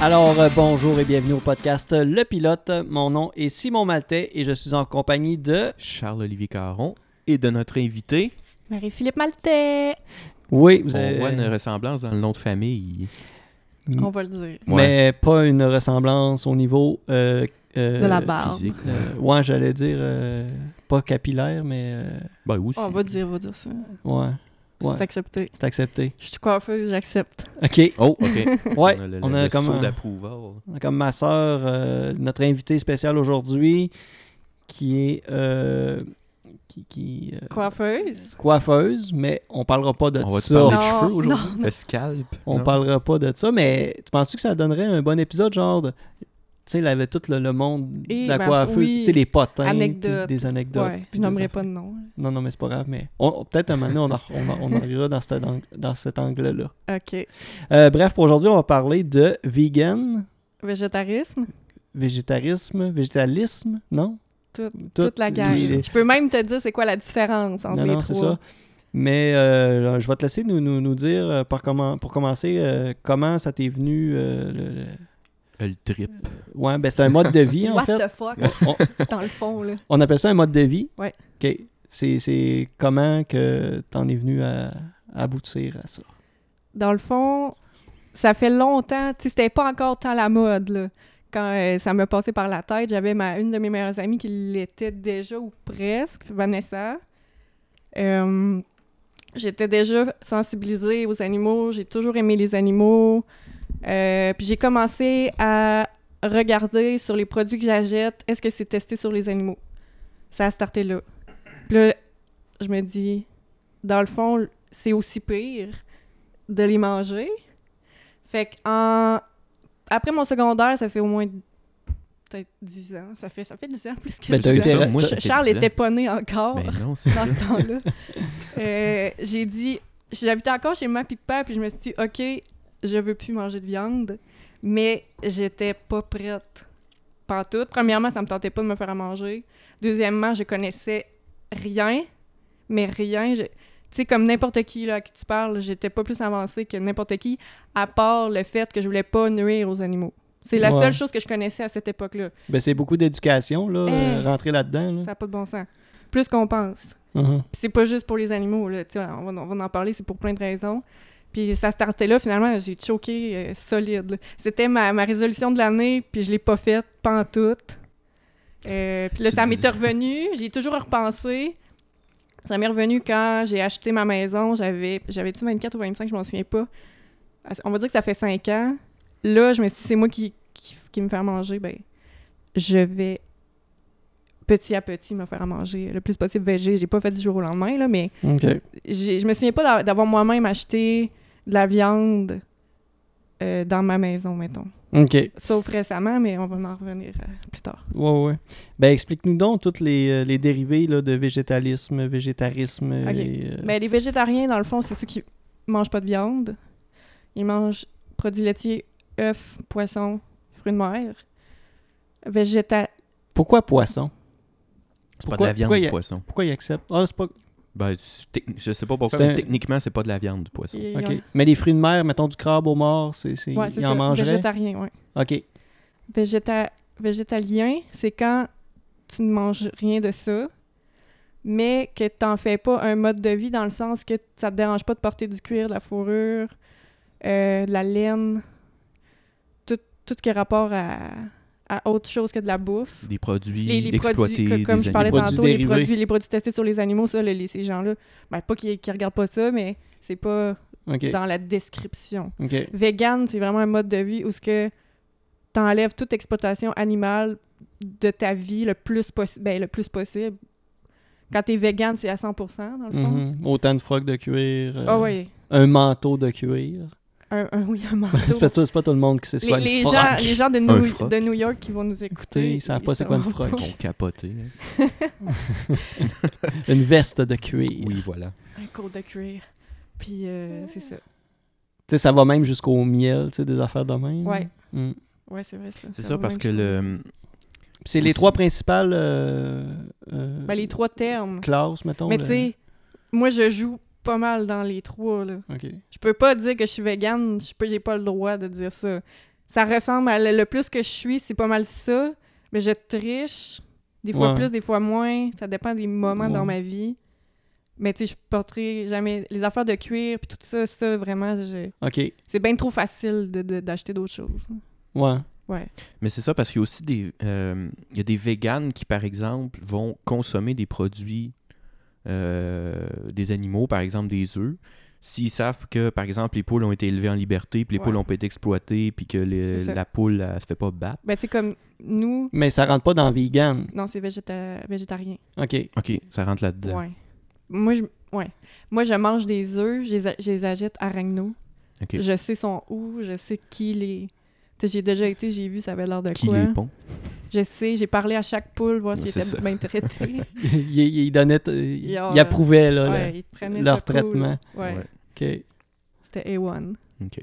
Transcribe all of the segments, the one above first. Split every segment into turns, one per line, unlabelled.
Alors, euh, bonjour et bienvenue au podcast Le Pilote. Mon nom est Simon Maltais et je suis en compagnie de...
Charles-Olivier Caron et de notre invité.
Marie-Philippe Maltais.
Oui, vous
on
avez...
voit une ressemblance dans le nom de famille.
Mm.
On va le dire.
Mais pas une ressemblance au niveau... euh, euh,
De la barbe.
Physique. là.
euh, ouais, j'allais dire euh, pas capillaire, mais... euh,
Ben, aussi.
On va dire, on va dire ça.
ouais, Ouais. Euh,
C'est accepté.
c'est accepté.
Je suis coiffeuse, j'accepte.
OK.
Oh,
Ouais,
OK. on a, le,
on
le-
a
le
comme
saut
un-
d'approval.
comme ma soeur, notre invitée spéciale aujourd'hui, qui est euh, qui, qui, euh,
Coiffeuse?
coiffeuse, mais on parlera pas de
On va te
ça.
parler de
Non,
cheveux
non.
aujourd'hui.
Euh,
Le scalp.
On
non?
parlera pas de ça, mais tu penses que ça donnerait un bon épisode, genre, de- tu sais, il avait tout le, le monde
Et
de la
ben,
coiffeuse,
oui.
tu sais, les potins, puis
Anecdotes.
des anecdotes.
Ouais, je
puis des
nommerai
affaires.
pas de nom.
Non, non, mais c'est pas grave, mais on- peut-être un moment donné, on, en- on, en- on en rira dans, cet ang- dans cet angle-là.
OK.
Euh, bref, pour aujourd'hui, on va parler de vegan,
Végétarisme,
végétarisme, végétalisme, non?
Tout-
Tout-
toute la gang.
tous les-
Je peux même te dire c'est quoi la différence entre
Non,
les
non, c'est
trois.
ça. Mais euh, je vais te laisser nous, nous, nous dire, euh, par comment, pour commencer, euh, comment ça t'est venu. euh, le- le-
Euh, Le trip.
Ouais, ben c'est un mode de vie, en
What
fait.
the fuck,
On,
dans le fond, là.
on appelle ça un mode de vie.
Ouais.
OK. C'est- C'est comment que t'en es venu à, à aboutir à ça.
Dans le fond, ça fait longtemps. Tu sais, c'était pas encore tant la mode, là. Quand euh, ça m'a passé par la tête, j'avais ma, une de mes meilleures amies qui l'était déjà ou presque, Vanessa. Euh, j'étais déjà sensibilisée aux animaux, j'ai toujours aimé les animaux. Euh, puis j'ai commencé à regarder sur les produits que j'achète, est-ce que c'est testé sur les animaux? Ça a starté là. Puis là, je me dis, dans le fond, c'est aussi pire de les manger. Fait que en... après mon secondaire, ça fait au moins peut-être 10 ans. Ça fait, ça fait 10 ans plus que
Ben, t'as
je-
eu tes-
Ça, moi,
t'as-
ça fait
Charles
10 ans.
était pas né encore
Ben non, c'est
dans ce temps-là. Euh, j'ai dit, j'habitais encore chez ma pipa, puis je me suis dit, OK, je veux plus manger de viande, mais j'étais pas prête. Pas toute. Premièrement, ça me tentait pas de me faire à manger. Deuxièmement, je connaissais rien, mais rien. Je- Tu sais, comme n'importe qui là, à qui tu parles, j'étais pas plus avancée que n'importe qui, à part le fait que je voulais pas nuire aux animaux. C'est la
Ouais.
seule chose que je connaissais à cette époque-là.
Ben, c'est beaucoup d'éducation, là, euh,
Hey.
rentrer là-dedans. là.
Ben, Ça n'a pas de bon sens. Plus qu'on pense.
Mhm.
Puis c'est pas juste pour les animaux, là, tu sais, on, va, on va en parler, c'est pour plein de raisons. Puis ça startait là, finalement, j'ai choqué euh, solide. là. C'était ma, ma résolution de l'année, puis je l'ai pas faite, pas en tout. Euh, puis là,
Tu
ça
te
m'est
dis-
revenu, j'ai toujours repensé. Ça m'est revenu quand j'ai acheté ma maison, j'avais, j'avais-tu 24 ou 25, je m'en souviens pas. On va dire que ça fait 5 ans. Là, je me suis dit, c'est moi qui, qui, qui me faire manger, ben, je vais petit à petit me faire à manger le plus possible végé. J'ai pas fait du jour au lendemain, là, mais
OK.
j'ai- je me souviens pas d'a- d'avoir moi-même acheté de la viande euh, dans ma maison, mettons.
OK.
Sauf récemment, mais on va en revenir euh, plus tard.
Ouais, ouais. Ben, explique-nous donc toutes les, euh, les dérivés là, de végétalisme, végétarisme.
Ok.
et, euh,
Ben, les végétariens, dans le fond, c'est ceux qui mangent pas de viande. Ils mangent produits laitiers, œufs, poissons, fruits de mer. Végéta...
Pourquoi poisson?
c'est pas de
Pourquoi-
la viande
pourquoi il y
du
a-
poisson.
Pourquoi il accepte? Ah, c'est pas...
Ben, c'est techni- je sais pas pourquoi,
C'est
mais
un-
techniquement, c'est pas de la viande du poisson.
ils-
OK. Mais les fruits de mer, mettons du crabe au mort, c'est, c'est...
ils ont- Ouais, c'est
ils en
ça,
mangeraient?
végétariens, ouais.
OK.
Végéta- végétalien, c'est quand tu ne manges rien de ça, mais que tu n'en fais pas un mode de vie dans le sens que ça te dérange pas de porter du cuir, de la fourrure, euh, de la laine, tout, tout ce qui a rapport à, à autre chose que de la bouffe.
Des produits
Les, les
exploités.
produits, que- comme
des
je parlais
animaux.
Produits
tantôt, les
dérivés.
produits, les produits testés sur les animaux, ça, les- les- ces gens-là, ben, pas qu'ils ne regardent pas ça, mais c'est pas
OK.
dans la description.
OK.
Vegan, c'est vraiment un mode de vie où ce que t'enlèves toute exploitation animale de ta vie le plus possible. Ben, le plus possible. Quand t'es vegan, c'est à 100%, dans le fond.
Mhm. Autant de frocs de cuir, euh,
Ah oui,
un manteau de cuir.
un, un oui, un manteau.
c'est, parce que c'est pas tout le monde qui sait ce
les,
qu'est
les
une froc.
gens, les gens de,
Un
New,
froc.
de New York qui vont nous écouter,
Écoutez, ils savent pas c'est quoi une
sauront
froc.
pas.
Qu'on capotait. hein.
Une veste de cuir.
Oui, voilà.
Un coat de cuir. Puis, euh, c'est ça.
Tu sais, ça va même jusqu'au miel, tu sais, des affaires de même.
Ouais.
Mm.
Ouais, c'est vrai, ça.
C'est
va
ça, parce
même
que
chose.
le... hum,
Puis c'est les
Aussi.
trois principales euh, euh,
Ben, les trois termes.
classes, mettons.
Mais
le-
tu sais, moi, je joue pas mal dans les trois, là.
OK.
Je peux pas dire que je suis végane, je peux, j'ai pas le droit de dire ça. ça ressemble à le, le plus que je suis, c'est pas mal ça. Mais je triche, des fois
Ouais.
plus, des fois moins. Ça dépend des moments dans
Ouais.
ma vie. Mais tu sais, je porterai jamais les affaires de cuir puis tout ça, ça vraiment, je-
OK.
c'est bien trop facile de- de- d'acheter d'autres choses.
Ouais.
Ouais.
Mais c'est ça parce qu'il y a aussi des, euh, il y a des véganes qui, par exemple, vont consommer des produits euh, des animaux, par exemple des œufs. S'ils savent que, par exemple, les poules ont été élevées en liberté, puis les
Ouais.
poules ont pas été exploitées, puis que les-
C'est ça.
la poule, elle, se fait pas battre.
Ben tu sais comme nous,
Mais ça rentre pas dans vegan.
non, c'est végéta- végétarien.
OK.
OK, ça rentre là-dedans.
Ouais. Moi, je, ouais. Moi, je mange des œufs, je les, a- je les agite à Ragno.
Ok.
Je sais son où, je sais qui les. Tu sais, j'ai déjà été, j'ai vu, ça avait l'air de
Qui
quoi.
les pond?
Je sais, j'ai parlé à chaque poule, voir s'ils
Ouais, c'est
étaient
ça.
bien traités.
il, il donnait... t- Il,
Ils ont,
il approuvait, là.
ouais,
le-
ils prenaient
leur
ça cool.
traitement.
Ouais,
Ouais.
OK.
c'était A1
OK.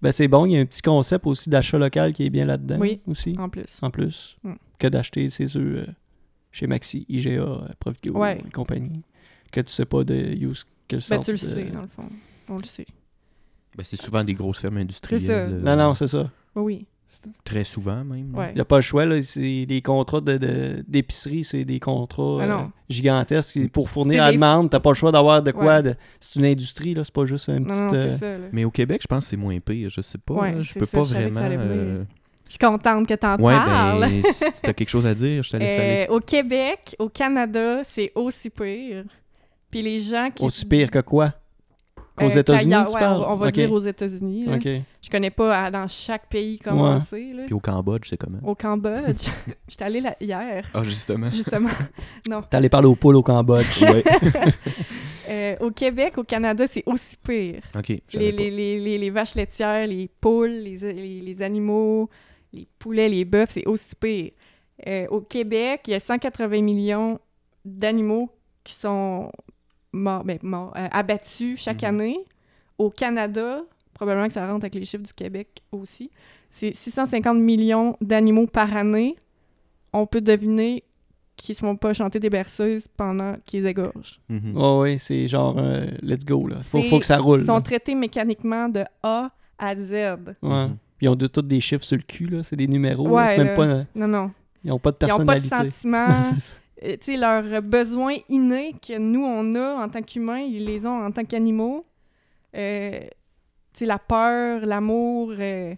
Ben, c'est bon. Il y a un petit concept aussi d'achat local qui est bien là-dedans.
Oui.
Aussi.
en plus.
En plus.
Mm.
Que d'acheter ses œufs euh, chez Maxi, IGA, euh, Provideo
Ouais.
et compagnie. Que tu sais pas de use... Que
Ben, tu le sais, dans le fond. On le sait.
Ben, c'est souvent des grosses fermes industrielles.
ça.
euh,
Non, non, c'est ça.
Oui, Ben oui.
Très souvent, même.
Ouais.
Il n'y a pas le choix. Là. C'est- Les contrats de- de- d'épicerie, c'est des contrats
Ah non.
euh, gigantesques. Et Pour fournir
C'est
la
des-
demande, tu pas le choix d'avoir de quoi.
Ouais.
de- C'est une industrie, là. c'est pas juste une
Non, non,
petite.
c'est
euh,
ça. là.
Mais au Québec, je pense que c'est moins pire. Je sais pas.
Ouais,
là, je
c'est
peux
ça,
pas
je savais que
vraiment.
ça allait venir.
euh,
Je suis contente que t'en
Ouais,
parles.
ben, si t'as quelque chose à dire, je te laisse aller.
Euh, au Québec, au Canada, c'est aussi pire. Puis les gens qui...
Aussi pire que quoi Qu'aux
euh,
États-Unis,
qu'ailleurs,
tu
ouais,
parles?
on- On va
Ok,
dire aux États-Unis. là.
ok.
Je connais pas à- dans chaque pays
Ouais.
comment c'est. là.
Puis au Cambodge, c'est comment?
Au Cambodge, j'étais allée là- hier,
Ah, justement.
justement.
T'es allé parler aux poules au Cambodge.
ouais.
Euh, au Québec, au Canada, c'est aussi pire.
OK. je savais
Les,
pas.
les, les, les, les vaches laitières, les poules, les, les, les animaux, les poulets, les bœufs, c'est aussi pire. Euh, au Québec, il y a 180 millions d'animaux qui sont morts, ben, morts, euh, abattus chaque
Mhm.
année. Au Canada, probablement que ça rentre avec les chiffres du Québec aussi, c'est 650 millions d'animaux par année. On peut deviner qu'ils ne se font pas chanter des berceuses pendant qu'ils égorgent.
Mhm.
Ouais, ouais, c'est genre euh, let's go. là. Faut,
C'est-
faut que ça roule.
Ils sont
là.
traités mécaniquement de A à Z.
Ouais.
Mhm.
Puis ils ont de, tous des chiffres sur le cul. là. C'est des numéros. là.
Ouais,
C'est même
là.
pas, euh,
Non, non.
ils n'ont pas de
Ils n'ont pas de
personnalité.
sentiments.
C'est ça.
Euh, tu sais, leurs euh, besoins innés que nous, on a en tant qu'humains, ils les ont en tant qu'animaux. Euh, tu sais, la peur, l'amour, euh,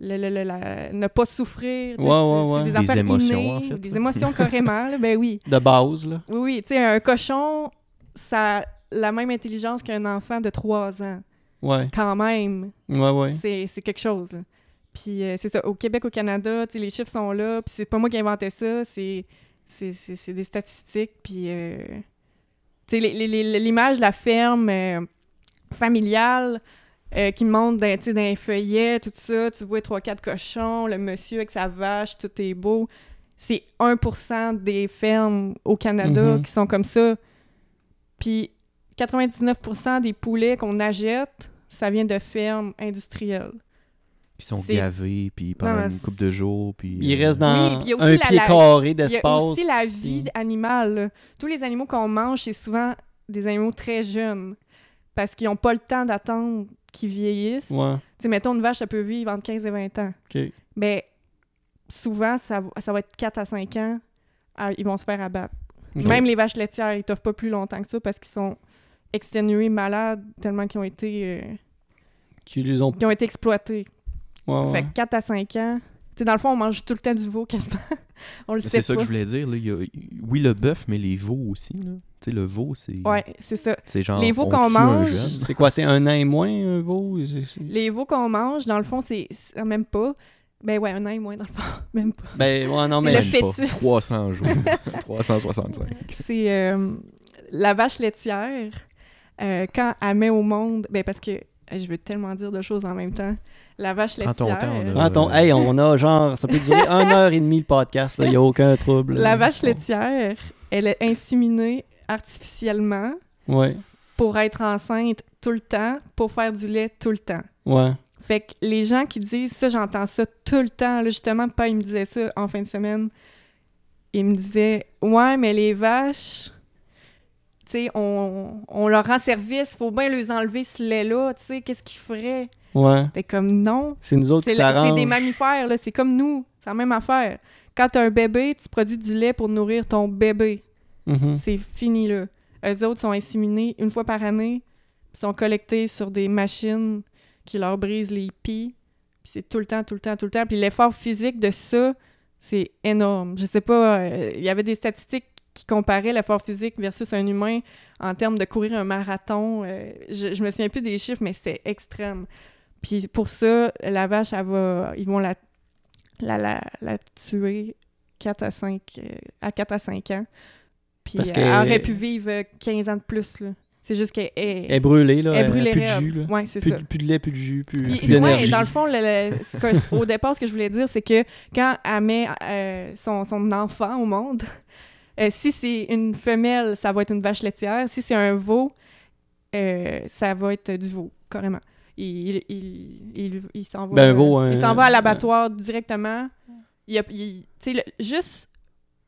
le- le- le- la- ne pas souffrir. tu sais,
Ouais,
tu-
ouais, ouais.
C'est des,
Des
affaires
émotions,
innées,
en fait,
Des
là.
émotions carrément, là, ben oui.
De base. Là.
Oui, oui, tu sais, un cochon, ça a la même intelligence qu'un enfant de 3 ans,
Ouais.
quand même.
Ouais, ouais.
C'est- C'est quelque chose. là. Puis euh, c'est ça, au Québec, au Canada, tu sais, les chiffres sont là. Puis c'est pas moi qui ai inventé ça, c'est c'est- c'est- c'est des statistiques. Puis euh, tu sais, les- les- les- l'image de la ferme euh, familiale euh, qui monte dans, tu sais, dans les feuillets, tout ça, tu vois trois, quatre cochons, le monsieur avec sa vache, tout est beau. C'est 1 des fermes au Canada
Mhm.
qui sont comme ça. Puis 99 des poulets qu'on achète, ça vient de fermes industrielles.
Ils sont
c'est-
gavés, puis pendant
Non,
une
c'est-
couple de jours, puis...
Ils
euh,
restent dans
Oui, puis il y a aussi
un
la-
pied
la-
carré
Il y
d'espace.
a aussi la vie
puis-
animale. là. Tous les animaux qu'on mange, c'est souvent des animaux très jeunes parce qu'ils n'ont pas le temps d'attendre qu'ils vieillissent.
Ouais.
Tu sais, mettons, une vache, ça peut vivre entre 15 et 20 ans.
OK.
Mais souvent, ça, va- ça va être 4 à 5 ans, ah, ils vont se faire abattre.
OK.
Même les vaches laitières, ils t'offrent pas plus longtemps que ça parce qu'ils sont exténués, malades, tellement qu'ils ont été, euh,
Qui les ont.
qu'ils ont été exploités.
Ouais, ouais.
Fait que 4 à 5 ans... Tu sais, dans le fond, on mange tout le temps du veau, quasiment. on le
mais
sait
euh, Ben, C'est
pas.
ça que je voulais dire, là. il y a- Oui, le bœuf, mais les veaux aussi, là. Tu sais, le veau, c'est...
Ouais, c'est ça.
C'est genre,
Les veaux
on
qu'on
tue un
mange,
jeune.
C'est quoi, c'est un an et moins, un veau? C'est- c'est-
Les veaux qu'on mange, dans le fond, c'est c'est- euh, même pas. Ben ouais, un an et moins, dans le fond. Même pas.
Ben, ouais, non,
C'est
mais...
le
Même pas.
fœtus.
300 jours. 365.
C'est euh, la vache laitière, euh, quand elle met au monde. Ben parce que euh, je veux tellement dire de choses en même temps. La vache
Prends
laitière.
ton temps, là.
Prends ton-
Euh,
Hey, on a genre... Ça peut durer une heure et demie, le podcast. Il n'y a aucun trouble.
La vache laitière, elle est inséminée artificiellement
Ouais,
pour être enceinte tout le temps, pour faire du lait tout le temps.
ouais.
Fait que les gens qui disent ça, j'entends ça tout le temps. Là, justement, pas il me disait ça en fin de semaine. Il me disait Ouais, mais les vaches, tu sais, on, on leur rend service, faut bien les enlever ce lait-là, tu sais, qu'est-ce qu'ils feraient
Ouais.
T'es comme non.
C'est nous autres
C'est
qui
la- c'est
s'arrangent.
des mammifères, là. C'est comme nous. C'est la même affaire. Quand t'as un bébé, tu produis du lait pour nourrir ton bébé.
Mhm.
C'est fini, là. Eux autres sont inséminés une fois par année, puis sont collectés sur des machines qui leur brisent les pieds. Puis c'est tout le temps, tout le temps, tout le temps. Puis l'effort physique de ça, c'est énorme. Je sais pas, euh, il y avait des statistiques qui comparaient l'effort physique versus un humain en termes de courir un marathon. Euh, je, je me souviens plus des chiffres, mais c'est extrême. Puis pour ça, la vache, elle va, ils vont la, la, la, la tuer 4 à 5, euh, à 4 à 5 ans. Puis
Parce
euh,
que-
elle aurait pu vivre euh, 15 ans de plus. là. C'est juste qu'elle
Elle est brûlée, là.
elle
Elle
brûlait
a plus de
raide.
jus, là.
Ouais, c'est
Plus,
ça.
de- plus de lait, plus de jus, plus,
Puis,
plus
ouais,
d'énergie.
dans le fond, le- le- ce que- au départ, ce que je voulais dire, c'est que quand elle met euh, son, son enfant au monde, euh, si c'est une femelle, ça va être une vache laitière. Si c'est un veau, euh, ça va être du veau, carrément. Il, il, il, il- il s'en va, euh,
Ben, un veau,
il
un-
s'en va à l'abattoir directement. Il y a, il- tu sais, le- juste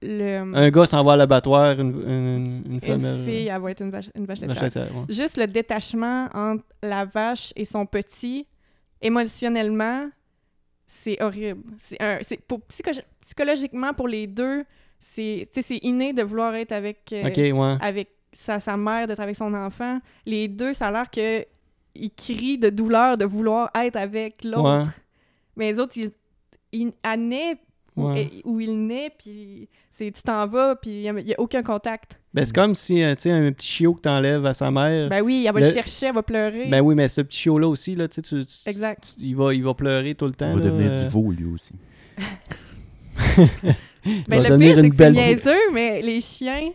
le,
Un gars s'en va à l'abattoir, une, une, une femelle.
une fille, elle va être une vache, une vache
euh,
laitière.
l'achète, ouais.
Juste le détachement entre la vache et son petit, émotionnellement, c'est horrible. C'est un, c'est pour, psycho- psychologiquement, pour les deux, c'est tu sais, c'est inné de vouloir être avec, euh,
Ok, ouais.
avec sa, sa mère, d'être avec son enfant. Les deux, ça a l'air que ils crient de douleur de vouloir être avec l'autre.
Ouais.
Mais les autres, ils, ils, elle naît où,
Ouais.
et- où il naît, puis c'est tu t'en vas, puis il n'y a, il y a aucun contact.
Ben, c'est comme si, euh, tu sais, un petit chiot que t'enlèves à sa mère. Ben,
Ben oui, elle va
Le- Ben
le chercher, elle va pleurer.
oui, mais ce petit chiot-là aussi, là, tu sais, tu- tu-
exact.
tu- il, va, il va pleurer tout le temps.
Il va
là,
devenir
euh,
du veau, lui aussi.
Ben,
va
le
devenir
pire, c'est
une
que c'est
belle-
niaiseux, mais les chiens,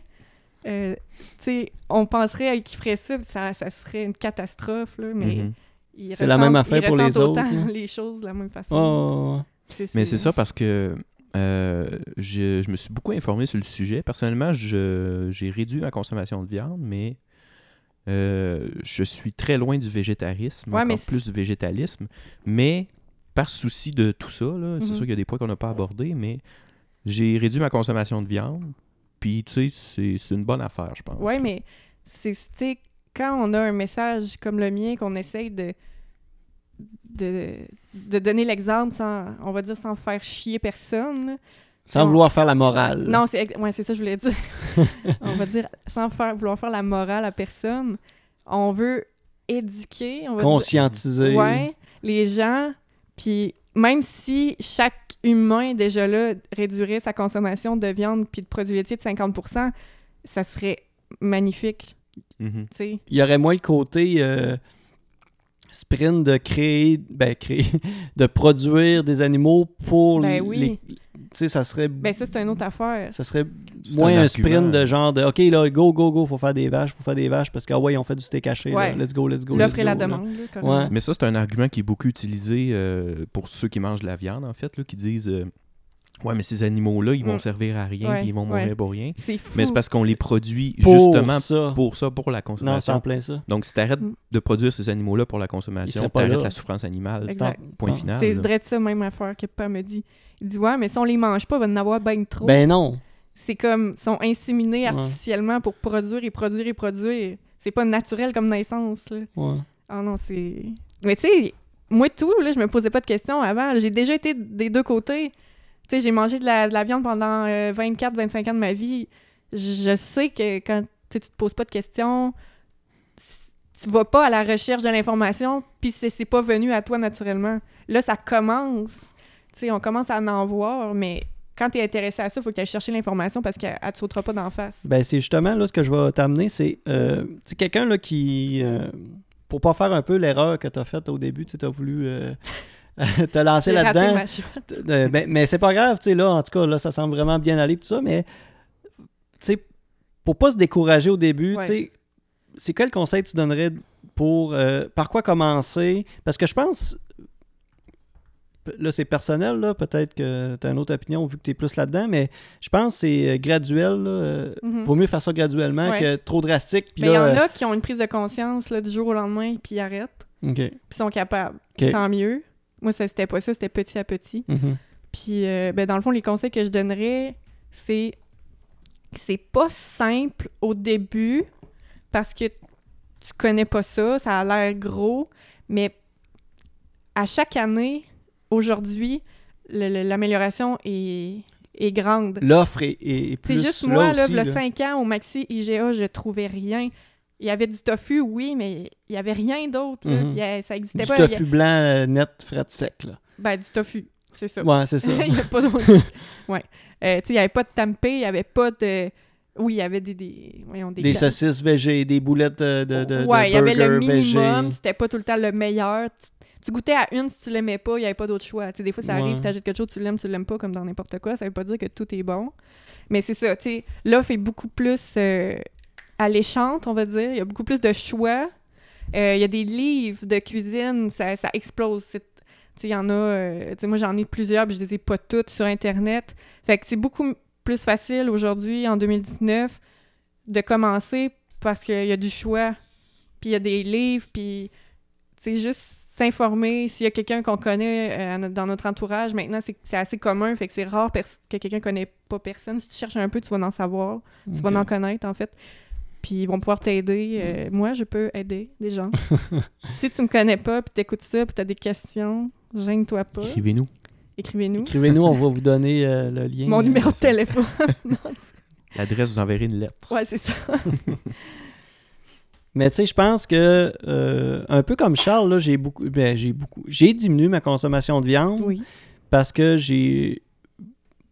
euh, tu sais, on penserait à qui ferait ça, ça, ça serait une catastrophe, là, mais
Mhm.
ils
C'est la
ressentent-
même affaire
ils
pour les
ressentent
autres,
autant
là.
les choses de la même façon.
Oh,
Mais c'est ça parce que euh, je, je me suis beaucoup informé sur le sujet. Personnellement, je- j'ai réduit ma consommation de viande, mais euh, je suis très loin du végétarisme,
Ouais, mais
encore
c'est-
plus du végétalisme. Mais par souci de tout ça, là, c'est
Mhm.
sûr qu'il y a des points qu'on n'a pas abordés, mais j'ai réduit ma consommation de viande. Puis, tu sais, c'est- c'est une bonne affaire, je pense.
Oui, mais c'est, tu sais, quand on a un message comme le mien, qu'on essaye de, de, de donner l'exemple sans, on va dire, sans faire chier personne,
sans
Non.
vouloir faire la morale.
Non, c'est ex- ouais, c'est ça que je voulais dire. on va dire, sans faire, vouloir faire la morale à personne, on veut éduquer, on va
Conscientiser.
dire, ouais, les gens, puis même si chaque humain, déjà là, réduirait sa consommation de viande puis de produits laitiers de 50 ça serait magnifique,
Mhm.
tu sais.
il y aurait moins le côté euh, sprint de créer, ben créer, de produire des animaux pour
Ben
les-
oui.
les- Tu sais, ça serait,
Ben ça, c'est une autre affaire.
ça serait
C'est
moins
un
un,
argument.
sprint de genre de OK, là, go, go, go, faut faire des vaches, faut faire des vaches parce que, ah ouais, ils ont fait du steak haché, là.
Ouais.
let's go, let's go. let's
L'offre et
go, là.
la demande, là, carrément.
Ouais.
Mais ça, c'est un argument qui est beaucoup utilisé euh, pour ceux qui mangent de la viande, en fait, là, qui disent euh, Ouais, mais ces animaux-là, ils vont
Mm.
servir à rien,
Ouais,
puis ils vont mourir
ouais.
pour rien.
C'est fou.
Mais c'est parce qu'on les produit
Pour
justement
ça.
pour ça, pour la
Non, c'est en
consommation.
plein ça.
Donc, si t'arrêtes
Mm.
de produire ces animaux-là pour la
Ils seraient
consommation,
pas
t'arrêtes
là.
la souffrance animale.
Exact.
Point
Ah.
final.
C'est
là.
vrai de ça, même affaire que Pam me dit. Il dit, ouais, mais si on les mange pas, il va en avoir ben trop.
Ben non.
c'est comme sont inséminés
Ouais.
artificiellement pour produire et produire et produire. C'est pas naturel comme naissance. Là.
Ouais.
Ah non, c'est. Mais tu sais, moi tout, là, je me posais pas de questions avant. J'ai déjà été des deux côtés. Tu sais, j'ai mangé de la, de la viande pendant 24-25 ans de ma vie. Je sais que quand tu sais, tu te poses pas de questions, tu vas pas à la recherche de l'information, puis c'est c'est pas venu à toi naturellement. Là, ça commence. Tu sais, on commence à en voir, mais quand tu es intéressé à ça, il faut que tu ailles chercher l'information parce qu'elle ne te sautera pas d'en face.
Ben, c'est justement là ce que je vais t'amener, c'est euh, tu sais, quelqu'un là qui euh, pour pas faire un peu l'erreur que tu as faite au début, tu as voulu euh, te lancer
J'ai raté
là-dedans.
ma chance.
Euh, ben, mais c'est pas grave, tu sais, là, en tout cas, là, ça semble vraiment bien aller, tout ça, mais, tu sais, pour pas se décourager au début,
Ouais.
tu sais, c'est quel conseil tu donnerais pour, euh, par quoi commencer? Parce que je pense, là, c'est personnel, là, peut-être que tu as une autre opinion vu que tu es plus là-dedans, mais je pense que c'est euh, graduel, là, euh,
Mhm.
Vaut mieux faire ça graduellement
Ouais.
que trop drastique. puis
Mais il y
là,
en a qui ont une prise de conscience là, du jour au lendemain, puis ils arrêtent,
euh, OK.
puis sont capables.
Ok.
Tant mieux. Moi, ça, c'était pas ça, c'était petit à petit.
Mhm.
Puis, euh, ben, dans le fond, les conseils que je donnerais, c'est c'est pas simple au début parce que tu connais pas ça, ça a l'air gros, mais à chaque année, aujourd'hui, le- le- l'amélioration est, est grande.
L'offre est, est
C'est
plus
juste moi, là,
aussi,
le
là.
5 ans, au Maxi IGA, je trouvais rien. Il y avait du tofu, oui, mais il n'y avait rien d'autre. là.
Mhm.
Il y a- Ça n'existait
Du
pas. Il y a-
tofu blanc euh, net, fret sec, là.
ben, du tofu, c'est ça.
Ouais, c'est ça.
il n'y a pas d'autre. ouais. Euh, tu sais, il n'y avait pas de tempeh, il n'y avait pas de. Oui, il y avait des. des, voyons, des
des
gars-
saucisses végé, des boulettes euh, de, de, de
ouais, il y avait le
burger végé.
minimum, c'était pas tout le temps le meilleur. Tu, tu goûtais à une si tu l'aimais pas, il n'y avait pas d'autre choix. Tu sais, des fois, ça arrive,
Ouais.
tu achètes quelque chose, tu l'aimes, tu l'aimes pas, comme dans n'importe quoi. Ça veut pas dire que tout est bon. Mais c'est ça, tu sais, l'offre est beaucoup plus euh, alléchante, on va dire. Il y a beaucoup plus de choix. Euh, Il y a des livres de cuisine, ça, ça explose. C'est- Tu sais, il y en a, euh, tu sais, moi j'en ai plusieurs, puis je les ai pas toutes sur Internet. Fait que c'est beaucoup m- plus facile aujourd'hui, en 2019, de commencer parce qu'il y a du choix, puis il y a des livres, puis c'est juste s'informer. S'il y a quelqu'un qu'on connaît euh, à no- dans notre entourage, maintenant c'est c'est assez commun, fait que c'est rare pers- que quelqu'un connaît pas personne. Si tu cherches un peu, tu vas en savoir, tu
Ok.
vas en connaître en fait. Puis ils vont pouvoir t'aider. Euh, moi, je peux aider des gens. si tu me connais pas, puis t'écoutes ça, puis t'as des questions, gêne-toi pas.
Écrivez-nous.
Écrivez-nous.
Écrivez-nous, on va vous donner euh, le lien.
Mon
euh,
numéro de
ça.
téléphone. Non, c'est-
L'adresse, vous enverrez une lettre.
ouais, c'est ça.
Mais tu sais, je pense que, euh, un peu comme Charles, là, j'ai beaucoup, ben, j'ai beaucoup, j'ai diminué ma consommation de viande
Oui.
parce que j'ai,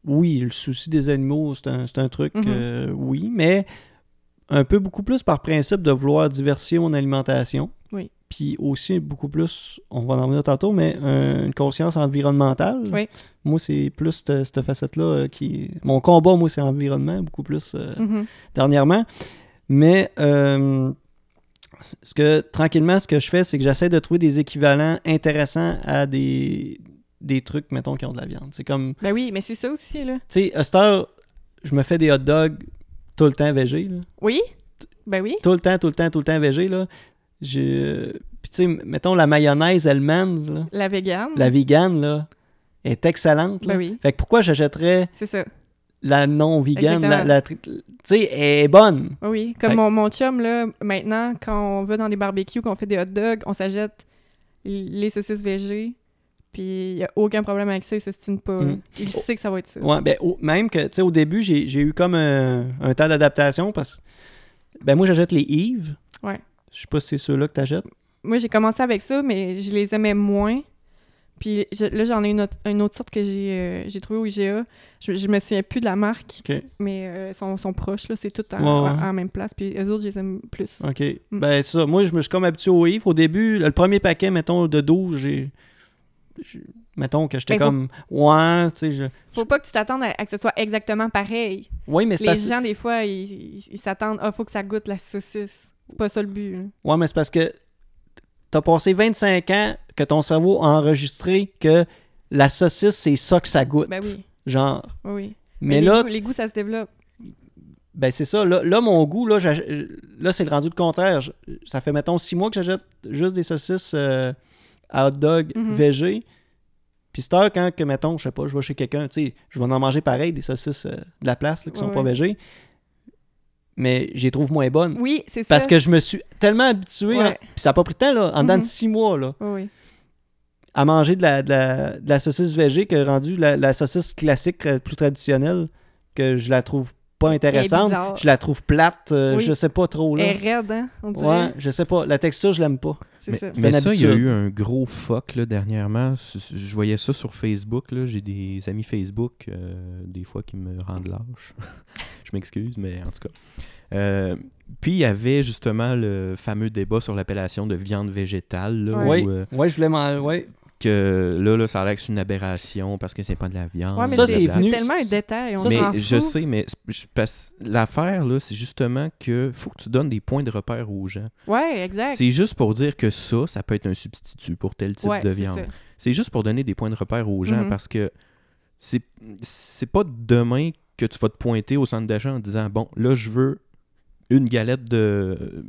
oui, le souci des animaux, c'est un, c'est un truc,
Mhm.
euh, oui, mais un peu beaucoup plus par principe de vouloir diversifier mon alimentation.
Oui.
Puis aussi beaucoup plus, on va en revenir tantôt, mais un- une conscience environnementale.
Oui.
Moi, c'est plus cette, cette facette-là euh, qui. Mon combat, moi, c'est environnement, beaucoup plus. euh,
Mhm.
dernièrement. Mais euh, ce que tranquillement, ce que je fais, c'est que j'essaie de trouver des équivalents intéressants à des, des trucs, mettons, qui ont de la viande. C'est comme,
Ben oui, mais c'est ça aussi, là.
tu sais, à cette heure, je me fais des hot dogs tout le temps végé. là.
Oui? Ben oui.
Tout le temps, tout le temps, tout le temps végé. Là. J'ai- Puis, tu sais, mettons, la mayonnaise Hellmann's, là,
La végane.
la vegan, là, est excellente. là.
Hmm. Ben oui,
Fait que pourquoi j'achèterais
c'est ça.
la non-vegan?
Exactement.
La, la tri- tu sais, elle est bonne.
Oui, Oui, comme
Fait-
mon, mon chum, là, maintenant, quand on va dans des barbecues, qu'on fait des hot dogs, on s'achète les saucisses végé, puis il n'y a aucun problème avec ça, il ne s'estime pas.
Mm.
Il sait que ça va être ça.
Ouais, ben, au- même que, tu sais, au début, j'ai j'ai eu comme un, un tas d'adaptation parce que, ben, moi, j'achète les Yves.
Ouais.
Je sais pas si c'est ceux-là que t'achètes.
Moi, j'ai commencé avec ça, mais je les aimais moins. Puis je- là, j'en ai une autre, une autre sorte que j'ai euh, j'ai trouvée au IGA. Je, je me souviens plus de la marque,
OK.
mais euh, elles sont, sont proches, là, c'est tout en,
Ouais, ouais.
en- en même place. Puis les autres, je les aime plus.
OK.
Mm.
Ben, c'est ça. Moi, je me suis comme habitué aux Yves. Au début, le premier paquet, mettons, de 12, j'ai. j'ai- Mettons que j'étais
Ben, faut-
comme. Ouais, tu sais. Je...
Faut pas que tu t'attendes à, à que ce soit exactement pareil.
Oui, mais c'est
Les
parce...
gens, des fois, ils- ils ils s'attendent Ah, faut que ça goûte la saucisse. C'est pas ça le but. là.
ouais, mais c'est parce que t'as passé 25 ans que ton cerveau a enregistré que la saucisse, c'est ça que ça goûte.
Ben oui,
Genre.
oui, oui.
Mais,
les
là,
goûts, les goûts, ça se développe.
Ben c'est ça. Là, là, mon goût, là, j'ach- là c'est le rendu de contraire. Je- Ça fait, mettons, six mois que j'achète juste des saucisses euh, à hot dog
Mhm.
végé. Puis c'est heure quand, que, mettons, je sais pas, je vais chez quelqu'un, tu sais, je vais en manger pareil, des saucisses euh, de la place là, qui sont
Ouais,
pas
ouais.
végé. Mais j'y trouve moins bonnes.
Oui, c'est ça.
Parce que je me suis tellement habitué,
Ouais.
hein, puis ça a pas pris de temps, là, en dedans de
Mhm.
six mois, là,
Oui, oui.
à manger de la, de la, de la saucisse végé que rendu la, la saucisse classique euh, plus traditionnelle, que je la trouve pas
Elle est
intéressante.
bizarre.
Je la trouve plate, euh,
Oui.
je sais pas trop.
Elle
Là.
est raide, hein, on dirait.
Ouais, je sais pas. La texture, je l'aime pas.
C'est
Mais,
ça.
mais
C'est une
ça, il y a
habitude.
eu un gros fuck là, dernièrement. C- c- Je voyais ça sur Facebook. là. J'ai des amis Facebook, euh, des fois, qui me rendent lâche. je m'excuse, mais en tout cas. Euh, puis, il y avait justement le fameux débat sur l'appellation de viande végétale. là,
Ouais.
où, euh,
Ouais, je voulais m'en. Ouais.
que là, là, ça a l'air que c'est une aberration parce que c'est pas de la viande.
Ouais, mais
Ça,
c'est-
c'est
blablabla.
venu-
C'est tellement un détail, on
Ça,
mais
s'en
je
fout.
sais, mais c'est- je- parce- l'affaire, là, c'est justement que faut que tu donnes des points de repère aux gens.
Ouais, exact.
C'est juste pour dire que ça, ça peut être un substitut pour tel type
Ouais,
de
c'est
viande.
ça.
C'est juste pour donner des points de repère aux gens
Mhm.
parce que c'est c'est pas demain que tu vas te pointer au centre d'achat en disant bon, là, je veux une galette de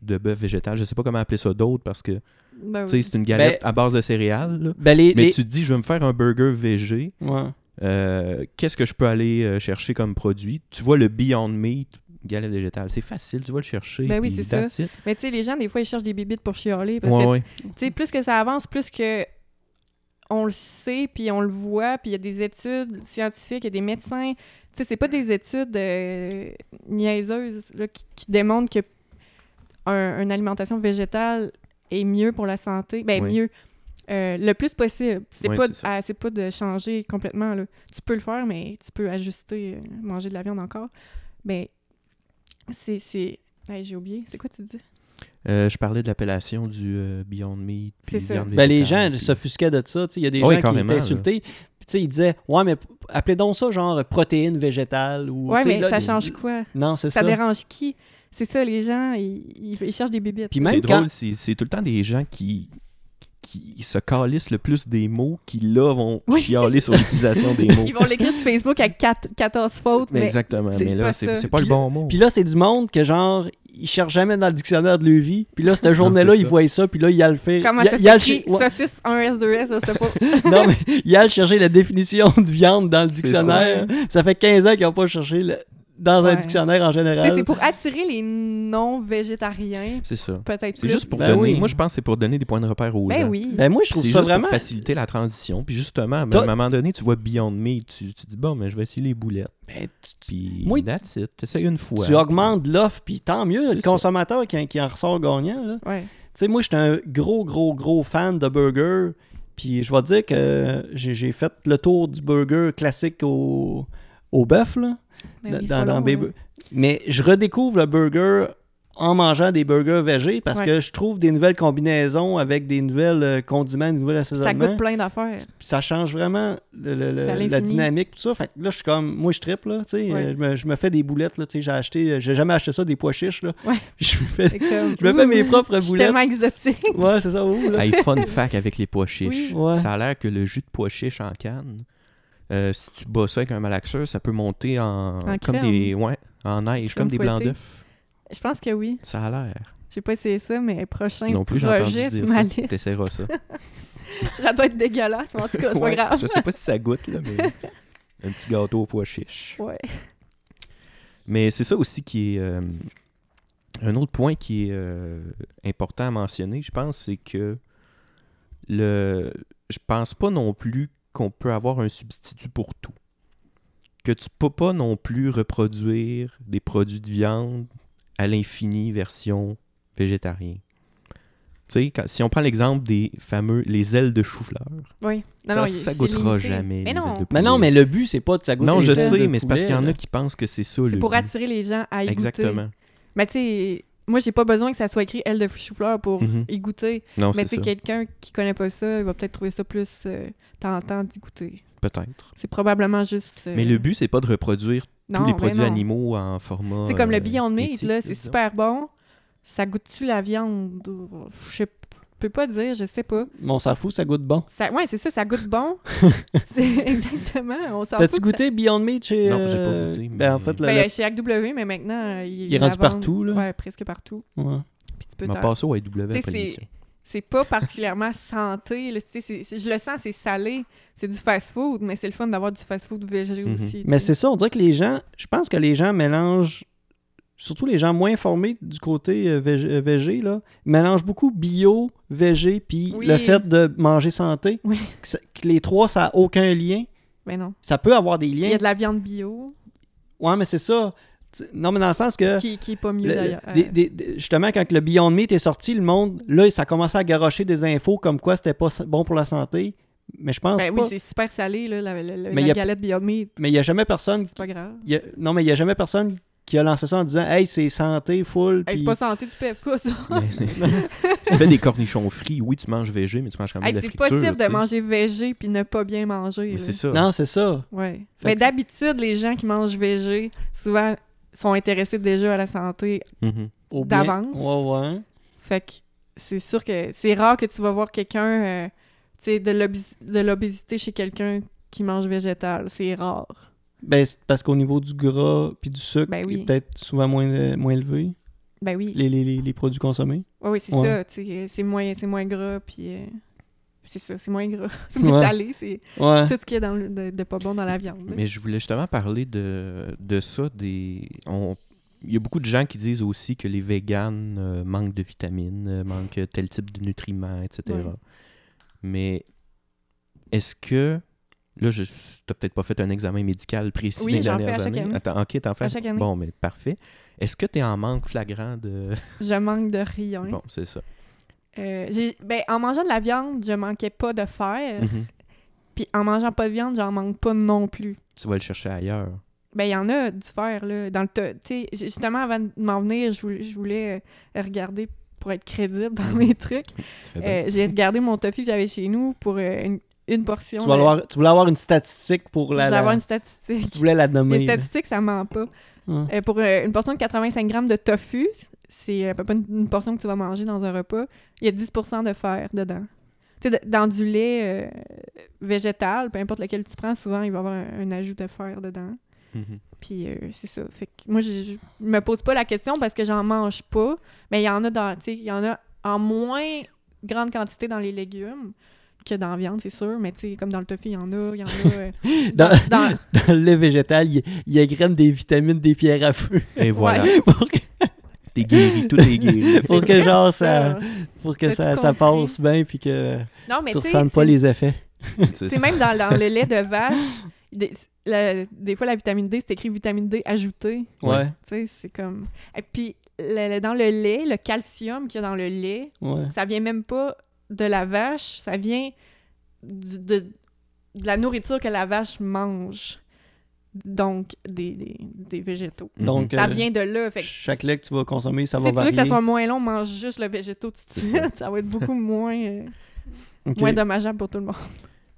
de bœuf végétal, je sais pas comment appeler ça d'autre parce que tu
Ben oui.
sais, c'est une galette à base de céréales. là.
Ben, les,
Mais
les-
tu te dis je vais me faire un burger végé.
ouais.
Euh, qu'est-ce que je peux aller euh, chercher comme produit? Tu vois le Beyond Meat, galet végétal. C'est facile, tu vas le chercher.
Ben oui,
puis
c'est ça.
that's it.
Mais tu sais, les gens, des fois, ils cherchent des bibites pour chialer. Parce
Ouais,
que,
ouais.
tu sais, plus que ça avance, plus que on le sait, puis on le voit, puis il y a des études scientifiques, il y a des médecins. Tu sais, c'est pas des études euh, niaiseuses là, qui, qui démontrent que un- une alimentation végétale est mieux pour la santé. Ben,
Oui.
mieux. euh, le plus possible. C'est
Oui,
pas,
c'est ça.
ah, c'est pas de changer complètement. Là. Tu peux le faire, mais tu peux ajuster, euh, manger de la viande encore. Mais c'est. c'est- Hey, J'ai oublié. C'est quoi tu dis?
Euh, je parlais de l'appellation du euh, Beyond Meat. puis
C'est ça.
viande
Ben, les gens
végétale, puis-
s'offusquaient de ça. tu sais. Il y a des
Ah oui,
gens qui
carrément,
étaient
là.
insultés. Puis, tu sais, ils disaient Ouais, mais p- appelez donc ça genre euh, protéines végétales. Ou,
Ouais,
tu sais,
mais
là,
ça
les-
change quoi?
Non, c'est
Ça,
ça.
dérange qui? C'est ça, les gens, ils, ils- ils cherchent des bibites.
Puis même
c'est
quand.
drôle, c'est, c'est tout le temps des gens qui, qui se calissent le plus des mots, qui là vont
Oui.
chialer sur l'utilisation des mots.
Ils vont l'écrire sur Facebook à quatre- 14 fautes,
Mais
mais,
Exactement,
c'est
mais
pas
là, c'est,
ça.
c'est pas le bon mot.
Puis là, c'est du monde que genre, ils cherchent jamais dans le dictionnaire de leur vie. Puis là, cette journée-là,
c'est
ils
ça.
voient ça. Puis là, ils allaient le faire.
comment
ils-
ça
ils allaient
s'écrit?
ch- ouais.
Saucisse 1S, 2S, je sais pas.
Non, mais ils allaient chercher la définition de viande dans le
C'est
dictionnaire. Puis Ça. fait 15 ans qu'ils n'ont pas cherché le- dans un
Ouais.
dictionnaire en
Tu sais,
général.
c'est pour attirer les non-végétariens,
C'est ça.
peut-être
C'est
plus.
juste pour hein.
Ben
donner.
oui.
Moi, je pense que c'est pour donner des points de repère aux
Ben
gens.
oui.
Ben, moi, je trouve
C'est
ça
juste
vraiment.
pour faciliter la transition. Puis justement,
Toi-
à un moment donné, tu vois Beyond Meat, tu, tu dis bon, mais je vais essayer les boulettes.
Ben, tu- tu-
Puis
Moi,
that's it. T'essayes une fois.
Tu augmentes l'offre, puis tant mieux, le
ça.
consommateur qui, qui en ressort gagnant. là.
Ouais.
Tu sais, moi, j'étais un gros, gros, gros fan de burger. Puis je vais te dire que j'ai j'ai fait le tour du burger classique au, au bœuf, là,
Ben
dans,
oui, c'est
dans
pas long,
Baby-
hein.
Mais je redécouvre le burger en mangeant des burgers végés parce
Ouais.
que je trouve des nouvelles combinaisons avec des nouvelles euh, condiments, des nouvelles
Ça
assaisonnements.
goûte plein d'affaires.
Puis ça change vraiment le- le- le-
C'est à
la
l'infini.
dynamique tout ça fait que là je suis comme moi je trippe là tu sais
Ouais.
euh, je, me, je me fais des boulettes là tu sais j'ai acheté euh, j'ai jamais acheté ça des pois chiches là
Ouais.
je me fais
C'est comme,
je me fais mes
ouh,
propres
Je suis
boulettes
tellement exotique.
ouais c'est ça ouh, là.
Hey, fun fact avec les pois
Oui.
chiches.
Ouais.
Ça a l'air que le jus de pois chiche en canne, euh, si tu bosses avec un malaxeur, ça peut monter en,
En
comme
crème.
des ouais, en neige,
Crème
comme des blancs
fouettée.
d'œufs.
Je pense que oui.
Ça a l'air.
J'ai pas essayé ça, mais prochain
Non plus, j'ai entendu
projet sur
dire
ma
ça.
liste.
T'essaieras ça.
Ça doit être dégueulasse, mais en tout cas, c'est pas
Ouais,
grave.
Je sais pas si ça goûte, là, mais un petit gâteau aux pois chiches.
Ouais.
Mais c'est ça aussi qui est. euh, un autre point qui est euh, important à mentionner, je pense, c'est que le. Je pense pas non plus qu'on peut avoir un substitut pour tout. Que tu peux pas non plus reproduire des produits de viande à l'infini version végétarien. Tu sais, quand- si on prend l'exemple des fameux les ailes de chou-fleur,
Oui. Non,
ça,
non, il-
ça
c'est
goûtera
limité.
jamais.
Mais
les ailes
non,
de
mais non mais
poulet.
le but c'est pas de ça goûte
Non,
les
je
ailes de
sais, mais c'est parce
poulet,
qu'il y en
là.
a qui pensent que c'est ça le.
c'est pour
but.
attirer les gens à y goûter.
Exactement.
Mais tu sais, moi, j'ai pas besoin que ça soit écrit « aile de chou-fleur » pour
Mhm.
y goûter.
Non,
mais
c'est
tu
ça.
sais, quelqu'un qui connaît pas ça, il va peut-être trouver ça plus euh, tentant d'y goûter.
Peut-être.
C'est probablement juste... euh,
Mais le but, c'est pas de reproduire tous
non,
les
ben
produits
non.
animaux en format.
C'est comme le
euh,
Beyond Meat,
éthique,
là, c'est
disons.
super bon. Ça goûte-tu la viande? Ou- Je sais peux pas dire, je sais pas.
mais on s'en fout ça goûte bon
Ça, ouais, c'est ça, ça goûte bon. C'est- exactement, on s'en fout.
t'as-tu goûté Beyond Meat chez
Non, j'ai pas
euh,
goûté,
ben en
mais-
fait le-
Ben,
le-
euh, chez ACW, mais maintenant, euh, il,
Il est rendu
la vendent.
partout, là.
Ouais, presque partout.
ouais.
Puis tu
On
peux
va
t'en-
passer au IW
Tu sais,
après
c'est-
l'émission.
C'est pas particulièrement santé. là. Tu sais, c'est- c'est- je le sens, c'est salé. C'est du fast-food, mais c'est le fun d'avoir du fast-food végé
Mhm.
aussi. tu
Mais
sais.
c'est ça, on dirait que les gens, je pense que les gens mélangent, surtout les gens moins formés du côté euh, vég- euh, végé, là, mélangent beaucoup bio, végé, puis
Oui.
le fait de manger santé.
Oui.
Que, ça- que les trois, ça n'a aucun lien.
Mais Ben non.
Ça peut avoir des
Il y
liens.
a de la viande bio,
Ouais, mais c'est ça. Tu- Non, mais dans le sens que.
ce qui, qui est pas mieux
le-
d'ailleurs. Euh,
des- des- des- justement, quand le Beyond Meat est sorti, le monde, là, ça commençait à garocher des infos comme quoi c'était pas sa- bon pour la santé. Mais je pense
ben
pas.
oui, c'est super salé, là, la, la- la-
Mais
la
y a-
galette Beyond Meat,
mais il n'y a jamais personne.
c'est pas grave.
il y a- non, mais il n'y a jamais personne qui a lancé ça en disant Hey, c'est santé, full.
Hey,
puis-
c'est pas santé du PFK, ça.
Mais- tu fais des cornichons frits, oui, tu manges végé, mais tu manges quand même
Hey,
de la
c'est
friture. tu
possible de
sais.
manger végé puis ne pas bien manger.
Mais
là.
c'est ça.
Non, c'est ça.
Ouais.
Fait
Mais
que-
d'habitude, les gens qui mangent végé, souvent, sont intéressés déjà à la santé
Mhm.
Au bien-
D'avance.
Ouais, ouais.
Fait que c'est sûr que c'est rare que tu vas voir quelqu'un, euh, tu sais, de l'obé- de l'obésité chez quelqu'un qui mange végétal. C'est rare.
Ben, c'est parce qu'au niveau du gras puis du sucre,
Ben oui.
il est peut-être souvent moins, euh, moins élevé,
Ben oui.
les, les, les, les produits consommés.
Oui, oui, c'est
Ouais.
ça. tu sais, C'est moins, c'est moins gras, puis euh, c'est ça, c'est moins gras. C'est moins
Ouais.
salé, c'est
Ouais.
tout ce qui est dans le- de, de pas bon dans la viande.
Mais je voulais justement parler de, de ça. Des, on, il y a beaucoup de gens qui disent aussi que les véganes euh, manquent de vitamines, euh, manquent tel type de nutriments, etc.
Ouais.
Mais est-ce que. Là, je t'as peut-être pas fait un examen médical précis
Oui,
des
j'en fais à
dernières
chaque
années.
année.
Attends, ok, t'en fais
À chaque année.
Bon, mais parfait. Est-ce que tu es en manque flagrant de.
Je manque de rien.
Bon, c'est ça.
Euh, j'ai- ben, en mangeant de la viande, je manquais pas de
Mm.
fer.
Mhm.
Puis en mangeant pas de viande, j'en manque pas non plus.
Tu vas le chercher ailleurs.
Ben, il y en a du fer, là. Dans le to- tu sais, j- justement, avant de m'en venir, je voulais, je voulais, euh, regarder pour être crédible dans
Mhm.
mes trucs.
Tu
Eh
fais bien.
ben.
Euh, J'ai regardé mon tofu que j'avais chez nous pour euh, une, une portion.
Tu, vas
de-
avoir- tu voulais avoir une statistique pour
Je
la.
voulais
la-
avoir une
Tu
statistique.
voulais la
Les
nommer. là.
statistiques, ça ment pas.
Hein.
Euh, pour euh, une portion de 85 grammes de tofu, c'est euh, à peu près une, une portion que tu vas manger dans un repas, il y a 10 de fer dedans. Tu sais, de- dans du lait euh, végétal, peu importe lequel tu prends, souvent, il va y avoir un, un ajout de fer dedans.
Mhm.
Puis euh, c'est ça. Fait que moi, je je me pose pas la question parce que j'en mange pas, mais il y en a dans, tu sais, il y en a en moins grande quantité dans les légumes que dans la viande, c'est sûr, mais tu sais, comme dans le tofu, il y en a, il y en a... euh,
Dans,
dans-
dans le lait végétal, il, il agrène des vitamines, des pierres à feu.
Et voilà.
pour que,
T'es guéri, tout est guéri.
pour
c'est
que
vrai,
genre ça, pour que
T'as
ça,
tout
ça
compris.
passe bien puis que
Non, mais
tu
tu sais,
ressentes pas
c'est-
les effets.
C'est
C'est
ça.
même dans, dans le lait de vache, des, la- des fois la vitamine D, c'est écrit vitamine D ajoutée.
Ouais,
Tu sais, c'est comme. Et puis le- le- dans le lait, le calcium qu'il y a dans le lait,
ouais.
ça vient même pas de la vache, ça vient du- de, de la nourriture que la vache mange. Donc, des, des, des végétaux.
Mhm.
Donc,
Ça
euh,
vient de là. Fait que
chaque lait que tu vas consommer, ça
si
va
tu veux
varier.
que ça soit moins long, mange juste le végétaux tout de
C'est ça.
suite. Ça va être beaucoup moins, euh,
Ok.
moins dommageable pour tout le monde.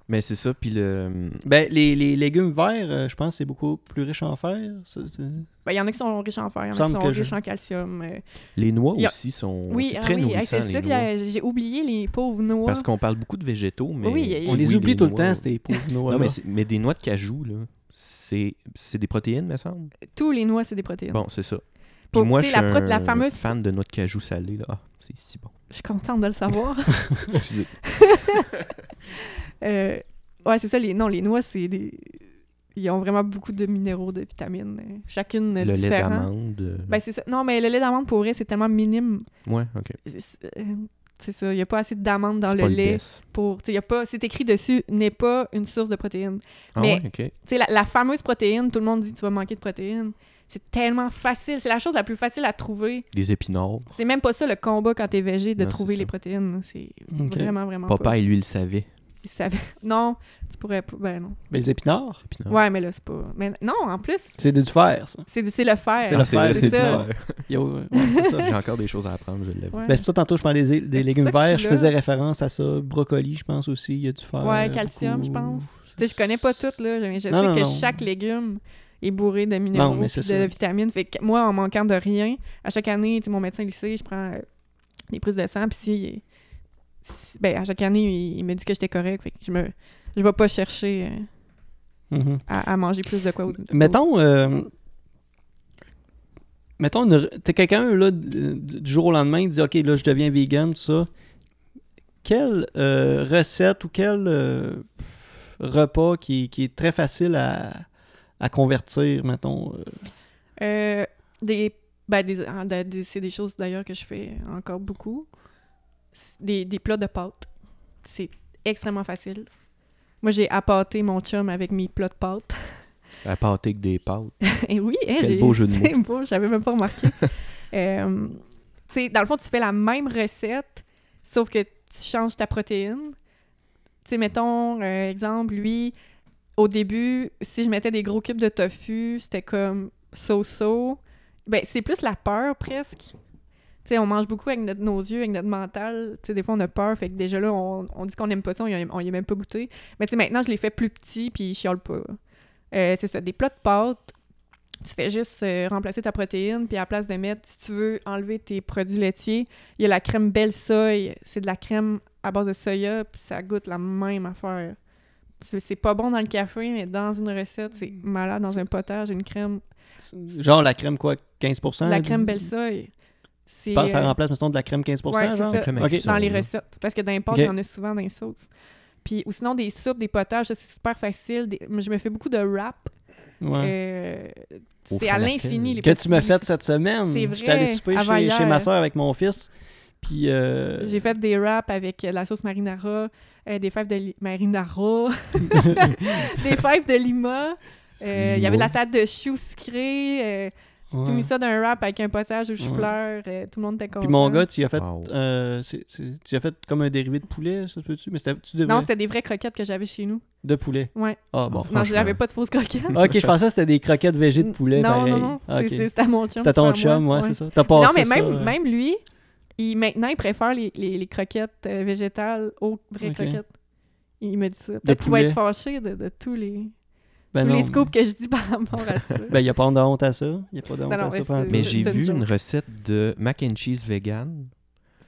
Mais c'est ça, puis le...
Ben, les, les légumes verts, euh, je pense que c'est beaucoup plus riche en fer. ça, c'est-
Ben, Il y en a qui sont riches en fer, il y en a qui
Semble
sont
que je-
riches en calcium. euh,
les noix
Il y a-
aussi sont
oui,
c'est
ah
très
oui, hey,
nourrissants,
c'est ça
les
que
noix.
j'ai j'ai oublié les pauvres noix.
Parce qu'on parle beaucoup de végétaux, mais...
Oui, il y a-
On
Oui,
les oublie tout le
noix.
temps, ces pauvres noix.
Non, mais, c'est- mais des noix de cajou, là, c'est c'est des protéines, me semble.
Tous les noix, c'est des protéines.
Bon, c'est ça. Puis
Pour-
moi, je
tu
suis
sais, la
un
prot- la fameuse-
fan de noix de cajou salée, là. Ah, c'est si bon.
Je suis contente de le savoir.
Excusez.
Euh, ouais, c'est ça. Les... Non, les noix, c'est des... Ils ont vraiment beaucoup de minéraux, de vitamines. euh, Chacune euh,
le lait
différente.
d'amande. euh,
Ben, c'est ça. Non, mais le lait d'amande, pour vrai, c'est tellement minime.
Ouais, OK.
C'est- C'est euh, c'est ça. Il n'y a pas assez d'amande dans
C'est
le
pas
lait
best.
pour... tu sais, il y a pas... C'est écrit dessus, n'est pas une source de protéines.
Ah
Mais-
ouais, OK.
Tu sais, la, la fameuse protéine, tout le monde dit tu vas manquer de protéines. C'est tellement facile. C'est la chose la plus facile à trouver.
Des épinards.
C'est même pas ça le combat quand t'es végé de
Non,
trouver
c'est
les
ça.
protéines. C'est
Ok.
vraiment, vraiment. pas-
Papa, et lui, le savait.
il savait- Non, tu pourrais. pas- Ben non.
Ben, les épinards,
Épinards.
Ouais, mais là, c'est pas. Mais non, en plus,
c'est du fer, ça.
c'est c'est le fer.
C'est le fer,
Ah, c'est
c'est
ça.
du Yo, ouais, c'est ça.
J'ai encore des choses à apprendre, je l'avoue.
Ouais.
Ben, c'est pour ça, tantôt, je parlais des, des
C'est
légumes
pour ça que je
verts.
suis
Je
là.
faisais référence à ça. Brocoli, je pense aussi, il y a du fer.
Ouais, calcium, je pense. Tu sais, je connais pas toutes, là. mais Je
Non,
sais
non,
que
non.
chaque légume est bourré de minéraux
Non, mais
puis
c'est
de
ça.
vitamines. Fait que moi, en manquant de rien, à chaque année, tu sais, mon médecin, il sait, je prends euh, des prises de sang, puis si, si- Ben, à chaque année, il, il me dit que j'étais correct. Fait que je me... Je vais pas chercher euh,
Mhm.
à, à manger plus de quoi. ou-
Mettons. euh, Mettons, une- t'es quelqu'un là, d- d- du jour au lendemain, il dit Ok, là, je deviens vegan, tout ça. Quelle euh, recette ou quel euh, repas qui, qui est très facile à, à convertir, mettons euh,
Euh, des, ben, des, en- de- des- c'est des choses d'ailleurs que je fais encore beaucoup. C'est Des, des plats de pâtes. C'est extrêmement facile. Moi, j'ai appâté mon chum avec mes plats de pâtes.
À pâté que des pâtes.
Et oui, hein,
Quel
j'ai-
beau jeu de
c'est beau, j'avais même pas remarqué. Euh, tu sais, dans le fond, tu fais la même recette, sauf que tu changes ta protéine. Tu sais, mettons, euh, exemple, lui, au début, si je mettais des gros cubes de tofu, c'était comme so-so. Ben, c'est plus la peur, presque. Tu sais, on mange beaucoup avec notre- nos yeux, avec notre mental. Tu sais, des fois, on a peur, fait que déjà là, on, on dit qu'on n'aime pas ça, on y a, on y a même pas goûté. Mais tu sais, maintenant, je les fais plus petits, puis je chiale pas. Euh, c'est ça, des plats de pâtes. Tu fais juste euh, remplacer ta protéine, puis à la place de mettre, si tu veux enlever tes produits laitiers, il y a la crème Belle Soy. C'est de la crème à base de soya, puis ça goûte la même affaire. C'est c'est pas bon dans le café, mais dans une recette, c'est
Mm.
malade. Dans un potage, une crème,
Genre la crème, quoi, 15%?
la crème Belle Soy.
Je
c'est
pense que ça
euh,
remplace, mettons, de la crème 15%,
Ouais, c'est
genre?
ça.
Crème à
Ok.
cuisson,
dans les
là.
recettes. Parce que dans les pâtes,
Ok.
il y en a souvent dans les sauces. Puis, ou sinon, des soupes, des potages, ça, c'est super facile. Des- je me fais beaucoup de wrap.
Ouais.
Euh,
Au
c'est à
Fromactel.
l'infini. les
que tu m'as fait
possibilités.
cette semaine. J'étais
C'est vrai, Ah,
allé souper
avant
chez,
hier.
chez ma soeur avec mon fils. Puis. euh,
J'ai fait des wraps avec euh, de la sauce marinara, euh, des fèves de li- marinara, des fèves de lima. euh, Il y avait de la salade de choux sucrée. euh, j'ai
ouais.
tout mis ça d'un wrap avec un potage aux choux-fleurs. euh, tout le monde était content.
Puis mon gars, tu y as fait.
Wow.
euh, c'est- c'est- tu y as fait comme un dérivé de poulet, ça se peut-tu? Mais c'était tu Oh, devais-
Non, c'était des vraies croquettes que j'avais chez nous.
de poulet.
Ouais.
Ah bon.
Non,
franchement.
j'avais pas de fausses croquettes.
Ah.
ok, je pensais que c'était des croquettes végé de poulet.
non,
pareil.
non, non,
Ah,
c'est-
ok.
c'est- C'était à mon chum.
C'était ton
c'est à
chum,
moi,
ouais, c'est ça. T'as passé
non, mais
ça,
même,
euh,
même lui, il, maintenant, il préfère les, les, les croquettes euh, végétales aux vraies
Ok.
croquettes. Il me dit ça. Peut-être qu'il va
poulet.
être fâché de, de tous les,
ben
tous
non,
les scoops que je dis par rapport à ça.
mais- Ben, il n'y a pas de honte à ça. Il n'y a pas de honte
non,
à
mais
ça. pendant
c'est-
Mais
tout.
j'ai
c'est une
vu
joke.
une recette de mac and cheese vegan.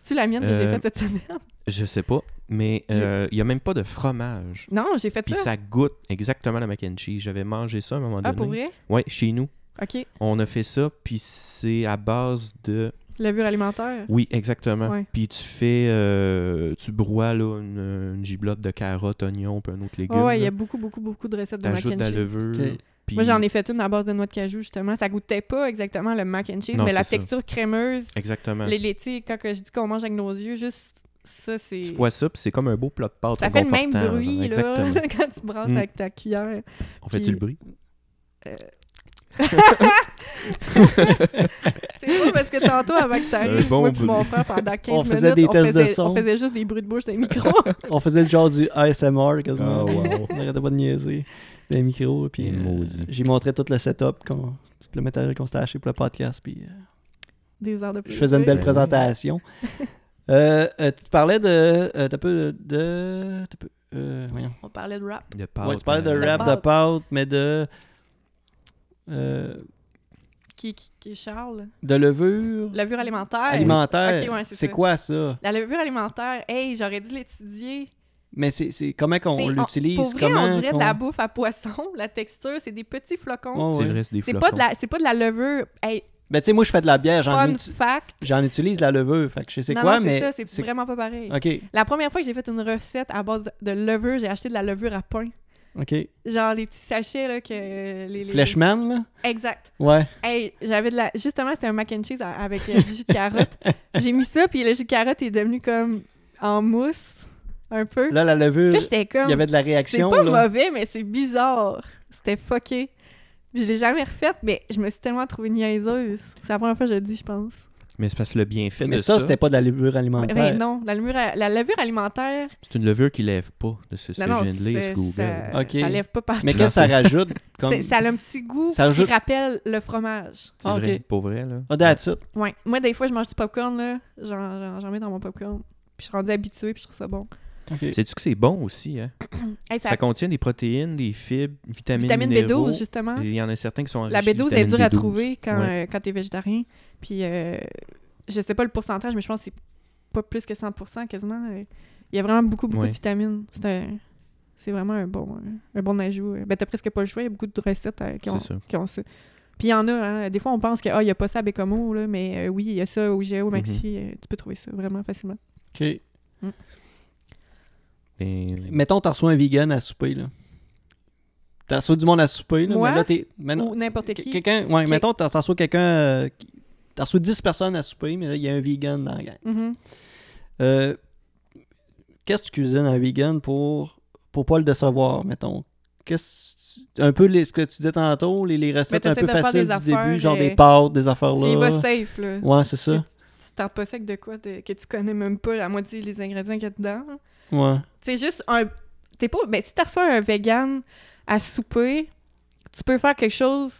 C'est-tu la mienne que j'ai
Euh,
faite cette semaine?
Je sais pas, mais
J'ai-
euh, il n'y a même pas de fromage.
Non, j'ai fait
Puis
ça.
ça goûte exactement la mac and cheese. J'avais mangé ça à un moment donné.
Ah, pour vrai?
Ouais, chez nous.
OK.
On a fait ça, puis c'est à base de...
Levure alimentaire.
Oui, exactement.
Ouais.
Puis tu fais... euh, tu broies là, une, une giblotte de carottes, oignons, puis un autre légume.
Ouais, ouais, il y a
là.
beaucoup, beaucoup, beaucoup de recettes de mac
T'ajoutes
and
de la
cheese.
levure.
Ok.
puis-
Moi, j'en ai fait une à base de noix de cajou, justement. Ça goûtait pas exactement le mac and cheese,
Non,
mais la
c'est ça.
texture crémeuse,
Exactement.
les laitiers, quand que je dis qu'on mange avec nos yeux, juste ça, c'est...
Tu vois ça, puis c'est comme un beau plat de pâte.
Ça fait le même
réconfortant, genre.
bruit, là,
Exactement.
quand tu brasses
Mm.
avec ta cuillère.
On fait-tu
Puis-
le bruit?
C'est drôle parce que tantôt, avant que t'arrives,
Un bon
moi puis
bruit.
mon frère, pendant 15
On
minutes,
faisait des
on,
tests de
faisait,
son.
on faisait juste des bruits de bouche dans les micros.
On faisait le genre du ASMR quasiment.
Ah, wow.
On n'arrêtait pas de niaiser des micros. Puis
Et
euh,
maudit.
j'ai montré tout le setup, qu'on- tout le matériel qu'on s'était acheté pour le podcast. Puis euh,
des heures de plus.
je faisais une belle
Ben oui.
présentation. Euh, euh, tu parlais de. euh, t'as peu de. t'as peu- euh, voyons.
On parlait de rap.
De
Ouais, tu parlais de
De
rap, de
pâte.
pâte, mais de. euh,
Qui, qui, qui est Charles?
de levure
Levure alimentaire.
alimentaire.
Ok, ouais, c'est
c'est
ça.
quoi ça?
La levure alimentaire, hey, j'aurais dû l'étudier.
Mais c'est c'est- comment qu'on
C'est-
l'utilise?
Pour vrai,
comment
on dirait de
qu'on-
la bouffe à poisson. La texture, c'est des petits flocons.
Ouais,
C'est
ouais.
vrai, c'est des
c'est
flocons.
pas de la, c'est pas de la levure. Hey,
Ben, tu sais, moi, je fais de la bière. J'en
fun
uti-
fact.
j'en utilise la levure. Fait que je sais
Non,
quoi,
non,
mais.
c'est ça, c'est vraiment pas pareil.
OK,
La première fois que j'ai fait une recette à base de levure, j'ai acheté de la levure à pain.
OK.
Genre des petits sachets là que euh, les, les-
Fleshman, là?
Exact.
Ouais.
Hey, j'avais de la justement c'était un mac and cheese à- avec euh, du jus de carotte. j'ai mis ça puis le jus de carotte est devenu comme en mousse un peu. Là,
Là, la levure,
j'étais
il
comme
y avait de la
c'est
réaction.
pas
là.
mauvais mais c'est bizarre. C'était fucké. Puis je l'ai jamais refaite mais je me suis tellement trouvée niaiseuse. C'est la première fois que je le dis je pense.
Mais c'est parce que le bienfait
Mais
de
ça,
ça,
c'était pas de la levure
Mais
alimentaire.
non, la levure, à- la levure alimentaire,
c'est une levure qui lève pas de ce, ce
non, non,
gène là
c'est-
ce Google.
ça,
Ok.
ça lève pas partout.
Mais qu'est-ce que ça rajoute?
C'est-
Comme...
Ça a un petit goût
Ça rajoute-
qui rappelle le fromage.
C'est
Ah,
vrai,
ok.
pour vrai, là.
Ah, that's it.
Ouais. Moi, des fois, je mange du popcorn, là. J'en, j'en- j'en mets dans mon popcorn. Puis je suis rendue habituée, puis je trouve ça bon.
OK.
Sais-tu que c'est bon aussi, hein?
Hey, ça,
Ça contient des protéines, des fibres, vitamines,
vitamine
minéraux.
B12, justement.
Il y en a certains qui sont
La
enrichis de
B12 est
vitamine
dure à
B12.
trouver quand,
Ouais.
euh, quand t'es végétarien. Puis euh, je sais pas le pourcentage, mais je pense que c'est pas plus que 100 quasiment. Euh, Il y a vraiment beaucoup, beaucoup
Ouais.
de vitamines. C'est, un- c'est vraiment un bon, euh, un bon ajout. euh. Ben, t'as presque pas le choix. Il y a beaucoup de recettes euh, qui, ont,
C'est ça.
qui ont ça. Puis il y en a, hein. Des fois, on pense que, ah, il y a pas ça à Bécomo, là, mais euh, oui, il y a ça au
Mhm.
Géo, Maxi. euh, tu peux trouver ça vraiment facilement.
OK.
Et-
Mettons, t'as reçois un vegan à souper, là. T'as reçu du monde à souper, là.
Moi?
Mais là, t'es... mais non.
Ou n'importe qui.
Quelqu'un... Ouais,
Ok.
mettons, t'as t'as reçu quelqu'un... euh, qui- T'as reçu 10 personnes à souper, mais là, il y a un vegan dans la gang.
Mhm.
Euh, Qu'est-ce que tu cuisines un vegan pour pour pas le décevoir, mettons? Qu'est-ce un peu les- ce que tu disais tantôt, les, les recettes un
t'essaies
peu
de faire
faciles
des
du début,
affaires,
genre des
euh,
pâtes, des affaires
Tu y vas
là.
safe, là.
Ouais, c'est ça.
Tu t'en pas sec de quoi de- que tu connais même pas la moitié des ingrédients qu'il y a dedans.
Ouais.
C'est juste un. T'es pas. Ben, si t'as reçu un vegan à souper, tu peux faire quelque chose.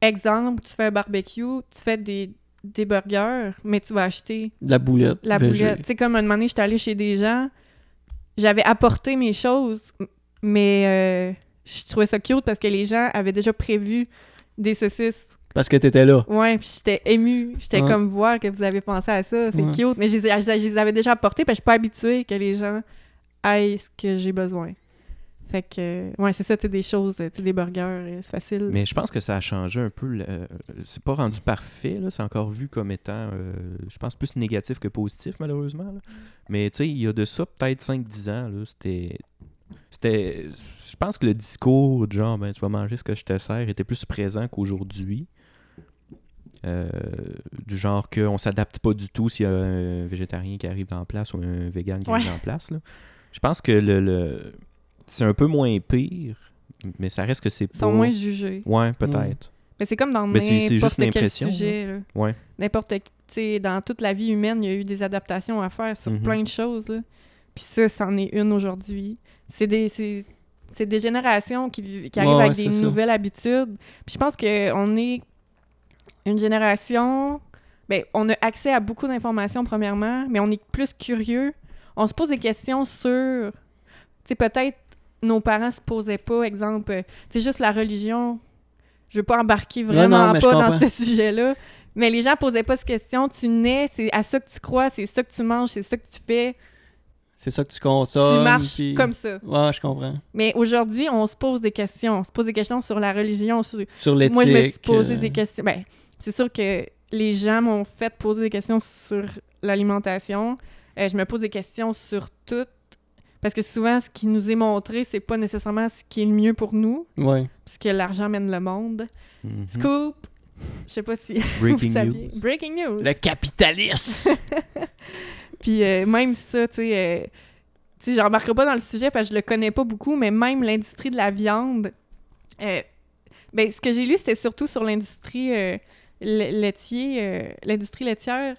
Exemple, tu fais un barbecue, tu fais des, des burgers, mais tu vas acheter
De la boulette.
la
végé.
boulette. Tu sais, comme un moment donné, j'étais allée chez des gens, j'avais apporté mes choses, m- mais euh, je trouvais ça cute parce que les gens avaient déjà prévu des saucisses.
Parce que t'étais là.
Ouais, puis j'étais émue. J'étais
Ouais.
comme voir que vous avez pensé à ça. C'est
Ouais.
cute. Mais je les, ai- je les avais déjà apportés parce que je suis pas habituée que les gens aient ce que j'ai besoin. Fait que, ouais, c'est ça, tu sais, des choses, tu sais, des burgers, euh, c'est facile.
Mais je pense que ça a changé un peu. le- euh, C'est pas rendu parfait, là. C'est encore vu comme étant, euh, je pense, plus
Mm.
négatif que positif, malheureusement. là. Mais tu sais, il y a de ça peut-être 5-10 ans, là, c'était C'était. Je pense que le discours de genre, ben, tu vas manger ce que je te sers était plus présent qu'aujourd'hui. Euh, du genre qu'on s'adapte pas du tout s'il y a un végétarien qui arrive en place ou un vegan qui
Ouais.
arrive en place. là. Je pense que le, le- c'est un peu moins pire, mais ça reste que c'est
Ils
pas...
sont moins jugés.
Ouais, peut-être.
Mais c'est comme dans
Mais c'est- c'est juste
n'importe
une
quel
impression,
sujet. là.
Ouais.
N'importe, tu sais, dans toute la vie humaine, il y a eu des adaptations à faire sur
Mhm.
plein de choses. là. Puis ça, c'en est une aujourd'hui. C'est des, c'est, c'est des générations qui, vi- qui
Ouais,
arrivent
ouais,
avec
c'est
des
ça.
nouvelles habitudes. Puis je pense qu'on est une génération... Ben, on a accès à beaucoup d'informations, premièrement, mais on est plus curieux. On se pose des questions sur... Tu sais, peut-être nos parents se posaient pas, exemple, euh, tu sais, juste la religion. Je veux pas embarquer
Non,
vraiment
non, mais je
pas dans
comprends.
ce sujet-là. Mais les gens posaient pas cette question. Tu nais, c'est à ça que tu crois, c'est ça que tu manges, c'est ça que tu fais.
C'est ça que tu
tu
consommes.
marches
puis-
comme ça.
Ouais, je comprends.
Mais aujourd'hui, on se pose des questions. On se pose des questions sur la religion. sur-
Sur l'éthique.
Moi, je me suis posé
euh,
des questions. Ben, c'est sûr que les gens m'ont fait poser des questions sur l'alimentation. Euh, je me pose des questions sur tout. Parce que souvent, ce qui nous est montré, c'est pas nécessairement ce qui est le mieux pour nous,
euh, Ouais.
parce que l'argent mène le monde.
Mhm.
Scoop! Je sais pas si
Breaking
vous saviez.
news.
Breaking news!
capitaliste!
Puis euh, même ça, tu sais, euh, tu sais, j'embarquerai pas dans le sujet parce que je le connais pas beaucoup, mais même l'industrie de la viande, euh, ben, ce que j'ai lu, c'était surtout sur l'industrie euh, lai- laitier, euh, l'industrie laitière.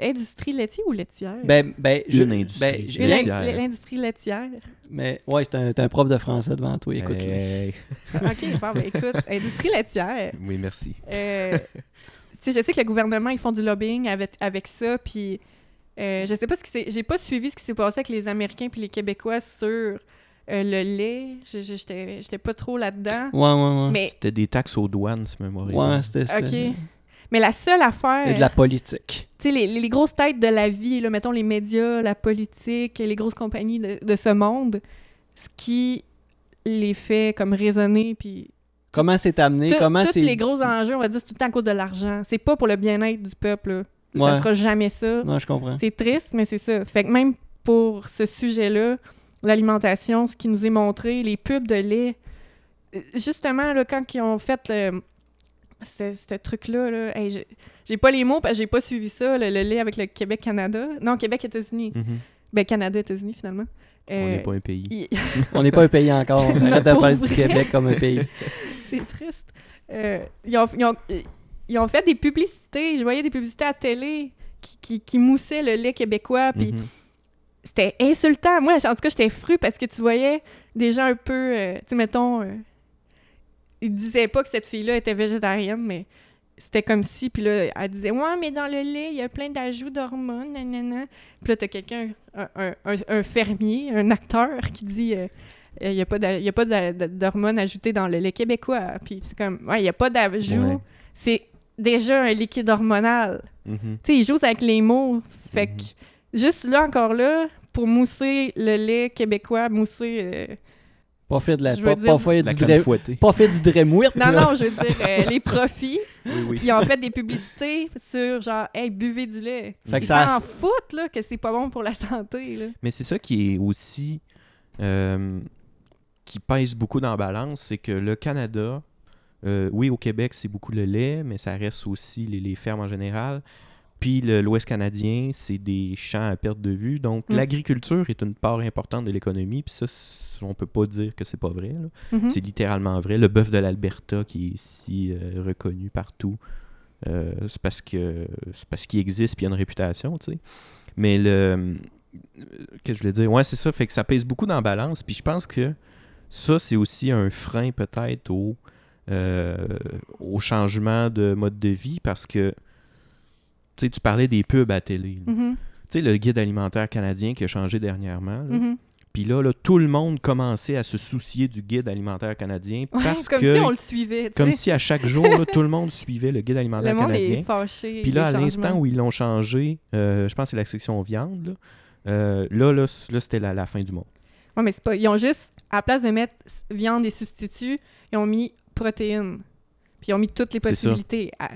Industrie laitière ou laitière?
ben, ben, je,
Une industrie.
ben, je-
Une indi-
laitière.
L'industrie laitière.
mais ouais, c'est un, t'as un prof de français devant toi, écoute.
Hey.
OK, bon, ben, écoute, industrie laitière.
Oui, merci.
Euh, tu sais, je sais que le gouvernement, ils font du lobbying avec, avec ça, puis euh, je sais pas ce qui s'est... J'ai pas suivi ce qui s'est passé avec les Américains puis les Québécois sur euh, le lait. Je- je- J'étais j'étais pas trop là-dedans.
Ouais, ouais, ouais.
Mais,
C'était des taxes aux douanes, ce mémoire.
Ouais, c'était ça.
OK. Mais la seule affaire...
Et de la politique.
tu sais, les, les- les grosses têtes de la vie, là, mettons les médias, la politique, les grosses compagnies de, de ce monde, ce qui les fait comme raisonner, puis
Comment c'est amené?
tout-
comment
tous
c'est.
les gros enjeux, on va dire, c'est tout le temps à cause de l'argent. C'est pas pour le bien-être du peuple. là. Ça
Ouais.
sera jamais ça.
Non, je comprends.
C'est triste, mais c'est ça. Fait que même pour ce sujet-là, l'alimentation, ce qui nous est montré, les pubs de lait, euh, justement, là, quand ils ont fait le- ce, ce truc-là, là, hey, j'ai- j'ai pas les mots parce que j'ai pas suivi ça, le, le lait avec le Québec-Canada. Non, Québec-États-Unis.
Mm.
Mhm.
Ben, Canada-États-Unis, finalement.
On
Euh,
n'est pas un pays.
il-
On n'est pas un pays encore.
Non,
Arrête de
pour
parler du
vrai.
Québec comme un pays.
C'est triste. Euh, ils, ont, ils ont- ils ont fait des publicités. Je voyais des publicités à télé qui, qui, qui moussaient le lait québécois, puis
Mhm.
c'était insultant. Moi, en tout cas, j'étais fru parce que tu voyais des gens un peu, euh, tu sais, mettons, euh, ils disaient pas que cette fille-là était végétarienne, mais c'était comme si, puis là, elle disait « Ouais, mais dans le lait, il y a plein d'ajouts d'hormones, nanana. » Puis là, t'as quelqu'un, un, un- un- un fermier, un acteur qui dit euh, Euh, Il n'y a pas d'a- il y a pas d'a- d'a- d'hormones ajoutées dans le lait québécois. » Puis c'est comme « Ouais, il n'y a pas d'ajout.
Ouais.
C'est déjà un liquide hormonal. »
Mhm.
tu sais, ils jouent avec les mots. Fait que,
Mhm.
juste là, encore là, pour mousser le lait québécois, mousser... euh,
Pas fait de la.
Je veux
Pas,
dire-
pas fait
La
du
crème
dra-
fouettée.
Pas fait du dremouit, là.
Non, non, je veux dire, euh, les profits,
Oui, oui.
ils ont fait des publicités sur, genre, « Hey, buvez du lait ».
Fait que
Ils
ça.
s'en foutent, là, que c'est pas bon pour la santé, là.
Mais c'est ça qui est aussi. euh, qui pèse beaucoup dans la balance, c'est que le Canada, euh, oui, au Québec, c'est beaucoup le lait, mais ça reste aussi les, les fermes en général. Puis le- l'Ouest canadien, c'est des champs à perte de vue. Donc
Mm.
l'agriculture est une part importante de l'économie. Puis ça, c- on peut pas dire que c'est pas vrai. là.
Mhm.
C'est littéralement vrai. Le bœuf de l'Alberta qui est ici euh, reconnu partout, euh, c'est parce que c'est parce qu'il existe puis il y a une réputation, tu sais. Mais le euh, qu'est-ce que je voulais dire Ouais, c'est ça. Fait que ça pèse beaucoup dans la balance. Puis je pense que ça c'est aussi un frein peut-être au euh, au changement de mode de vie parce que tu sais, tu parlais des pubs à télé. là.
Mhm,
Tu sais, le guide alimentaire canadien qui a changé dernièrement. là.
mhm.
Puis là, là, tout le monde commençait à se soucier du guide alimentaire canadien
Ouais,
parce
comme
que,
si on le suivait, tu
comme
sais.
si à chaque jour, là, tout le monde suivait le guide
Le
alimentaire
monde
canadien.
est fâché.
Puis là, à
des
l'instant
changements.
où ils l'ont changé, euh, je pense que c'est la section viande, là, euh, là, là, c- là, c'était la, la fin du monde.
Ouais, mais c'est pas... Ils ont juste, à la place de mettre s- viande et substituts, ils ont mis protéines. Puis ils ont mis toutes les
C'est ça.
possibilités. à-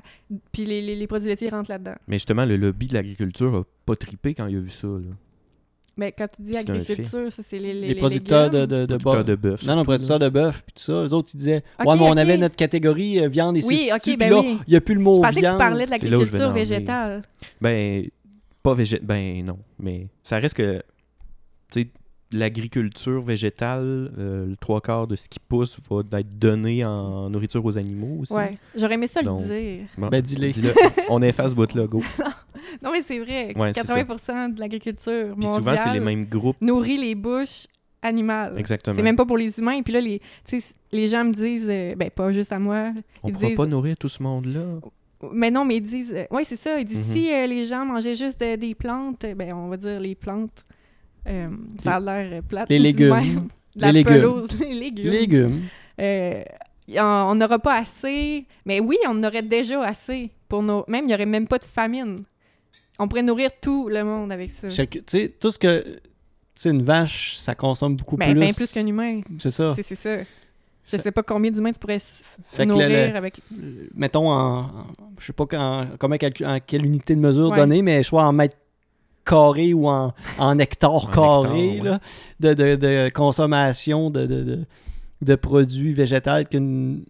Puis les, les, les produits laitiers rentrent là-dedans.
Mais justement, le lobby de l'agriculture a pas tripé quand il a vu ça. là.
Mais quand tu dis
C'est un
agriculture, ça, c'est les, les,
les, producteurs de,
légumes.
de, de
Producteur
bœuf.
de bœuf.
Non, non,
surtout, là.
producteurs de bœuf, puis tout ça. Les autres, ils disaient
Ok,
Ouais, mais on
ok.
avait notre catégorie euh, viande et
Oui,
substituts,
ok,
puis
ben
là,
oui.
il n'y a plus le mot
Je pensais que
viande.
tu parlais de
C'est là où je vais
l'agriculture
en venir.
végétale.
Ben, pas végé... Ben, non. Mais ça reste que, tu sais, l'agriculture végétale, euh, le trois quarts de ce qui pousse va être donné en nourriture aux animaux aussi.
Ouais. J'aurais aimé ça
Donc-
le dire.
Bon,
Ben, dis-les.
dis-le. On efface votre logo.
Non, mais c'est vrai.
Ouais, c'est ça.
80 de l'agriculture
Puis
mondiale
souvent, c'est les mêmes groupes.
nourrit les bouches animales.
Exactement.
C'est même pas pour les humains. Puis là, les, tu sais, les gens me disent, euh, ben pas juste à moi,
On
ils
pourra
disent-
pas nourrir tout ce monde-là.
mais non, mais ils disent, euh, ouais, c'est ça. Ils disent,
Mhm.
si euh, les gens mangeaient juste euh, des plantes, euh, ben on va dire les plantes, euh, ça a l'air euh, plate.
Les
dit
légumes.
même. De la
Les légumes.
pelouse, les légumes.
Légumes.
Euh, y en- on n'aura pas assez. Mais oui, on en aurait déjà assez pour nos. Même, il n'y aurait même pas de famine. On pourrait nourrir tout le monde avec ça.
Chaque- Tu sais, tout ce que. Tu sais, une vache, ça consomme beaucoup
Ben,
plus.
ben plus qu'un humain.
C'est ça.
C'est c'est ça. Je sais pas combien d'humains tu pourrais s-
Fait que le-
nourrir
le-
avec.
Euh, mettons, en, en- je sais pas quand, comment calcu- en quelle unité de mesure
Ouais.
donnée, mais soit en mètres carrés ou en, en hectares
En
carrés
hectares,
là, de, de- de consommation de, de, de- de produits végétaux qu'une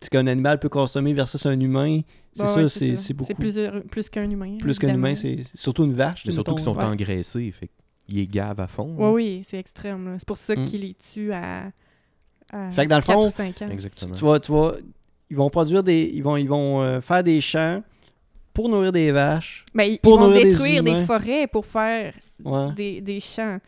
ce qu'un animal peut consommer versus un humain. C'est
Ouais,
ça,
ouais,
c'est
ça.
c'est beaucoup
C'est
plus,
plusieurs- plus qu'un humain.
qu'un
évidemment.
humain, c'est c'est surtout une vache.
Mais surtout
mettons.
qu'ils sont
ouais.
engraissés. Fait qu'ils gavent à fond.
Ouais, oui, c'est extrême. là. C'est pour ça
Mm.
qu'il les tue à. à
Fait que dans le
quatre
fond,
ou cinq ans.
Tu,
Exactement.
tu vas, tu vas- ils vont produire des, ils vont, ils vont euh, faire des champs pour nourrir des vaches.
Ben, ils,
pour
ils vont
nourrir des
détruire des
humains. Hein?
forêts pour faire
Ouais.
des, des champs.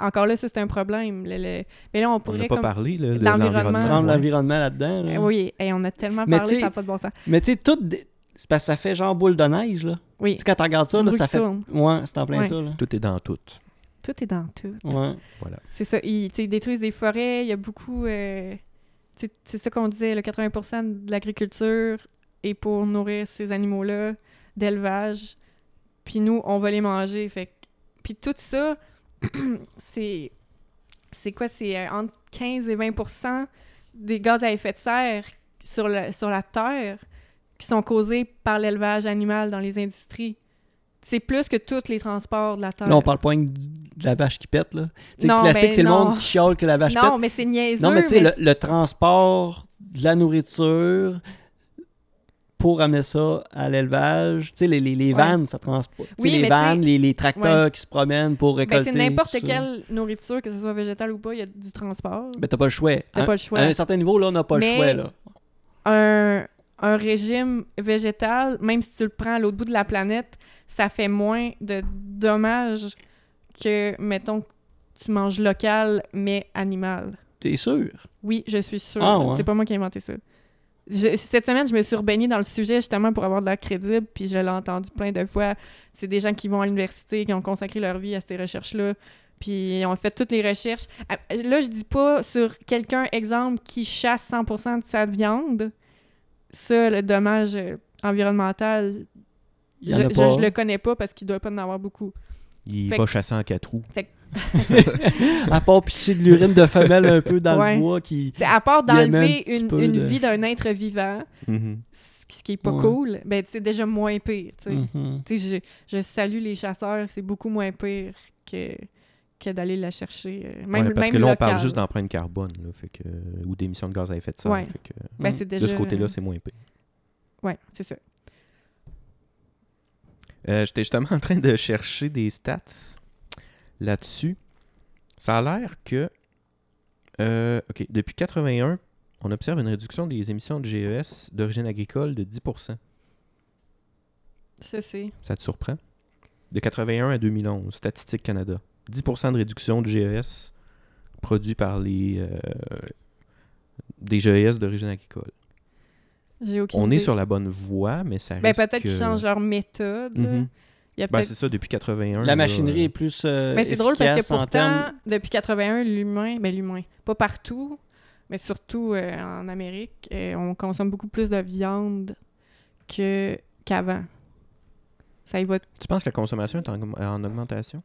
Encore là, ça, c'est un problème. Le- le- Mais là,
On
on
n'a
pourrait.
pas
comme-
parlé là, de
l'environnement.
Tu
l'environnement.
rends
Ouais.
l'environnement là-dedans. là.
Eh Oui, et on a tellement
Hein. Mais
parlé,
t'sais-
ça n'a pas de bon sens.
Mais tu sais, tout. des- C'est parce que ça fait genre boule de neige, là.
Oui.
Tu sais, quand tu regardes ça,
Le
là,
bruit
ça
qui
fait.
tourne.
Ouais, c'est en plein
Ouais.
ça, là.
Tout est dans tout.
Tout est dans tout.
Ouais.
Voilà.
C'est ça. Ils, t'sais, ils détruisent des forêts. Il y a beaucoup. euh, t'sais, c'est ça qu'on disait, le 80 de l'agriculture est pour nourrir ces animaux-là, d'élevage. Puis nous, on va les manger. Fait que- Puis tout ça, c'est. C'est quoi? C'est euh, entre 15 et 20 des gaz à effet de serre sur, le- sur la Terre qui sont causés par l'élevage animal dans les industries. C'est plus que tous les transports de la Terre.
Là, on parle pas rien que du- de la vache qui pète, là. Tu sais,
Non,
classique,
ben
c'est le
non.
monde qui chiale que la vache
non,
pète.
mais c'est niaiseux.
non, mais tu sais,
mais
le, le transport de la nourriture pour amener ça à l'élevage. Tu sais, les, les, les
Ouais.
vannes, ça transporte. Tu sais,
Oui,
les
mais tu
vannes,
sais-
les, les tracteurs qui se promènent pour
Ben,
récolter.
c'est n'importe
tout ça.
quelle nourriture, que ce soit végétale ou pas, il y a du transport.
Ben, t'as pas le choix.
T'as
Hein?
pas le choix.
À un certain niveau, là, on n'a pas le
Mais-
choix, là.
Un, un régime végétal, même si tu le prends à l'autre bout de la planète, ça fait moins de dommages que, mettons, que tu manges local, mais animal.
T'es sûr?
Oui, je suis sûre.
Ah, ouais.
C'est pas moi qui ai inventé ça. Je- cette semaine, je me suis rebaignée dans le sujet justement pour avoir de l'air crédible, puis je l'ai entendu plein de fois. C'est des gens qui vont à l'université, qui ont consacré leur vie à ces recherches-là, puis ils ont fait toutes les recherches. Ah, Là, je dis pas sur quelqu'un, exemple, qui chasse 100% de sa viande. Ça, le dommage euh, environnemental,
Il
je,
y en a
je-
pas.
je le connais pas parce qu'il doit pas en avoir beaucoup.
Il
Fait
va
que-
chasser en quatre roues.
À part pisser de l'urine de femelle un peu dans
Ouais.
le bois qui.
T'sais, à part
Il y en a un
d'enlever
petit
une,
peu
une
de-
vie d'un être vivant,
Mhm.
ce qui- ce qui est pas
Ouais.
cool, ben c'est déjà moins pire. tu sais.
Mhm.
Tu sais, je, je salue les chasseurs, c'est beaucoup moins pire que, que d'aller la chercher. euh, Même,
Ouais, parce
même
que là, on
local.
parle juste d'empreinte carbone là, fait que, euh, ou d'émissions de gaz à effet de serre.
Ouais.
fait que,
Ben,
Mm.
c'est
de
déjà...
ce côté-là, c'est moins pire.
Ouais, c'est ça.
Euh, J'étais justement en train de chercher des stats là-dessus. Ça a l'air que, euh, OK, depuis 81, on observe une réduction des émissions de GES d'origine agricole de 10
Ça, c'est...
Ça te surprend? De 81 à 2011, Statistique Canada. 10 de réduction de GES produit par les euh, des GES d'origine agricole.
J'ai aucune
On
idée.
est sur la bonne voie, mais ça
Ben,
reste
peut-être
que...
qu'ils changent leur méthode. là.
Mhm.
Il y a
Ben,
peut-être...
c'est ça, depuis 81.
La
là,
machinerie
euh,
est plus. euh,
mais Ben, c'est drôle parce que
efficace en
pourtant,
termes-
depuis 81, l'humain... Ben, l'humain. Pas partout, mais surtout euh, en Amérique, euh, on consomme beaucoup plus de viande que... qu'avant. Ça y va
Tu penses que la consommation est en, en augmentation?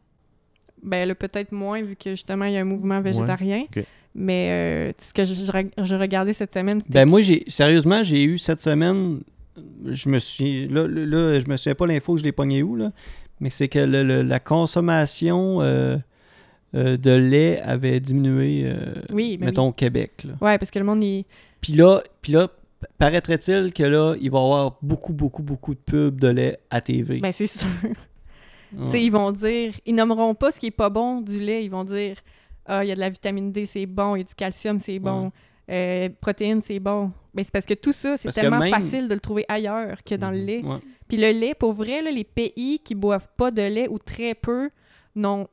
Ben là, peut-être moins, vu que justement, il y a un mouvement végétarien.
ok.
Mais euh, ce que je, je reg- je regardais cette semaine, c'était
Ben moi, j'ai sérieusement, j'ai eu cette semaine, je me suis, là, là, là, je me souviens pas l'info, je l'ai pogné où là, Mais c'est que le- le- la consommation euh, euh, de lait avait diminué, euh,
Oui, ben
mettons, au Québec. là.
Ouais, parce que le monde, il...
Puis là, puis là p- paraîtrait-il que là, il va y avoir beaucoup, beaucoup, beaucoup de pubs de lait à TV.
ben c'est sûr.
Ouais.
Tu sais, Ils vont dire, ils nommeront pas ce qui est pas bon du lait, ils vont dire, ah, il y a de la vitamine D, c'est bon, il y a du calcium, c'est bon, euh, protéines, c'est bon. Mais c'est parce que tout ça, c'est
Parce que
tellement
même- Mhm.
facile de le trouver ailleurs que dans le lait.
Ouais.
Puis le lait, pour vrai, là, les pays qui boivent pas de lait ou très peu n'ont